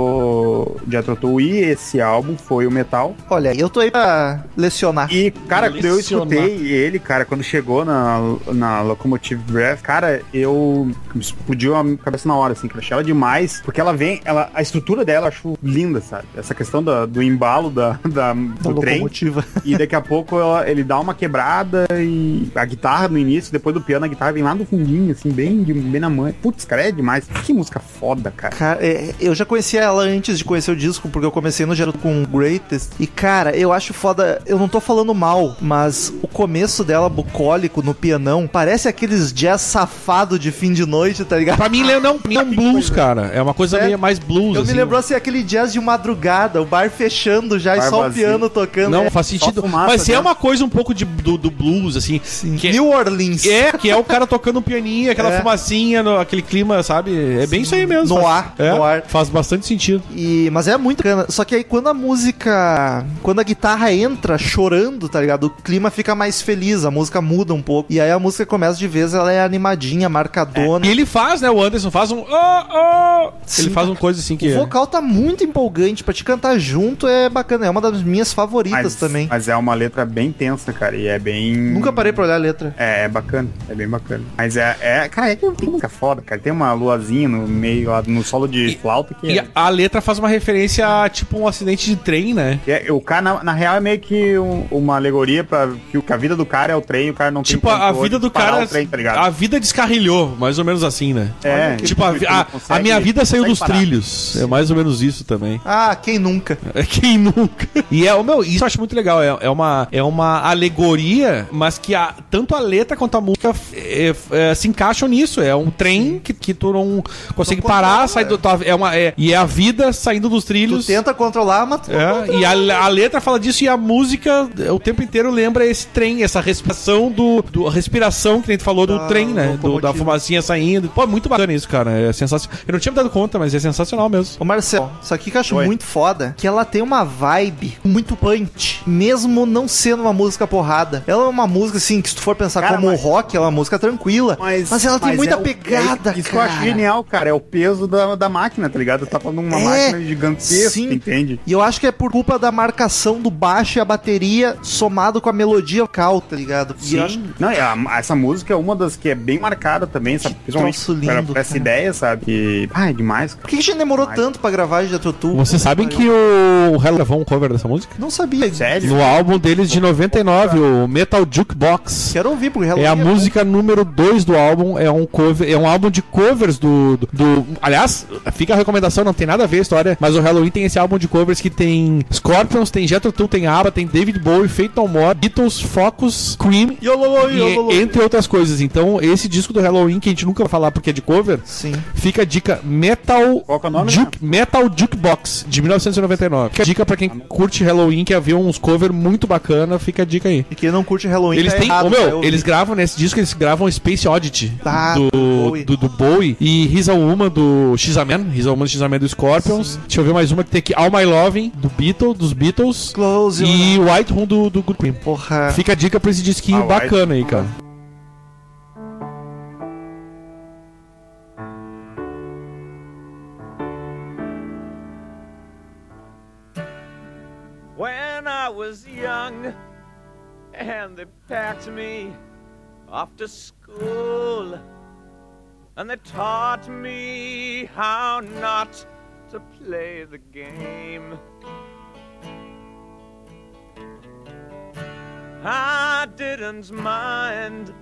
[SPEAKER 4] apresentou Jethro Tull e esse álbum foi o Metal.
[SPEAKER 2] Olha, eu tô aí pra lecionar.
[SPEAKER 4] E, cara, quando eu
[SPEAKER 3] Lecionar.
[SPEAKER 2] né?
[SPEAKER 4] escutei ele, cara, quando chegou na, na Locomotive Breath, cara, eu explodiu a minha cabeça na hora, assim, que eu achei ela demais, porque ela vem, ela, a estrutura dela eu acho linda, sabe? Essa questão da- do embalo da, da-
[SPEAKER 2] Da
[SPEAKER 4] do trem,
[SPEAKER 2] locomotiva. *laughs*
[SPEAKER 4] e daqui a pouco ela- ele dá uma quebrada e a guitarra no início, depois do piano, a guitarra vem lá no fundinho, assim, bem, de- bem na mãe. Putz, cara, é demais. Que música foda, cara.
[SPEAKER 2] Cara, é, eu já conhecia ela antes de conhecer o disco, porque eu comecei no Geraldo com o Greatest. E, cara, eu acho foda. Eu não tô falando mal, mas o começo dela, bucólico, no pianão, parece aqueles jazz safado de fim de noite, tá ligado?
[SPEAKER 3] Pra mim, Leão, não, pra mim é um blues, cara. É uma coisa
[SPEAKER 2] É.
[SPEAKER 3] meio mais blues,
[SPEAKER 2] Eu me lembrou assim, aquele jazz de madrugada, o bar fechando já
[SPEAKER 4] Bar
[SPEAKER 2] e só
[SPEAKER 4] vazio.
[SPEAKER 2] o piano tocando.
[SPEAKER 3] Não
[SPEAKER 2] É.
[SPEAKER 3] faz sentido.
[SPEAKER 4] fumaça,
[SPEAKER 3] Mas se é
[SPEAKER 4] né?
[SPEAKER 3] uma coisa um pouco de, do, do blues, assim. Que
[SPEAKER 2] New Orleans.
[SPEAKER 3] é, que é o cara tocando um pianinho, aquela
[SPEAKER 2] É.
[SPEAKER 3] fumacinha, no- aquele clima, sabe? É bem isso aí mesmo.
[SPEAKER 2] No
[SPEAKER 3] faz-
[SPEAKER 2] ar,
[SPEAKER 3] é,
[SPEAKER 2] no ar.
[SPEAKER 3] Faz bastante sentido.
[SPEAKER 2] E, mas é muito bacana. Só que aí quando a música. Quando a guitarra entra chorando, tá ligado? O clima fica mais feliz, a música muda um pouco. E aí a música começa de vez, ela é animadinha, marcadona.
[SPEAKER 3] E ele faz, né? O Anderson faz um. "Oh, oh",
[SPEAKER 2] Sim.
[SPEAKER 3] Ele faz uma coisa assim que.
[SPEAKER 2] O vocal tá muito empolgante, pra te cantar junto é bacana. É uma das minhas favoritas
[SPEAKER 4] Mas,
[SPEAKER 2] também.
[SPEAKER 4] mas é uma letra bem tensa, cara, e é bem...
[SPEAKER 2] Nunca parei pra olhar a letra.
[SPEAKER 4] É, é bacana, é bem bacana. Mas é, é cara, é que tem música foda, cara. Tem uma luazinha no meio, lá no solo de flauta que
[SPEAKER 3] E
[SPEAKER 4] é...
[SPEAKER 3] a- a letra faz uma referência a tipo um acidente de trem, né?
[SPEAKER 4] que é- o cara, na, na real, é meio que um- uma alegoria pra que o- que a vida do cara é o trem, o cara não
[SPEAKER 3] Tipo,
[SPEAKER 4] tem
[SPEAKER 3] a, a
[SPEAKER 4] controle
[SPEAKER 3] vida
[SPEAKER 4] de
[SPEAKER 3] do
[SPEAKER 4] parar
[SPEAKER 3] cara.
[SPEAKER 4] o trem, tá ligado?
[SPEAKER 3] a vida descarrilhou, mais ou menos assim, né?
[SPEAKER 4] É,
[SPEAKER 3] Tipo, a, vi- a- a minha vida saiu dos trilhos. É mais ou menos isso também.
[SPEAKER 2] Ah, quem nunca?
[SPEAKER 3] É *laughs* Quem nunca? E é o meu, isso eu acho muito legal. É, é uma, é uma alegoria, mas que a, tanto a letra quanto a música é, é, se encaixam nisso. É um trem que, que tu não consegue
[SPEAKER 2] Não
[SPEAKER 3] parar,
[SPEAKER 2] controla,
[SPEAKER 3] sai do, tua- é uma, é, e é a vida saindo dos
[SPEAKER 2] Tu
[SPEAKER 3] trilhos.
[SPEAKER 2] tenta controlar, mas tu não
[SPEAKER 3] É, e a, a letra fala disso e a música é, o tempo inteiro lembra esse trem, essa respiração do, do a respiração que a gente falou do
[SPEAKER 2] Da
[SPEAKER 3] trem, né? Do- da
[SPEAKER 2] locomotiva.
[SPEAKER 3] fumacinha saindo. Pô, é muito bacana isso, cara. É sensacional. Eu não tinha me dado conta, mas é sensacional mesmo.
[SPEAKER 2] Ô Marcel, isso aqui que eu acho
[SPEAKER 4] Oi.
[SPEAKER 2] muito foda, é que ela tem uma vibe muito punch, mesmo não sendo uma música porrada. Ela é uma música assim, que se tu for pensar
[SPEAKER 4] Cara,
[SPEAKER 2] como
[SPEAKER 4] mas-
[SPEAKER 2] rock, ela é uma música tranquila, mas, ela tem
[SPEAKER 4] mas
[SPEAKER 2] muita
[SPEAKER 4] é o-
[SPEAKER 2] pegada,
[SPEAKER 4] é, Isso que eu acho
[SPEAKER 2] cara.
[SPEAKER 4] genial, cara. É o peso da, da máquina, tá ligado? Tá falando uma
[SPEAKER 2] É,
[SPEAKER 4] máquina gigantesca,
[SPEAKER 2] sim.
[SPEAKER 4] entende?
[SPEAKER 2] E eu acho que é por culpa da marcação do baixo e a bateria somado com a melodia vocal, tá ligado? E eu acho-
[SPEAKER 4] Não, e a- essa música é uma das que é bem marcada também, sabe? Principalmente
[SPEAKER 2] troço lindo,
[SPEAKER 4] pra, pra essa
[SPEAKER 2] cara.
[SPEAKER 4] ideia, sabe? Que, ah, é demais, cara.
[SPEAKER 2] Por que a gente demorou
[SPEAKER 4] Ai.
[SPEAKER 2] tanto pra gravar de Tutu?
[SPEAKER 3] Vocês sabem que o Hello gravou um cover dessa música?
[SPEAKER 2] Não sabia.
[SPEAKER 4] Sério?
[SPEAKER 3] No álbum deles de 99, o Metal Jukebox.
[SPEAKER 2] Quero ouvir, porque
[SPEAKER 3] É a música número 2 do álbum, é um cover, é um álbum de covers do, do, do- Aliás, fica a recomendação, não tem nada a ver a história, mas o Halloween tem esse álbum de covers que tem Scorpions, tem Jethro Tull, tem ABBA, tem David Bowie, Fate No More, Beatles, Focus, Cream,
[SPEAKER 2] Yololo,
[SPEAKER 3] e- entre outras coisas. Então, esse disco do Halloween que a gente nunca vai falar porque é de cover,
[SPEAKER 2] Sim.
[SPEAKER 3] fica a dica Metal
[SPEAKER 4] Qual que é o nome?
[SPEAKER 3] Juke- Metal Jukebox de 1999. Fica a dica pra quem curte Halloween, que havia uns cover muito bacana, fica a dica aí.
[SPEAKER 2] E quem não curte Halloween
[SPEAKER 3] Eles
[SPEAKER 2] tá
[SPEAKER 3] têm,
[SPEAKER 2] errado,
[SPEAKER 3] ô,
[SPEAKER 2] cara, eu
[SPEAKER 3] meu,
[SPEAKER 2] ouvi.
[SPEAKER 3] eles gravam nesse disco, eles gravam Space Oddity
[SPEAKER 2] Ah, do
[SPEAKER 3] do,
[SPEAKER 2] Bowie.
[SPEAKER 3] do, do Bowie e He's a Woman do X-Amen, He's a Woman do X-Amen do Scorpions. Deixa eu ver mais uma que tem aqui, All My Loving do Beatles, dos Beatles
[SPEAKER 2] Close your é.
[SPEAKER 3] e White Room do, do Good Cream.
[SPEAKER 2] Porra.
[SPEAKER 3] Fica a dica pra esse disquinho
[SPEAKER 4] Ah, White
[SPEAKER 3] bacana aí, cara.
[SPEAKER 1] When I was young, and they packed me off to school, and they taught me how not to play the game. I didn't mind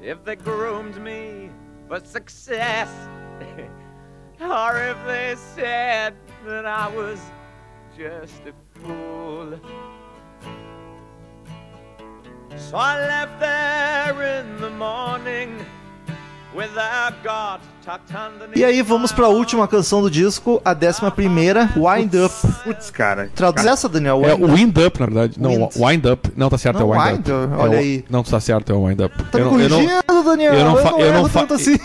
[SPEAKER 1] if they groomed me for success, *laughs* or if they said that I was just a fool. So I left there in the morning without God tucked underneath.
[SPEAKER 2] E aí, vamos pra última canção do disco, a décima primeira, Wind Up.
[SPEAKER 4] Putz, cara.
[SPEAKER 2] Traduz essa, Daniel.
[SPEAKER 3] É
[SPEAKER 2] Wind
[SPEAKER 3] o
[SPEAKER 2] Up.
[SPEAKER 3] Wind Up, na verdade. Não,
[SPEAKER 2] Wind.
[SPEAKER 3] Wind Up. Não, tá certo, é
[SPEAKER 2] Não,
[SPEAKER 3] o Wind,
[SPEAKER 2] Wind,
[SPEAKER 3] Up.
[SPEAKER 2] olha
[SPEAKER 3] É o-
[SPEAKER 2] aí.
[SPEAKER 3] Não, tá certo, é o Wind Up.
[SPEAKER 2] Tá me
[SPEAKER 3] Eu não- eu não-
[SPEAKER 2] corrigindo, Daniel.
[SPEAKER 3] eu não fa- eu não
[SPEAKER 2] erro
[SPEAKER 3] fa-
[SPEAKER 2] tanto assim.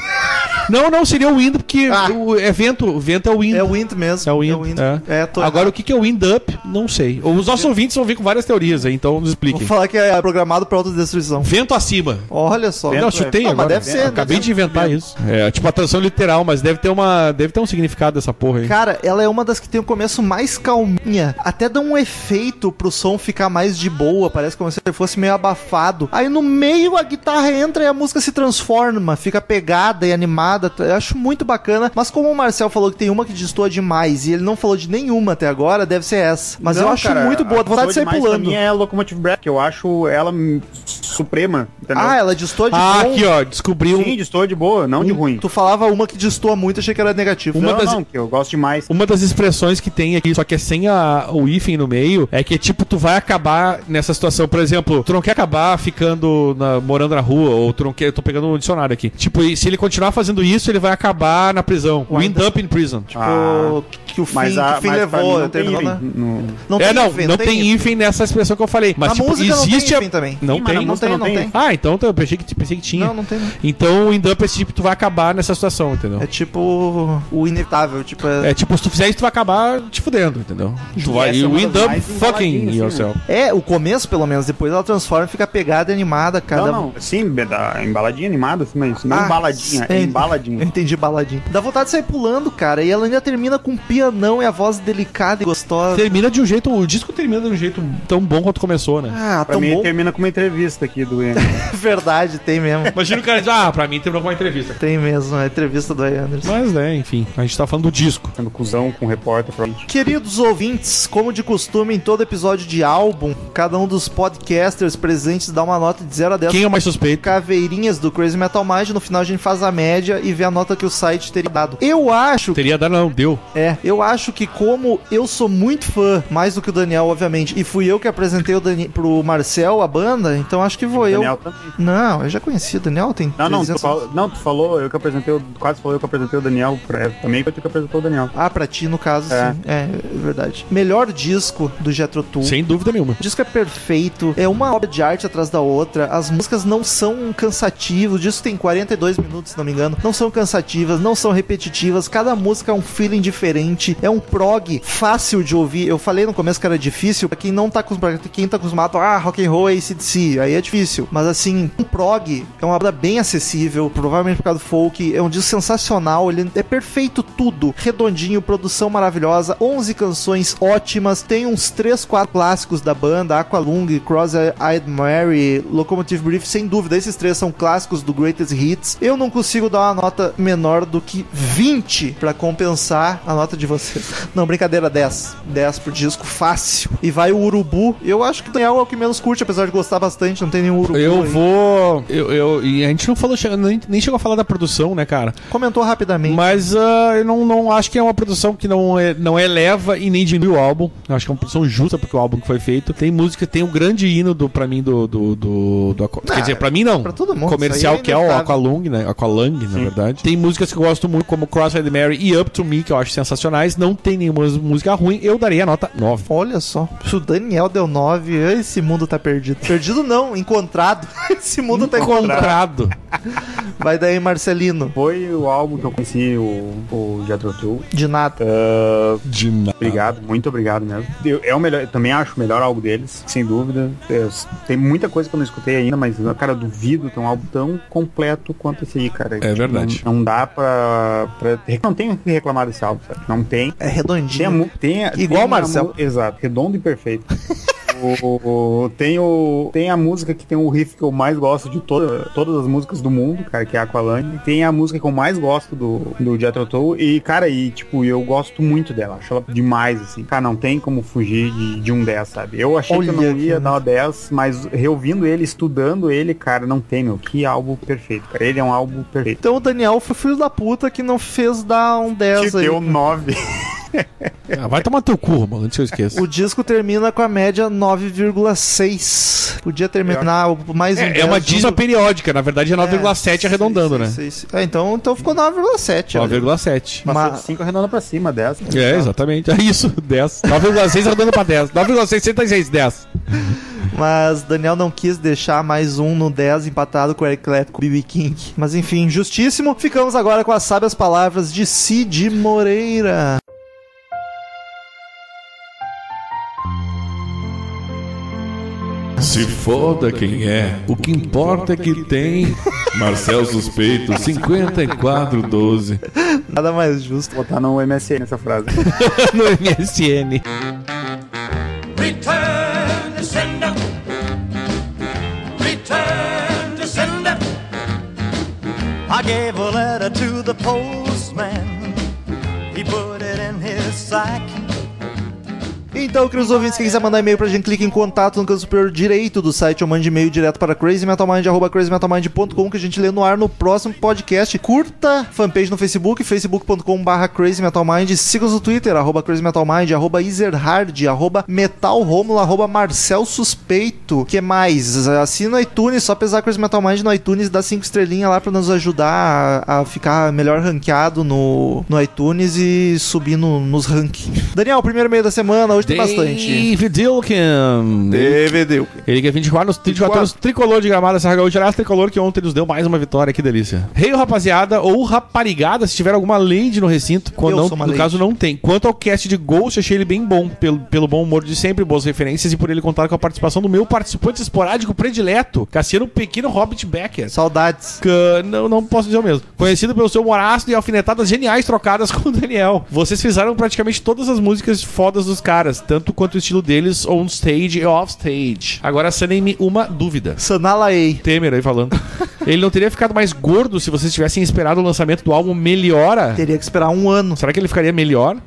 [SPEAKER 3] Não, não, seria o Wind, porque
[SPEAKER 2] Ah.
[SPEAKER 3] o, é vento. O vento é o Wind.
[SPEAKER 2] É o Wind mesmo.
[SPEAKER 3] É o Wind,
[SPEAKER 2] É, tô...
[SPEAKER 3] Agora, o que que é o Wind Up? Não sei. Os nossos ouvintes vão vir com várias teorias aí, então nos
[SPEAKER 2] Vou
[SPEAKER 3] expliquem.
[SPEAKER 2] falar que é programado pra autodestruição.
[SPEAKER 3] Vento acima.
[SPEAKER 2] Olha só.
[SPEAKER 3] Não, chutei
[SPEAKER 2] Ah, mas
[SPEAKER 3] agora.
[SPEAKER 2] deve ser, um
[SPEAKER 3] Acabei
[SPEAKER 2] deve
[SPEAKER 3] de inventar isso. É, tipo a tradução literal, mas deve ter uma, deve ter um significado dessa porra aí.
[SPEAKER 2] Cara, ela é uma das que tem o começo mais calminha. Até dá um efeito pro som ficar mais de boa. Parece como se ele fosse meio abafado. Aí no meio a guitarra entra e a música se transforma. Fica pegada e animada. Eu acho muito bacana. Mas como o Marcel falou que tem uma que destoa demais e ele não falou de nenhuma até agora, deve ser essa. Mas eu acho muito boa. tá Dá vontade de sair
[SPEAKER 4] A
[SPEAKER 2] pulando.
[SPEAKER 4] minha é a Locomotive Breath, que eu acho ela hum, suprema, entendeu?
[SPEAKER 2] Ah, ela é destoa de
[SPEAKER 3] Ah,
[SPEAKER 2] bom.
[SPEAKER 3] aqui ó, descobri um-
[SPEAKER 4] Sim, de estou de boa, não de ruim.
[SPEAKER 2] Tu falava uma que destoa muito, achei que era negativo.
[SPEAKER 3] Uma
[SPEAKER 4] não,
[SPEAKER 3] das-
[SPEAKER 4] não, que eu gosto demais.
[SPEAKER 3] uma das expressões que tem aqui, só que é sem a- o hífen no meio, é que tipo tu vai acabar nessa situação, por exemplo, tu não quer acabar ficando na- morando na rua ou tu não quer, eu tô pegando um dicionário aqui. Tipo, e se ele continuar fazendo fazendo isso, ele vai acabar na prisão. Wind up in prison.
[SPEAKER 2] Tipo,
[SPEAKER 4] Ah,
[SPEAKER 2] que o fim,
[SPEAKER 4] Mas a
[SPEAKER 2] que o fim
[SPEAKER 4] mas pra mim
[SPEAKER 2] levou. né?
[SPEAKER 4] não tem
[SPEAKER 2] terminou na-
[SPEAKER 4] item no-
[SPEAKER 2] Não
[SPEAKER 3] é, não,
[SPEAKER 2] hífen,
[SPEAKER 3] não tem hífen nessa expressão que eu falei. Mas,
[SPEAKER 2] Na
[SPEAKER 3] tipo,
[SPEAKER 2] música não tem
[SPEAKER 3] existe
[SPEAKER 2] hífen também.
[SPEAKER 3] Não
[SPEAKER 4] Sim, mas
[SPEAKER 3] tem.
[SPEAKER 4] na
[SPEAKER 2] Não
[SPEAKER 4] música
[SPEAKER 2] tem, não tem.
[SPEAKER 3] Ah, então tá, eu pensei que, pensei que tinha.
[SPEAKER 2] Não, não tem. não.
[SPEAKER 3] Então o wind up é esse tipo, tu vai acabar nessa situação, entendeu?
[SPEAKER 2] É tipo o inevitável, tipo, é...
[SPEAKER 3] É tipo, se tu fizer isso, tu vai acabar te fudendo, entendeu? Tu vai
[SPEAKER 4] essa é
[SPEAKER 3] e
[SPEAKER 4] uma
[SPEAKER 3] wind
[SPEAKER 4] das
[SPEAKER 3] up
[SPEAKER 4] mais
[SPEAKER 3] fucking
[SPEAKER 4] embaladinhas,
[SPEAKER 3] yourself.
[SPEAKER 2] é, o começo pelo menos, depois ela transforma e fica pegada e animada, cada um.
[SPEAKER 4] Não, não, sim, da embaladinha animada, assim, mas não
[SPEAKER 2] Ah,
[SPEAKER 4] embaladinha,
[SPEAKER 2] sim.
[SPEAKER 4] é embaladinha.
[SPEAKER 2] Eu entendi baladinha. Dá vontade de sair pulando, cara. E ela ainda termina com um pianão e a voz delicada e gostosa.
[SPEAKER 3] Termina de um jeito, o disco termina de um jeito tão bom quanto começou, né?
[SPEAKER 2] Ah,
[SPEAKER 4] Pra
[SPEAKER 2] tão
[SPEAKER 4] mim
[SPEAKER 2] bom.
[SPEAKER 4] termina com uma entrevista aqui do Ian.
[SPEAKER 2] *laughs* Verdade, tem mesmo.
[SPEAKER 3] Imagina o cara diz, ah, pra mim terminou com uma entrevista.
[SPEAKER 2] Tem mesmo, a entrevista do Ian Anderson.
[SPEAKER 3] Mas, né, enfim, a gente tá falando do disco.
[SPEAKER 4] Sendo cuzão com o repórter, provavelmente.
[SPEAKER 2] Queridos ouvintes, como de costume em todo episódio de álbum, cada um dos podcasters presentes dá uma nota de 0 a 10
[SPEAKER 3] Quem é o mais suspeito?
[SPEAKER 2] caveirinhas do Crazy Metal Mind, no final a gente faz a média e vê a nota que o site teria dado. Eu acho,
[SPEAKER 3] Teria dado, não, deu.
[SPEAKER 2] é, eu acho que como eu sou muito fã, mais do que o Daniel, obviamente, e fui eu que apresentei o Dani pro Marcel, a banda, então acho que vou eu.
[SPEAKER 4] Daniel também.
[SPEAKER 2] Não, eu já conheci o Daniel, tem
[SPEAKER 4] Não, não, tu
[SPEAKER 2] 300
[SPEAKER 4] falou, não, tu falou, eu que apresentei, o- quase falou eu que apresentei o Daniel, pra- também foi tu que apresentou o Daniel.
[SPEAKER 2] Ah, pra ti, no caso,
[SPEAKER 4] É.
[SPEAKER 2] sim. É, é verdade. Melhor disco do Jetro Tool.
[SPEAKER 3] Sem dúvida nenhuma.
[SPEAKER 2] O disco é perfeito, é uma obra de arte atrás da outra, as músicas não são cansativas, o disco tem 42 minutos, se não me engano, não são cansativas, não são repetitivas, cada música é um feeling diferente, é um prog fácil de ouvir. Eu falei no começo que era difícil, pra quem não tá com quem tá acostumado, ah, rock and roll é ACDC, aí é difícil, mas assim, um prog é uma obra bem acessível, provavelmente por causa do folk, é um disco sensacional, ele é perfeito tudo, redondinho, produção maravilhosa, 11 canções ótimas, tem uns 3, 4 clássicos da banda, Aqualung, Cross Eyed Mary, Locomotive Brief, sem dúvida, esses três são clássicos do Greatest Hits. Eu não consigo dar uma nota menor do que 20 pra compensar a nota de vocês. *laughs* Não, brincadeira, 10. 10 pro disco, fácil. E vai o Urubu, eu acho que o Daniel é o que menos curte, apesar de gostar bastante, não tem nenhum Urubu.
[SPEAKER 3] Eu
[SPEAKER 2] aí.
[SPEAKER 3] vou. Eu, eu- e a gente não falou, che- nem, nem chegou a falar da produção, né, cara?
[SPEAKER 2] Comentou rapidamente.
[SPEAKER 3] Mas ah, eu não, não acho que é uma produção que não, é- não eleva e nem diminui o álbum. Eu acho que é uma produção justa porque o álbum que foi feito. Tem música, tem um grande hino do, pra mim do. do, do, do Aqua- Quer dizer, Ah, pra mim não.
[SPEAKER 2] pra todo mundo, isso
[SPEAKER 3] Comercial
[SPEAKER 2] aí é
[SPEAKER 3] que é o
[SPEAKER 2] inevitável.
[SPEAKER 3] Aqualung, né? Aqualung, na verdade. Tem músicas que eu gosto muito, como Crosshead Mary e Up to Me, que eu acho sensacionais. Não tem nenhuma música ruim. Eu daria a nota 9.
[SPEAKER 2] Olha só, se o Daniel deu 9, esse mundo tá perdido. Perdido não, encontrado. *laughs* Esse mundo tá encontrado.
[SPEAKER 3] Encontrado.
[SPEAKER 2] Vai daí, Marcelino.
[SPEAKER 4] Foi o álbum que eu conheci, o, o Jethro Tull.
[SPEAKER 2] De nada.
[SPEAKER 4] Ah,
[SPEAKER 3] De nada.
[SPEAKER 4] Obrigado, muito obrigado mesmo. Eu, é o melhor, eu também acho o melhor álbum deles, sem dúvida. É, s- tem muita coisa que eu não escutei ainda, mas, cara, eu duvido ter um álbum tão completo quanto esse aí, cara. Tipo,
[SPEAKER 3] verdade.
[SPEAKER 4] Não, não dá pra, pra. Não tem o que reclamar desse álbum, sabe? Não tem.
[SPEAKER 2] É
[SPEAKER 4] Tem, a
[SPEAKER 2] redondinho.
[SPEAKER 4] mu- tem, a-
[SPEAKER 2] Igual
[SPEAKER 4] tem
[SPEAKER 2] o Marcel.
[SPEAKER 4] uma mu- Exato, redondo e perfeito. O- o- tem, o, tem a música que tem o riff que eu mais gosto de toda, todas as músicas do mundo, cara, que é Aqualung. Tem a música que eu mais gosto do, do Jethro Tull. E, cara, e, tipo, eu gosto muito dela. Acho ela demais, assim. Cara, não tem como fugir de, de um 10, sabe? Eu achei que eu
[SPEAKER 2] Olha né?
[SPEAKER 4] não ia
[SPEAKER 2] que
[SPEAKER 4] dar uma 10, mas reouvindo ele, estudando ele, cara, não tem, meu. Que álbum perfeito, cara. Ele é um álbum perfeito.
[SPEAKER 2] Então o Daniel foi filho da puta que não fez dar um 10
[SPEAKER 4] Te
[SPEAKER 2] aí.
[SPEAKER 4] Tipo, deu 9.
[SPEAKER 3] Ah, Vai tomar teu cu, mano, antes que eu esqueça.
[SPEAKER 2] O disco termina com a média 9,6. Podia terminar o- mais um
[SPEAKER 3] É, é uma
[SPEAKER 2] 10,
[SPEAKER 3] dízima
[SPEAKER 2] um-
[SPEAKER 3] periódica, na verdade é 9,7 arredondando,
[SPEAKER 2] sei,
[SPEAKER 3] né?
[SPEAKER 2] sei, sei. É, então, então ficou 9,7. olha.
[SPEAKER 3] 9,7.
[SPEAKER 2] Mas-
[SPEAKER 4] Mas 5 arredonda pra cima, 10.
[SPEAKER 3] É,
[SPEAKER 2] tá.
[SPEAKER 3] exatamente. É isso, 10. 9,6 arredondando pra 10. 9,66, 10.
[SPEAKER 2] Mas Daniel não quis deixar mais um no 10 empatado com o Eric Clapton, com o BB King. Mas enfim, justíssimo. Ficamos agora com as sábias palavras de Cid Moreira.
[SPEAKER 6] Se foda quem é, o que importa é que tem. Marcel Suspeito, 5412.
[SPEAKER 2] Nada mais justo.
[SPEAKER 4] Botar no MSN essa frase.
[SPEAKER 3] *laughs* No MSN.
[SPEAKER 1] Return to sender. Return to sender. I gave a letter to the postman. He put it in his sack.
[SPEAKER 2] Então, queridos ouvintes, quem quiser mandar e-mail pra gente, clique em contato no canto superior direito do site ou mande e-mail direto para crazymetalmind, arroba crazymetalmind.com que a gente lê no ar no próximo podcast. Curta a fanpage no Facebook, facebook.com barra crazymetalmind. Siga-nos no Twitter, arroba crazymetalmind, arroba ezerhard, arroba metalromulo, arroba marcel suspeito. que mais? Assina o iTunes, só pesar Crazy Metal Mind no iTunes, dá cinco estrelinhas lá pra nos ajudar a, a ficar melhor ranqueado no, no iTunes e subir no- nos rankings. Daniel, primeiro e-mail da semana, hoje tem bastante.
[SPEAKER 3] David Dilkin.
[SPEAKER 2] DVD.
[SPEAKER 3] Ele que é 24, 24 anos, tricolor de gramada, Serra Gaúcha, aliás, tricolor que ontem nos deu mais uma vitória, que delícia. Rei rapaziada ou raparigada, se tiver alguma lady no recinto, quando
[SPEAKER 2] Eu
[SPEAKER 3] não,
[SPEAKER 2] sou uma
[SPEAKER 3] no
[SPEAKER 2] lady.
[SPEAKER 3] caso não tem. Quanto ao cast de Ghost, achei ele bem bom, pelo, pelo bom humor de sempre, boas referências e por ele contar com a participação do meu participante esporádico predileto, Cassiano Pequeno Hobbit Becker.
[SPEAKER 2] Saudades.
[SPEAKER 3] Que- Não, não posso dizer o mesmo. Conhecido pelo seu moraço e alfinetadas geniais trocadas *laughs* com o Daniel. Vocês fizeram praticamente todas as músicas fodas dos caras, tanto quanto o estilo deles on stage e off stage. Agora sanem-me uma dúvida.
[SPEAKER 2] Sanalaei.
[SPEAKER 3] Temer aí falando. Ele não teria ficado mais gordo se vocês tivessem esperado o lançamento do álbum Melhora?
[SPEAKER 2] Teria que esperar um ano.
[SPEAKER 3] Será que ele ficaria melhor?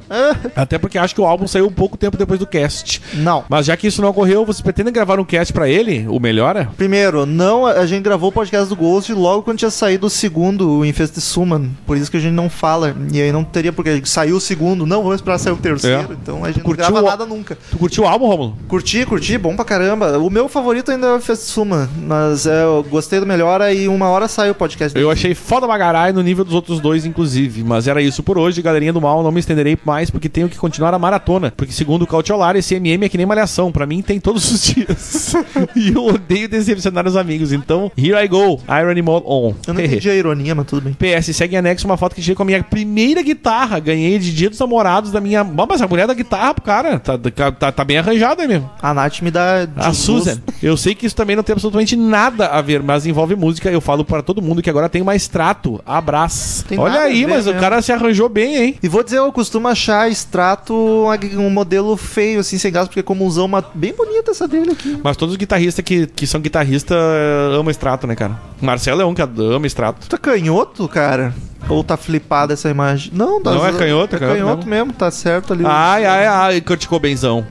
[SPEAKER 3] Até porque acho que o álbum saiu um pouco tempo depois do cast.
[SPEAKER 2] Não.
[SPEAKER 3] Mas já que isso não ocorreu, vocês pretendem gravar um cast pra ele? O Melhora?
[SPEAKER 2] Primeiro, não, a gente gravou o podcast do Ghost logo quando tinha saído o segundo, o Infest Suman. Por isso que a gente não fala. E aí não teria porque saiu o segundo, não, vamos esperar sair o terceiro.
[SPEAKER 3] É.
[SPEAKER 2] Então a gente
[SPEAKER 3] Curtiu
[SPEAKER 2] não grava
[SPEAKER 3] o-
[SPEAKER 2] nada nunca.
[SPEAKER 3] Tu curtiu o álbum, Romulo?
[SPEAKER 2] Curti, curti, bom pra caramba. O meu favorito ainda é o Infest Suman, mas é, eu gostei do Melhora e uma hora saiu o podcast.
[SPEAKER 3] Eu achei foda bagarai no nível dos outros dois, inclusive. Mas era isso por hoje, galerinha do mal. Não me estenderei mais porque tenho que continuar a maratona. Porque, segundo o Cautiolar, esse MM é que nem malhação. Pra mim, tem todos os *laughs* dias. e eu odeio decepcionar os amigos. Então, here I go. Irony Mode on.
[SPEAKER 2] Eu não
[SPEAKER 3] *laughs*
[SPEAKER 2] entendi a ironia, mas tudo bem.
[SPEAKER 3] PS, segue em anexo uma foto que tirei com a minha primeira guitarra. Ganhei de dia dos namorados da minha. Bom, Mas a mulher da guitarra, cara, tá, tá, tá bem arranjada aí mesmo.
[SPEAKER 2] A Nath me dá.
[SPEAKER 3] A
[SPEAKER 2] desgosto.
[SPEAKER 3] Susan. Eu sei que isso também não tem absolutamente nada a ver, mas envolve música. Eu falo para todo mundo que agora tem mais trato. Abraço.
[SPEAKER 2] Tem
[SPEAKER 3] Olha
[SPEAKER 2] nada a
[SPEAKER 3] aí,
[SPEAKER 2] ver né?
[SPEAKER 3] mas o
[SPEAKER 2] mesmo.
[SPEAKER 3] cara se arranjou bem, hein?
[SPEAKER 2] E vou dizer, eu costumo achar extrato um um modelo feio, assim, sem graça, porque é comunzão, mas bem bonita essa dele aqui.
[SPEAKER 3] Mas todos os guitarristas que, que são guitarristas eh, amam extrato, né, cara? Marcelo é um que ama extrato.
[SPEAKER 2] Tu tá canhoto, cara? Ou tá flipada essa imagem? Não, tá
[SPEAKER 3] Não, é canhoto,
[SPEAKER 2] é
[SPEAKER 3] canhoto Ah.
[SPEAKER 2] canhoto mesmo. tá certo ali.
[SPEAKER 3] Ai, ai, ai, criticou benzão.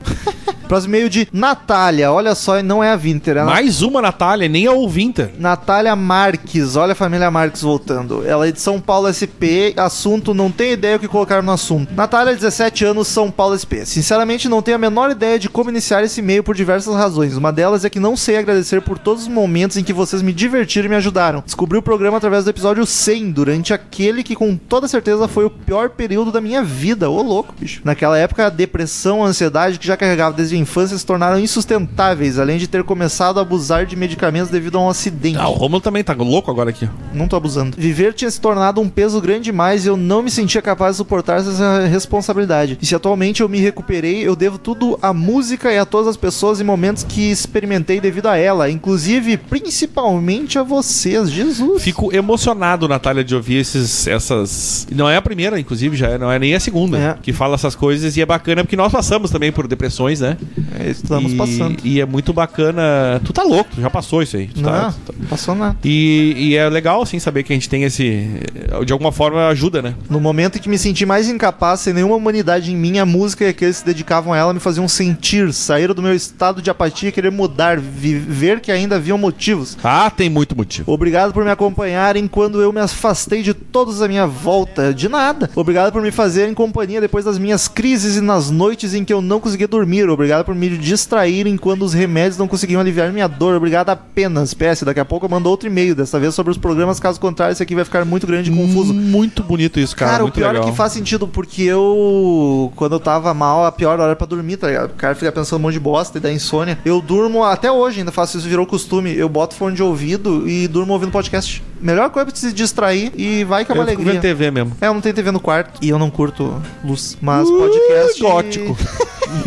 [SPEAKER 2] Próximo e-mail de Natália, olha só, não é a Winter, é a
[SPEAKER 3] Mais uma, Natália, nem a ouvinta.
[SPEAKER 2] Natália Marques, olha a família Marques voltando. Ela é de São Paulo SP, assunto não tem ideia o que colocar no assunto. Natália, 17 anos, São Paulo SP. Sinceramente, não tenho a menor ideia de como iniciar esse e-mail por diversas razões. Uma delas é que não sei agradecer por todos os momentos em que vocês me divertiram e me ajudaram. Descobri o programa através do episódio 100, durante aquele que com toda certeza foi o pior período da minha vida. Ô louco, bicho. Naquela época, a depressão, a ansiedade que já carregava desde a infância se tornaram insustentáveis, além de ter começado a abusar de medicamentos devido a um acidente.
[SPEAKER 3] Ah, o Romulo também tá louco agora aqui.
[SPEAKER 2] Não tô abusando. Viver tinha se tornado um peso grande demais e eu não me sentia capaz de suportar essa responsabilidade. E se atualmente eu me recuperei, eu devo tudo à música e a todas as pessoas e momentos que experimentei devido a ela, inclusive principalmente a vocês, Jesus.
[SPEAKER 3] Fico emocionado, Natália, de ouvir esses, essas. Não é a primeira, inclusive, já é- não é nem a segunda
[SPEAKER 2] É.
[SPEAKER 3] que fala essas coisas. E é bacana porque nós passamos também por depressões, né?
[SPEAKER 2] É, estamos
[SPEAKER 3] e,
[SPEAKER 2] passando.
[SPEAKER 3] E é muito bacana. Tu tá louco, tu já passou isso aí. tu tá-
[SPEAKER 2] Não,
[SPEAKER 3] tu tá-
[SPEAKER 2] não passou nada.
[SPEAKER 3] E, e é legal, assim, saber que a gente tem esse. De alguma forma ajuda, né?
[SPEAKER 2] No momento em que me senti mais incapaz, sem nenhuma humanidade em mim, a música e aqueles que se dedicavam a ela me faziam sentir, sair do meu estado de apatia e querer mudar, viver que ainda haviam motivos.
[SPEAKER 3] Ah, tem muito motivo.
[SPEAKER 2] Obrigado por me acompanharem quando eu me afastei de todos à minha volta. De nada. Obrigado por me fazerem companhia depois das minhas crises e nas noites em que eu não conseguia dormir. Obrigado por me distraírem quando os remédios não conseguiam aliviar minha dor. Obrigado apenas. PS, daqui a pouco eu mando outro e-mail, dessa vez sobre os programas. Caso contrário, isso aqui vai ficar muito grande e confuso.
[SPEAKER 3] Muito bonito isso, cara.
[SPEAKER 2] Hum. Cara, o
[SPEAKER 3] muito
[SPEAKER 2] pior
[SPEAKER 3] legal.
[SPEAKER 2] é que faz sentido, porque eu, quando eu tava mal, a pior hora era pra dormir, tá ligado? O cara fica pensando um monte de bosta e dá insônia. Eu durmo, até hoje ainda faço isso, virou costume. Eu boto fone de ouvido e durmo ouvindo podcast. Melhor coisa é pra se distrair e vai que é uma
[SPEAKER 3] Eu fico vendo
[SPEAKER 2] alegria.
[SPEAKER 3] TV mesmo.
[SPEAKER 2] É, eu não tenho TV no quarto e eu não curto luz, mas podcast.
[SPEAKER 3] gótico.
[SPEAKER 2] *laughs*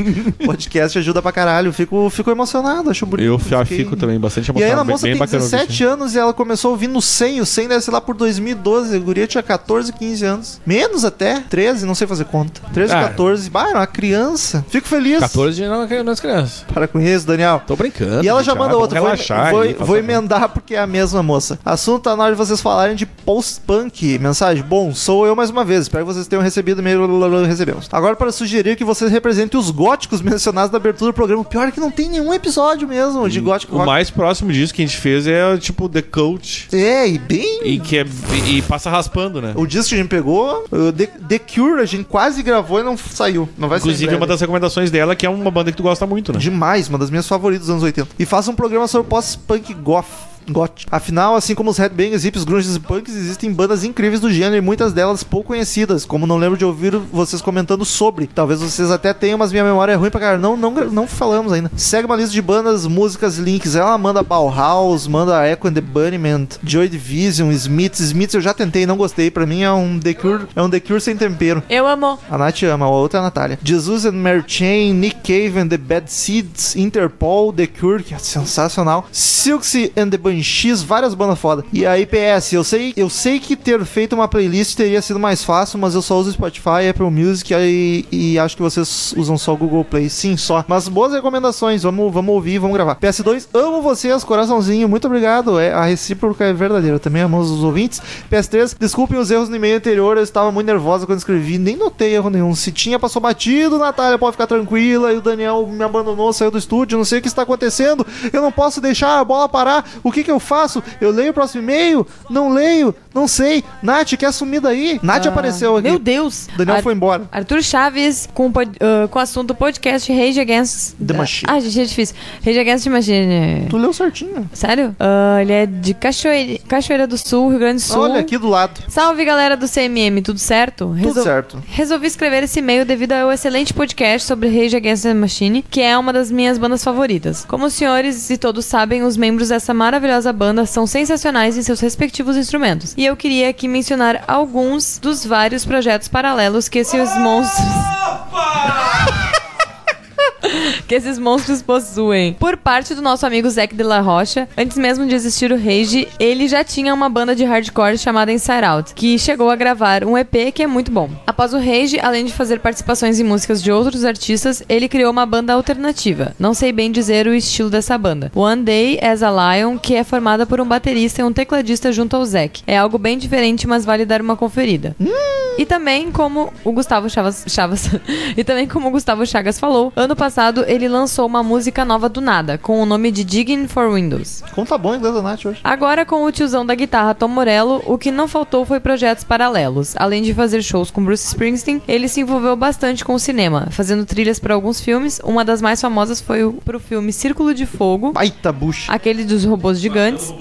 [SPEAKER 2] podcast ajuda pra caralho. Eu Fico, fico emocionado, acho bonito.
[SPEAKER 3] Eu já
[SPEAKER 2] Fiquei-
[SPEAKER 3] fico também bastante
[SPEAKER 2] e aí a
[SPEAKER 3] emocionado.
[SPEAKER 2] moça tem
[SPEAKER 3] um bacana ouvir isso.
[SPEAKER 2] 17 anos e ela começou a ouvir no 100. O 100 deve ser lá por 2012. A guria tinha 14, 15 anos. Menos até. 13, não sei fazer conta. 13,
[SPEAKER 3] Ah.
[SPEAKER 2] 14. Bah, era uma criança. Fico feliz.
[SPEAKER 3] 14 não é nas crianças.
[SPEAKER 2] Para com isso, Daniel.
[SPEAKER 3] Tô brincando.
[SPEAKER 2] E ela
[SPEAKER 3] gente,
[SPEAKER 2] já manda
[SPEAKER 3] ah,
[SPEAKER 2] outra.
[SPEAKER 3] vamos
[SPEAKER 2] Vou,
[SPEAKER 3] relaxar
[SPEAKER 2] vou-
[SPEAKER 3] aí,
[SPEAKER 2] vou
[SPEAKER 3] passar-
[SPEAKER 2] emendar porque é a mesma moça. Assunto tá na hora de vocês falarem de post-punk. Mensagem: Bom, sou eu mais uma vez. Espero que vocês tenham recebido. Meio recebemos. Agora, para sugerir que vocês representem os góticos *laughs* mencionados na abertura do programa. O pior é que não tem nenhum episódio mesmo de gótico
[SPEAKER 3] Hum, O
[SPEAKER 2] rock.
[SPEAKER 3] mais próximo disso que a gente fez é tipo The Coach.
[SPEAKER 2] É, e bem.
[SPEAKER 3] E que é. E passa raspando, né?
[SPEAKER 2] O disco que a gente pegou, uh, The, The Cure, a gente quase gravou e não saiu. Não vai sair em
[SPEAKER 3] Inclusive, é
[SPEAKER 2] breve.
[SPEAKER 3] uma das recomendações dela, que é uma banda que tu gosta muito, né?
[SPEAKER 2] Demais, uma das minhas favoritas dos anos 80. E faça um programa sobre pós-punk goth. Got. Afinal, assim como os headbangers, hips, grunges e punks, existem bandas incríveis do gênero e muitas delas pouco conhecidas, como não lembro de ouvir vocês comentando sobre. Talvez vocês até tenham, mas minha memória é ruim pra caralho. Não, não, não falamos ainda. Segue uma lista de bandas, músicas, links. Ela manda Bauhaus, manda Echo and the Bunnymen, Joy Division, Smiths. Smiths eu já tentei, não gostei. Pra mim é um The Cure, é um The Cure sem tempero.
[SPEAKER 7] Eu amo.
[SPEAKER 2] A Nath ama, a outra é a Natália. Jesus and Mary Chain, Nick Cave and the Bad Seeds, Interpol, The Cure, que é sensacional. Silksy and the Banshees, várias bandas foda. E aí, PS, eu sei, eu sei que ter feito uma playlist teria sido mais fácil, mas eu só uso Spotify, Apple Music e, e acho que vocês usam só o Google Play. Sim, só. Mas boas recomendações, vamos, vamos ouvir, vamos gravar. PS2, amo vocês, coraçãozinho, muito obrigado. É, a recíproca é verdadeira, também amamos os ouvintes. PS3, desculpem os erros no e-mail anterior, eu estava muito nervosa quando escrevi, nem notei erro nenhum. Se tinha, passou batido, Natália pode ficar tranquila, e o Daniel me abandonou, saiu do estúdio, não sei o que está acontecendo, eu não posso deixar a bola parar, o que que eu faço? Eu leio o próximo e-mail? Não leio, não sei. Nath, quer sumir daí? Nath apareceu aqui.
[SPEAKER 7] Ah, Meu Deus.
[SPEAKER 2] Daniel
[SPEAKER 7] Ar-
[SPEAKER 2] foi embora.
[SPEAKER 7] Arthur Chaves com, o pod- ah, com o assunto podcast Rage Against
[SPEAKER 2] The Machine.
[SPEAKER 7] Ah, gente, é difícil. Rage Against the Machine. é.
[SPEAKER 2] Tu leu certinho.
[SPEAKER 7] Sério? Ah, ele é de Cachoeira, Cachoeira do Sul, Rio Grande do Sul.
[SPEAKER 2] Olha aqui do lado.
[SPEAKER 7] Salve galera do CMM, tudo certo?
[SPEAKER 2] Tudo certo.
[SPEAKER 7] Resolvi escrever esse e-mail devido ao excelente podcast sobre Rage Against the Machine, que é uma das minhas bandas favoritas. Como os senhores e todos sabem, os membros dessa maravilhosa banda são sensacionais em seus respectivos instrumentos. E eu queria aqui mencionar alguns dos vários projetos paralelos que esses monstros. que esses monstros possuem. Por parte do nosso amigo Zac de la Rocha, antes mesmo de existir o Rage, ele já tinha uma banda de hardcore chamada Inside Out, que chegou a gravar um EP que é muito bom. Após o Rage, além de fazer participações em músicas de outros artistas, ele criou uma banda alternativa. Não sei bem dizer o estilo dessa banda. One Day as a Lion, que é formada por um baterista e um tecladista junto ao Zac. É algo bem diferente, mas vale dar uma conferida. E também como o Gustavo Chavas, Chavas *laughs* e também como o Gustavo Chagas falou, ano passado ele lançou uma música nova do nada, com o nome de Digging for Windows.
[SPEAKER 2] Como tá bom o inglês da Nath hoje.
[SPEAKER 7] Agora com o tiozão da guitarra Tom Morello, o que não faltou foi projetos paralelos. Além de fazer shows com Bruce Springsteen, ele se envolveu bastante com o cinema, fazendo trilhas para alguns filmes. Uma das mais famosas foi o, pro filme Círculo de Fogo,
[SPEAKER 2] Baita bucha.
[SPEAKER 7] aquele dos robôs gigantes.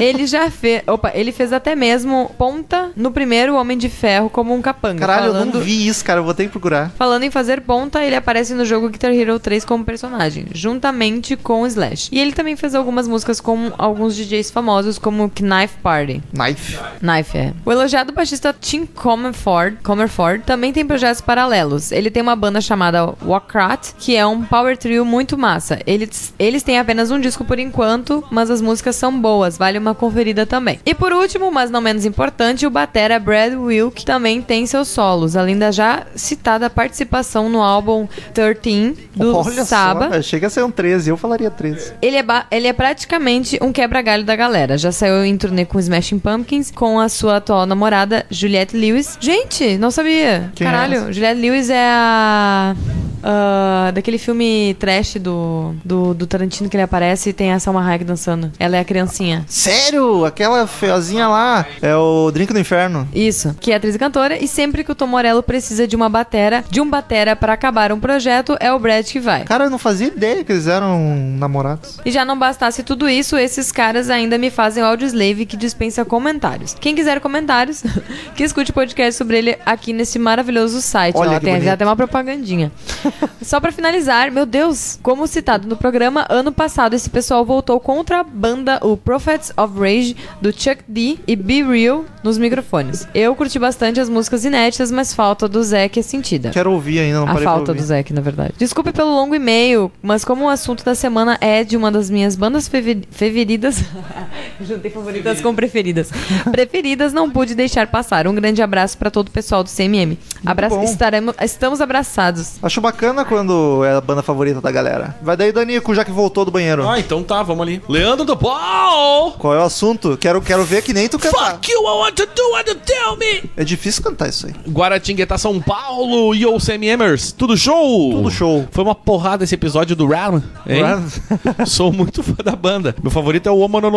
[SPEAKER 7] Ele já fez, opa, ele fez até mesmo ponta no primeiro Homem de Ferro como um capanga.
[SPEAKER 2] Caralho, eu
[SPEAKER 7] falando...
[SPEAKER 2] não vi isso, cara. Eu vou ter que procurar.
[SPEAKER 7] Falando em fazer ponta, ele aparece no jogo Guitar Hero 3 como personagem, juntamente com o Slash. E ele também fez algumas músicas com alguns DJs famosos, como Knife Party.
[SPEAKER 2] Knife.
[SPEAKER 7] Knife, é. O elogiado baixista Tim Comerford, Comerford também tem projetos paralelos. Ele tem uma banda chamada Wakrat, que é um power trio muito massa. Eles, eles têm apenas um disco por enquanto, mas as músicas são boas, vale uma conferida também. E por último, mas não menos importante, o batera Brad Wilk também tem seus solos, além da já citada participação no álbum 13 do
[SPEAKER 2] Olha
[SPEAKER 7] Saba.
[SPEAKER 2] só, chega a ser um 13, eu falaria 13.
[SPEAKER 7] Ele é, ba- ele é praticamente um quebra-galho da galera. Já saiu em turnê com Smashing Pumpkins, com a sua atual namorada, Juliette Lewis. Gente, não sabia.
[SPEAKER 2] Quem é
[SPEAKER 7] Caralho, Juliette Lewis é a. ah, daquele filme trash do, do, do Tarantino que ele aparece e tem a Salma Hayek dançando. Ela é a criancinha.
[SPEAKER 2] Sério? Aquela feozinha lá é o Drink do Inferno.
[SPEAKER 7] Isso, que é atriz e cantora, e sempre que o Tom Morello precisa de uma batera, de um batera pra acabar um projeto, é o Brad que vai.
[SPEAKER 2] Cara, eu não fazia ideia que eles eram namorados.
[SPEAKER 7] E já não bastasse tudo isso, esses caras ainda me fazem o Audioslave que dispensa comentários. Quem quiser comentários, *laughs* que escute o podcast sobre ele aqui nesse maravilhoso site.
[SPEAKER 2] Olha
[SPEAKER 7] Ó,
[SPEAKER 2] que
[SPEAKER 7] tem
[SPEAKER 2] bonito.
[SPEAKER 7] até uma propagandinha. Só pra finalizar, meu Deus, como citado no programa, ano passado esse pessoal voltou contra a banda o Prophets of Rage do Chuck D e Be Real nos microfones. Eu curti bastante as músicas inéditas, mas falta do Zack é sentida
[SPEAKER 2] Quero ouvir ainda, não
[SPEAKER 7] a
[SPEAKER 2] parei
[SPEAKER 7] falta
[SPEAKER 2] pra
[SPEAKER 7] do
[SPEAKER 2] ouvir.
[SPEAKER 7] Zack, na verdade. Desculpe pelo longo e-mail, mas como o assunto da semana é de uma das minhas bandas fevi- preferidas. *laughs* Juntei favoritas com preferidas. Preferidas, não pude deixar passar. Um grande abraço pra todo o pessoal do CMM. Abraço,
[SPEAKER 2] bom.
[SPEAKER 7] estaremos, estamos abraçados.
[SPEAKER 2] Acho bacana quando é a banda favorita da galera. Vai daí, Danico, já que voltou do banheiro.
[SPEAKER 3] Ah, então tá, vamos ali. Leandro do Paul!
[SPEAKER 2] Qual é o assunto? Quero, quero ver que nem tu cantar.
[SPEAKER 3] Fuck you, I want to do what you tell me!
[SPEAKER 2] É difícil cantar isso aí.
[SPEAKER 3] Guaratinguetá, São Paulo, e o Sammy Emers, tudo show?
[SPEAKER 2] Tudo show.
[SPEAKER 3] Foi uma porrada esse episódio do Ram, hein? Sou muito fã da banda. Meu favorito é o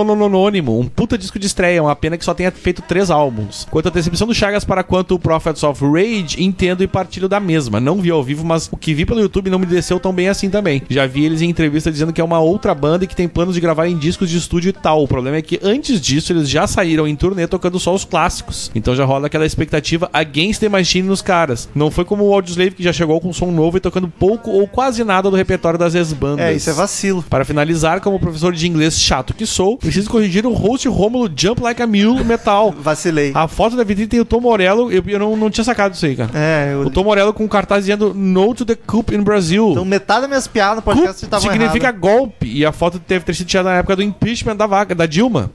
[SPEAKER 3] Homononononônimo, um puta disco de estreia, uma pena que só tenha feito três álbuns. Quanto à decepção do Chagas para quanto o Prophets of Rage, entendo e partilho da mesma. Não vi ao vivo, mas o que vi pelo YouTube não me desceu tão bem assim também. Já vi eles em entrevista dizendo que é uma outra banda e que tem planos de gravar em discos de estúdio e tal. O problema é que antes disso eles já saíram em turnê tocando só os clássicos. Então já rola aquela expectativa against the machine nos caras. Não foi como o Audioslave que já chegou com som novo e tocando pouco ou quase nada do repertório das ex-bandas.
[SPEAKER 2] É, isso é vacilo.
[SPEAKER 3] Para finalizar, como professor de inglês chato que sou, preciso corrigir o host Rômulo Jump Like a Mule Metal.
[SPEAKER 2] Vacilei.
[SPEAKER 3] A foto da vitrine tem o Tom Morello, eu, eu não, não tinha sacado isso aí, cara.
[SPEAKER 2] É, eu...
[SPEAKER 3] O Tom Morello com um cartaz dizendo No to the Coup in Brasil.
[SPEAKER 2] Então metade das minhas piadas no
[SPEAKER 3] Coup
[SPEAKER 2] podcast estavam
[SPEAKER 3] significa
[SPEAKER 2] erradas.
[SPEAKER 3] golpe, e a foto deve ter sido tirada na época do impeachment da vaca, da Dilma.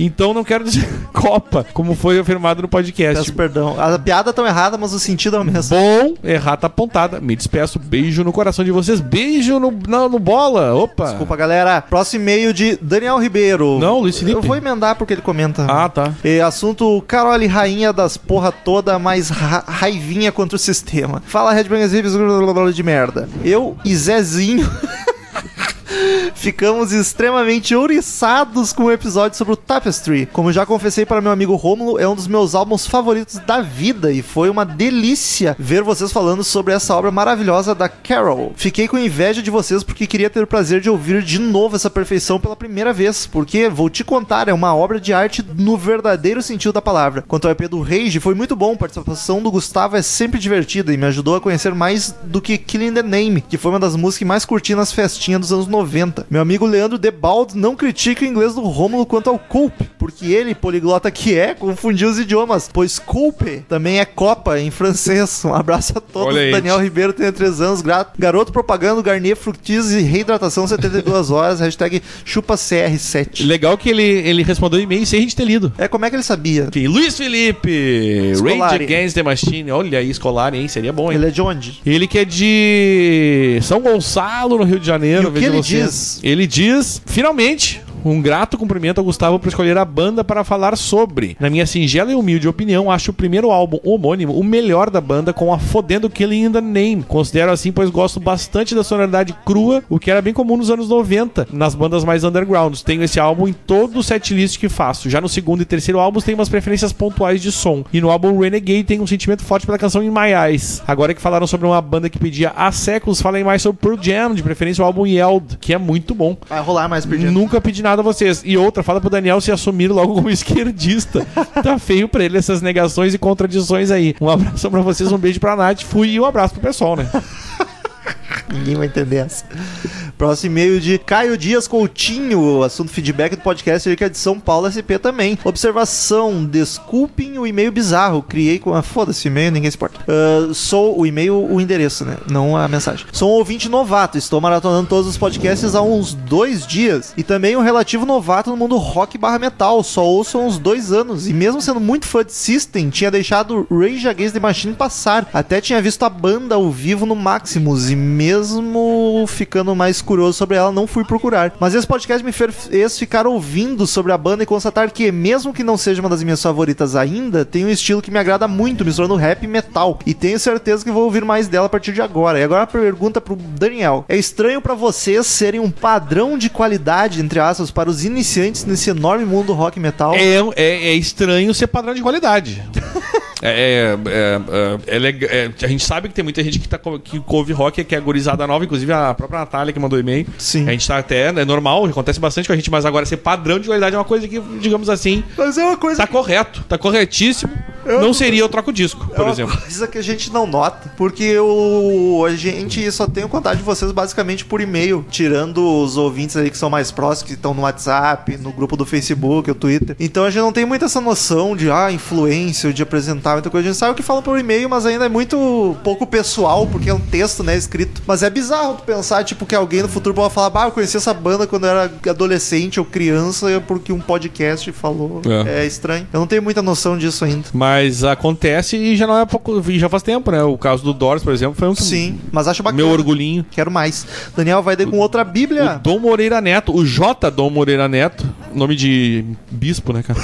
[SPEAKER 3] Então não quero dizer *laughs* Copa, como foi afirmado no podcast.
[SPEAKER 2] Peço perdão. A piada tão errada, mas o sentido é o mesmo.
[SPEAKER 3] Bom, errata apontada. Me despeço. Beijo no coração de vocês. Beijo no, na- no bola. Opa.
[SPEAKER 2] Desculpa, galera. Próximo e-mail de Daniel Ribeiro.
[SPEAKER 3] Ah. Não, Luiz Felipe.
[SPEAKER 2] Eu vou emendar porque ele comenta.
[SPEAKER 3] Ah, tá.
[SPEAKER 2] E assunto Carole Rainha das porra toda, mais ra- raivinha contra o sistema. Fala Redbangers Hips de merda. Eu e Zezinho. Ficamos extremamente ouriçados com o episódio sobre o Tapestry. Como já confessei para meu amigo Rômulo, é um dos meus álbuns favoritos da vida e foi uma delícia ver vocês falando sobre essa obra maravilhosa da Carol. Fiquei com inveja de vocês porque queria ter o prazer de ouvir de novo essa perfeição pela primeira vez, porque vou te contar, é uma obra de arte no verdadeiro sentido da palavra. Quanto ao EP do Rage, foi muito bom, a participação do Gustavo é sempre divertida e me ajudou a conhecer mais do que Killing the Name, que foi uma das músicas que mais curti nas festinhas dos anos 90. Meu amigo Leandro Debald não critica o inglês do Rômulo quanto ao Coupe, porque ele, poliglota que é, confundiu os idiomas, pois Coupe também é Copa em francês. Um abraço a todos.
[SPEAKER 3] Olha aí.
[SPEAKER 2] Daniel Ribeiro tem 3 anos, gra- garoto propagando Garnier Fructis e reidratação 72 horas, hashtag chupa CR7.
[SPEAKER 3] Legal que ele, ele respondeu e-mail sem a gente ter lido.
[SPEAKER 2] É, como é que ele sabia?
[SPEAKER 3] Enfim, Luiz Felipe,
[SPEAKER 2] Scolari.
[SPEAKER 3] Rage Against the Machine. Olha aí, escolar, hein? Seria bom, hein?
[SPEAKER 2] Ele é de onde?
[SPEAKER 3] Ele que é de São Gonçalo, no Rio de Janeiro.
[SPEAKER 2] E o que
[SPEAKER 3] veja
[SPEAKER 2] ele
[SPEAKER 3] você.
[SPEAKER 2] diz?
[SPEAKER 3] Ele diz, finalmente, um grato cumprimento ao Gustavo por escolher a banda para falar sobre. Na minha singela e humilde opinião, acho o primeiro álbum homônimo o melhor da banda com a fodendo Killing in the Name. Considero assim, pois gosto bastante da sonoridade crua, o que era bem comum nos anos 90, nas bandas mais undergrounds. Tenho esse álbum em todo o setlist que faço. Já no segundo e terceiro álbuns tem umas preferências pontuais de som. E no álbum Renegade tem um sentimento forte pela canção In My Eyes. Agora que falaram sobre uma banda que pedia há séculos, falem mais sobre Pearl Jam, de preferência o álbum Yelled, que é muito bom.
[SPEAKER 2] Vai rolar mais perdido.
[SPEAKER 3] Nunca pedi nada a vocês. E outra, fala pro Daniel se assumir logo como *laughs* esquerdista. tá feio pra ele essas negações e contradições aí. Um abraço pra vocês, um beijo pra Nath. Fui e um abraço pro pessoal, né?
[SPEAKER 2] Ninguém vai entender essa. Próximo e-mail de Caio Dias Coutinho, assunto feedback do podcast, ele que é de São Paulo SP também. Observação, desculpem o e-mail bizarro, criei com... Ah, foda-se o e-mail, ninguém se importa. Ah, sou o e-mail, o endereço, né? Não a mensagem. Sou um ouvinte novato, estou maratonando todos os podcasts há uns dois dias e também um relativo novato no mundo rock barra metal, só ouço há uns dois anos e mesmo sendo muito fã de System, tinha deixado Rage Against the Machine passar. Até tinha visto a banda ao vivo no Maximus e mesmo ficando mais curioso sobre ela, não fui procurar. Mas esse podcast me fez ficar ouvindo sobre a banda e constatar que, mesmo que não seja uma das minhas favoritas ainda, tem um estilo que me agrada muito, misturando rap e metal. E tenho certeza que vou ouvir mais dela a partir de agora. E agora a pergunta pro Daniel. É estranho pra vocês serem um padrão de qualidade, entre aspas, para os iniciantes nesse enorme mundo rock e metal?
[SPEAKER 3] É, é- é estranho ser padrão de qualidade. *laughs* É, é, é, é leg- é, a gente sabe que tem muita gente que, tá, co- que ouve rock, que é gorizada nova, inclusive a própria Natália que mandou e-mail.
[SPEAKER 2] Sim.
[SPEAKER 3] A gente tá até, é normal, acontece bastante com a gente, mas agora ser padrão de qualidade é uma coisa que, digamos assim,
[SPEAKER 2] Mas é uma coisa
[SPEAKER 3] tá correto, tá corretíssimo. Não seria eu troco o disco, por
[SPEAKER 2] é
[SPEAKER 3] exemplo.
[SPEAKER 2] uma coisa que a gente não nota, porque o, a gente só tem o contato de vocês basicamente por e-mail, tirando os ouvintes aí que são mais próximos, que estão no WhatsApp, no grupo do Facebook, o Twitter. Então a gente não tem muito essa noção de, ah, influência, de apresentar muita coisa. A gente sabe o que fala por e-mail, mas ainda é muito pouco pessoal, porque é um texto, né, escrito. Mas é bizarro tu pensar, tipo, que alguém no futuro pode falar, bah, eu conheci essa banda quando eu era adolescente ou criança, é porque um podcast falou.
[SPEAKER 3] É.
[SPEAKER 2] é estranho. Eu não tenho muita noção disso ainda.
[SPEAKER 3] Mas Mas acontece e já não é pouco. e Já faz tempo, né? O caso do Doris, por exemplo, foi um que-
[SPEAKER 2] Sim, mas acho bacana.
[SPEAKER 3] meu orgulhinho.
[SPEAKER 2] Quero mais. Daniel vai daí com outra
[SPEAKER 3] O
[SPEAKER 2] bíblia.
[SPEAKER 3] Dom Moreira Neto, o J. Dom Moreira Neto, nome de bispo, né, cara?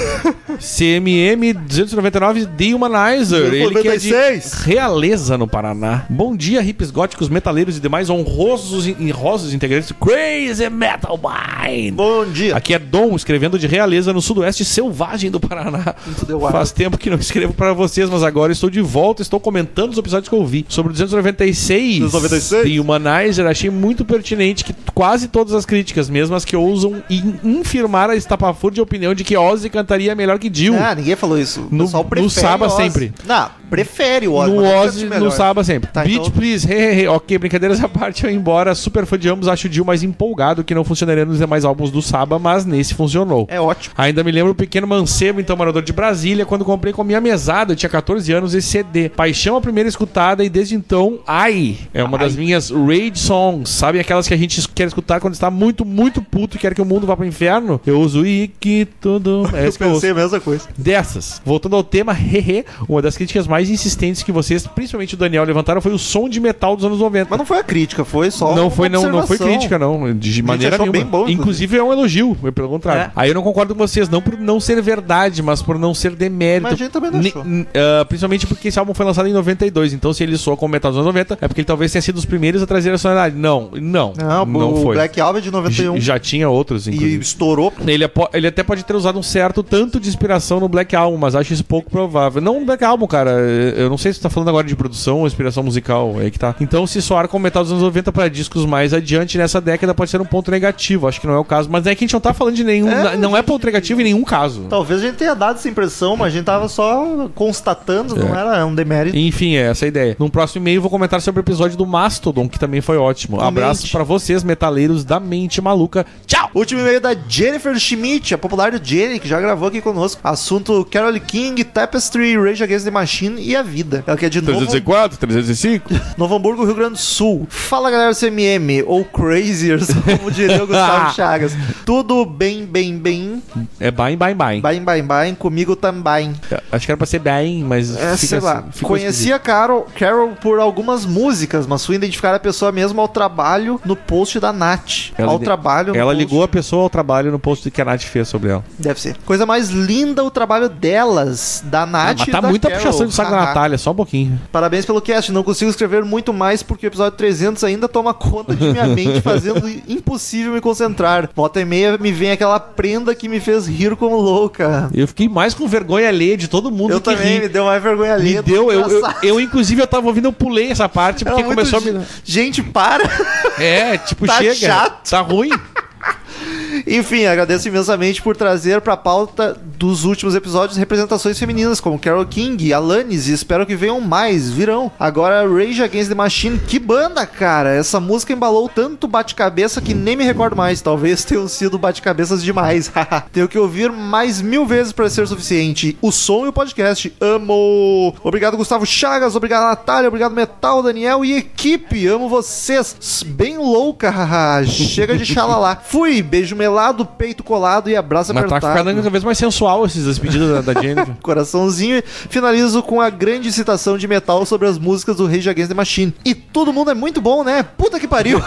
[SPEAKER 3] CMM 299 de Humanizer. Ele que é de
[SPEAKER 2] 96.
[SPEAKER 3] Realeza, no Paraná. Bom dia, hips góticos, metaleiros e demais honrosos e honrosos integrantes do Crazy Metal Mind.
[SPEAKER 2] Bom dia.
[SPEAKER 3] Aqui é Dom, escrevendo de Realeza, no sudoeste selvagem do Paraná.
[SPEAKER 2] deu ar.
[SPEAKER 3] Faz tempo que não escrevo pra vocês, mas agora estou de volta, estou comentando os episódios que eu vi. Sobre o 296,
[SPEAKER 2] 296?
[SPEAKER 3] e Humanizer, achei muito pertinente que quase todas as críticas, mesmo as que ousam in- infirmar a estapafúrdia de opinião de que Ozzy cantaria melhor que Jill.
[SPEAKER 2] Ah, ninguém falou isso. O
[SPEAKER 3] No-
[SPEAKER 2] pessoal
[SPEAKER 3] no
[SPEAKER 2] prefere
[SPEAKER 3] Saba
[SPEAKER 2] o Ozzy.
[SPEAKER 3] sempre.
[SPEAKER 2] Não, prefere o Ozzy.
[SPEAKER 3] No
[SPEAKER 2] mas não
[SPEAKER 3] Ozzy,
[SPEAKER 2] acho
[SPEAKER 3] no
[SPEAKER 2] melhor.
[SPEAKER 3] Saba sempre.
[SPEAKER 2] Tá,
[SPEAKER 3] Beat,
[SPEAKER 2] então-
[SPEAKER 3] please, he, he, he. Ok, brincadeiras à parte, eu embora super fã de ambos, acho o Jill mais empolgado, que não funcionaria nos demais álbuns do Saba, mas nesse funcionou.
[SPEAKER 2] É ótimo.
[SPEAKER 3] Ainda me lembro o pequeno mancebo, então morador de Brasília, quando comprei com a minha mesada, eu tinha 14 anos, esse CD. Paixão a primeira escutada e desde então, ai, é uma das minhas raid songs, sabe? Aquelas que a gente es- quer escutar quando está muito, muito puto e quer que o mundo vá pro inferno. Eu uso e que tudo.
[SPEAKER 2] *laughs*
[SPEAKER 3] É
[SPEAKER 2] Eu
[SPEAKER 3] isso que eu uso.
[SPEAKER 2] pensei a mesma coisa.
[SPEAKER 3] Dessas, voltando ao tema, hehe, uma das críticas mais insistentes que vocês, principalmente o Daniel, levantaram foi o som de metal dos anos 90.
[SPEAKER 2] Mas não foi a crítica, foi só.
[SPEAKER 3] Não
[SPEAKER 2] uma
[SPEAKER 3] foi, não, não foi
[SPEAKER 2] observação.
[SPEAKER 3] crítica, não. De maneira
[SPEAKER 2] achou
[SPEAKER 3] nenhuma.
[SPEAKER 2] bem bom,
[SPEAKER 3] inclusive. é um elogio, é pelo contrário.
[SPEAKER 2] É.
[SPEAKER 3] Aí eu não concordo com vocês, não por não ser verdade, mas por não ser demérito.
[SPEAKER 2] Mas a gente também não
[SPEAKER 3] Ni-
[SPEAKER 2] achou.
[SPEAKER 3] n- ah, principalmente porque esse álbum foi lançado em 92, então se ele soa como metal dos anos 90, é porque ele talvez tenha sido os primeiros a trazer a sonoridade. Não, não,
[SPEAKER 2] Não,
[SPEAKER 3] não,
[SPEAKER 2] o
[SPEAKER 3] foi.
[SPEAKER 2] Black Album é de 91.
[SPEAKER 3] J- Já tinha outros,
[SPEAKER 2] e
[SPEAKER 3] inclusive.
[SPEAKER 2] estourou.
[SPEAKER 3] Ele, apo- ele até pode ter usado um certo tanto de inspiração no Black Album, mas acho isso pouco provável. Não no Black Album, cara. Eu não sei se tu tá falando agora de produção ou inspiração musical. É que tá. Então, se soar como metal dos anos 90 pra discos mais adiante nessa década pode ser um ponto negativo. Acho que não é o caso. Mas é que a gente não tá falando de nenhum.
[SPEAKER 2] É,
[SPEAKER 3] na- não é ponto negativo em nenhum caso.
[SPEAKER 2] Talvez a gente tenha dado essa impressão, mas a gente tava só constatando, não
[SPEAKER 3] É.
[SPEAKER 2] era um demérito.
[SPEAKER 3] Enfim, é essa a ideia. Num próximo e-mail vou comentar sobre o episódio do Mastodon, que também foi ótimo.
[SPEAKER 2] Comente.
[SPEAKER 3] Abraço pra vocês, metaleiros da mente maluca. Tchau!
[SPEAKER 2] Último e-mail da Jennifer Schmidt, a popular do Jenny, que já gravou aqui conosco. Assunto Carol King, Tapestry, Rage Against the Machine e a vida. Ela que é de novo.
[SPEAKER 3] assim
[SPEAKER 6] 304, 305?
[SPEAKER 2] Novo Hamburgo, Rio Grande do Sul. Fala galera do CMM, ou Craziers, *laughs* como diria o
[SPEAKER 3] *laughs*
[SPEAKER 2] Gustavo Chagas. Tudo bem, bem, bem.
[SPEAKER 3] É bye, bye, bye.
[SPEAKER 2] Bem, bem, bem, comigo também.
[SPEAKER 3] Acho que era pra ser bem, mas.
[SPEAKER 2] É,
[SPEAKER 3] fica
[SPEAKER 2] sei lá.
[SPEAKER 3] assim- ficou
[SPEAKER 2] Conheci a Carol, Carol por algumas músicas, mas fui identificar a pessoa mesmo ao trabalho no post da Nath.
[SPEAKER 3] Ela
[SPEAKER 2] ao
[SPEAKER 3] li-
[SPEAKER 2] trabalho. no
[SPEAKER 3] Ela
[SPEAKER 2] post.
[SPEAKER 3] ligou a pessoa ao trabalho no post que a Nath fez sobre ela.
[SPEAKER 2] Deve ser. Coisa mais linda o trabalho delas, da Nath.
[SPEAKER 3] mas
[SPEAKER 2] e
[SPEAKER 3] tá
[SPEAKER 2] da
[SPEAKER 3] muita
[SPEAKER 2] Carol.
[SPEAKER 3] puxação de saco da
[SPEAKER 2] Haha.
[SPEAKER 3] Natália, só um pouquinho.
[SPEAKER 2] Parabéns pelo cast. Não consigo escrever muito mais porque o episódio 300 ainda toma conta de minha
[SPEAKER 3] *laughs*
[SPEAKER 2] mente, fazendo impossível me concentrar. Volta e meia me vem aquela prenda que me fez rir como louca.
[SPEAKER 3] Eu fiquei mais com vergonha alheia de todo mundo
[SPEAKER 2] Eu
[SPEAKER 3] que
[SPEAKER 2] também,
[SPEAKER 3] ri.
[SPEAKER 2] me deu mais vergonha ali.
[SPEAKER 3] Me deu, eu, eu, eu, inclusive eu tava ouvindo, eu pulei essa parte porque começou a me...
[SPEAKER 2] Gente, para!
[SPEAKER 3] É, tipo,
[SPEAKER 2] Tá
[SPEAKER 3] chega.
[SPEAKER 2] chato.
[SPEAKER 3] Tá ruim.
[SPEAKER 2] Enfim, agradeço imensamente por trazer pra pauta dos últimos episódios representações femininas, como Carol King, Alanis, e espero que venham mais, virão. Agora, Rage Against the Machine, que banda, cara! Essa música embalou tanto bate-cabeça que nem me recordo mais, talvez tenham sido bate-cabeças demais. Tenho que ouvir mais mil vezes pra ser suficiente. O som e o podcast, amo! Obrigado, Gustavo Chagas, obrigado, Natália, obrigado, Metal, Daniel e equipe, amo vocês! S- Bem louca, haha. chega de xalalá.
[SPEAKER 3] *laughs*
[SPEAKER 2] Fui, beijo melado, peito colado e abraço
[SPEAKER 3] mas tá
[SPEAKER 2] apertado.
[SPEAKER 3] ficando cada vez mais sensual esses despedidas da, da *laughs* Jennifer.
[SPEAKER 2] Coraçãozinho e finalizo com a grande citação de metal sobre as músicas do Rage Against the Machine. E todo mundo é muito bom, né? Puta que pariu!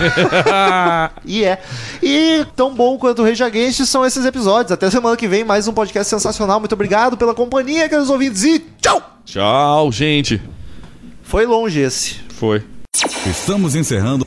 [SPEAKER 3] Ah.
[SPEAKER 2] E é. E tão bom quanto o Rage Against são esses episódios. Até semana que vem, mais um podcast sensacional. Muito obrigado pela companhia, queridos ouvintes, e tchau!
[SPEAKER 6] Tchau, gente.
[SPEAKER 2] Foi longe esse.
[SPEAKER 6] Foi.
[SPEAKER 8] Estamos encerrando.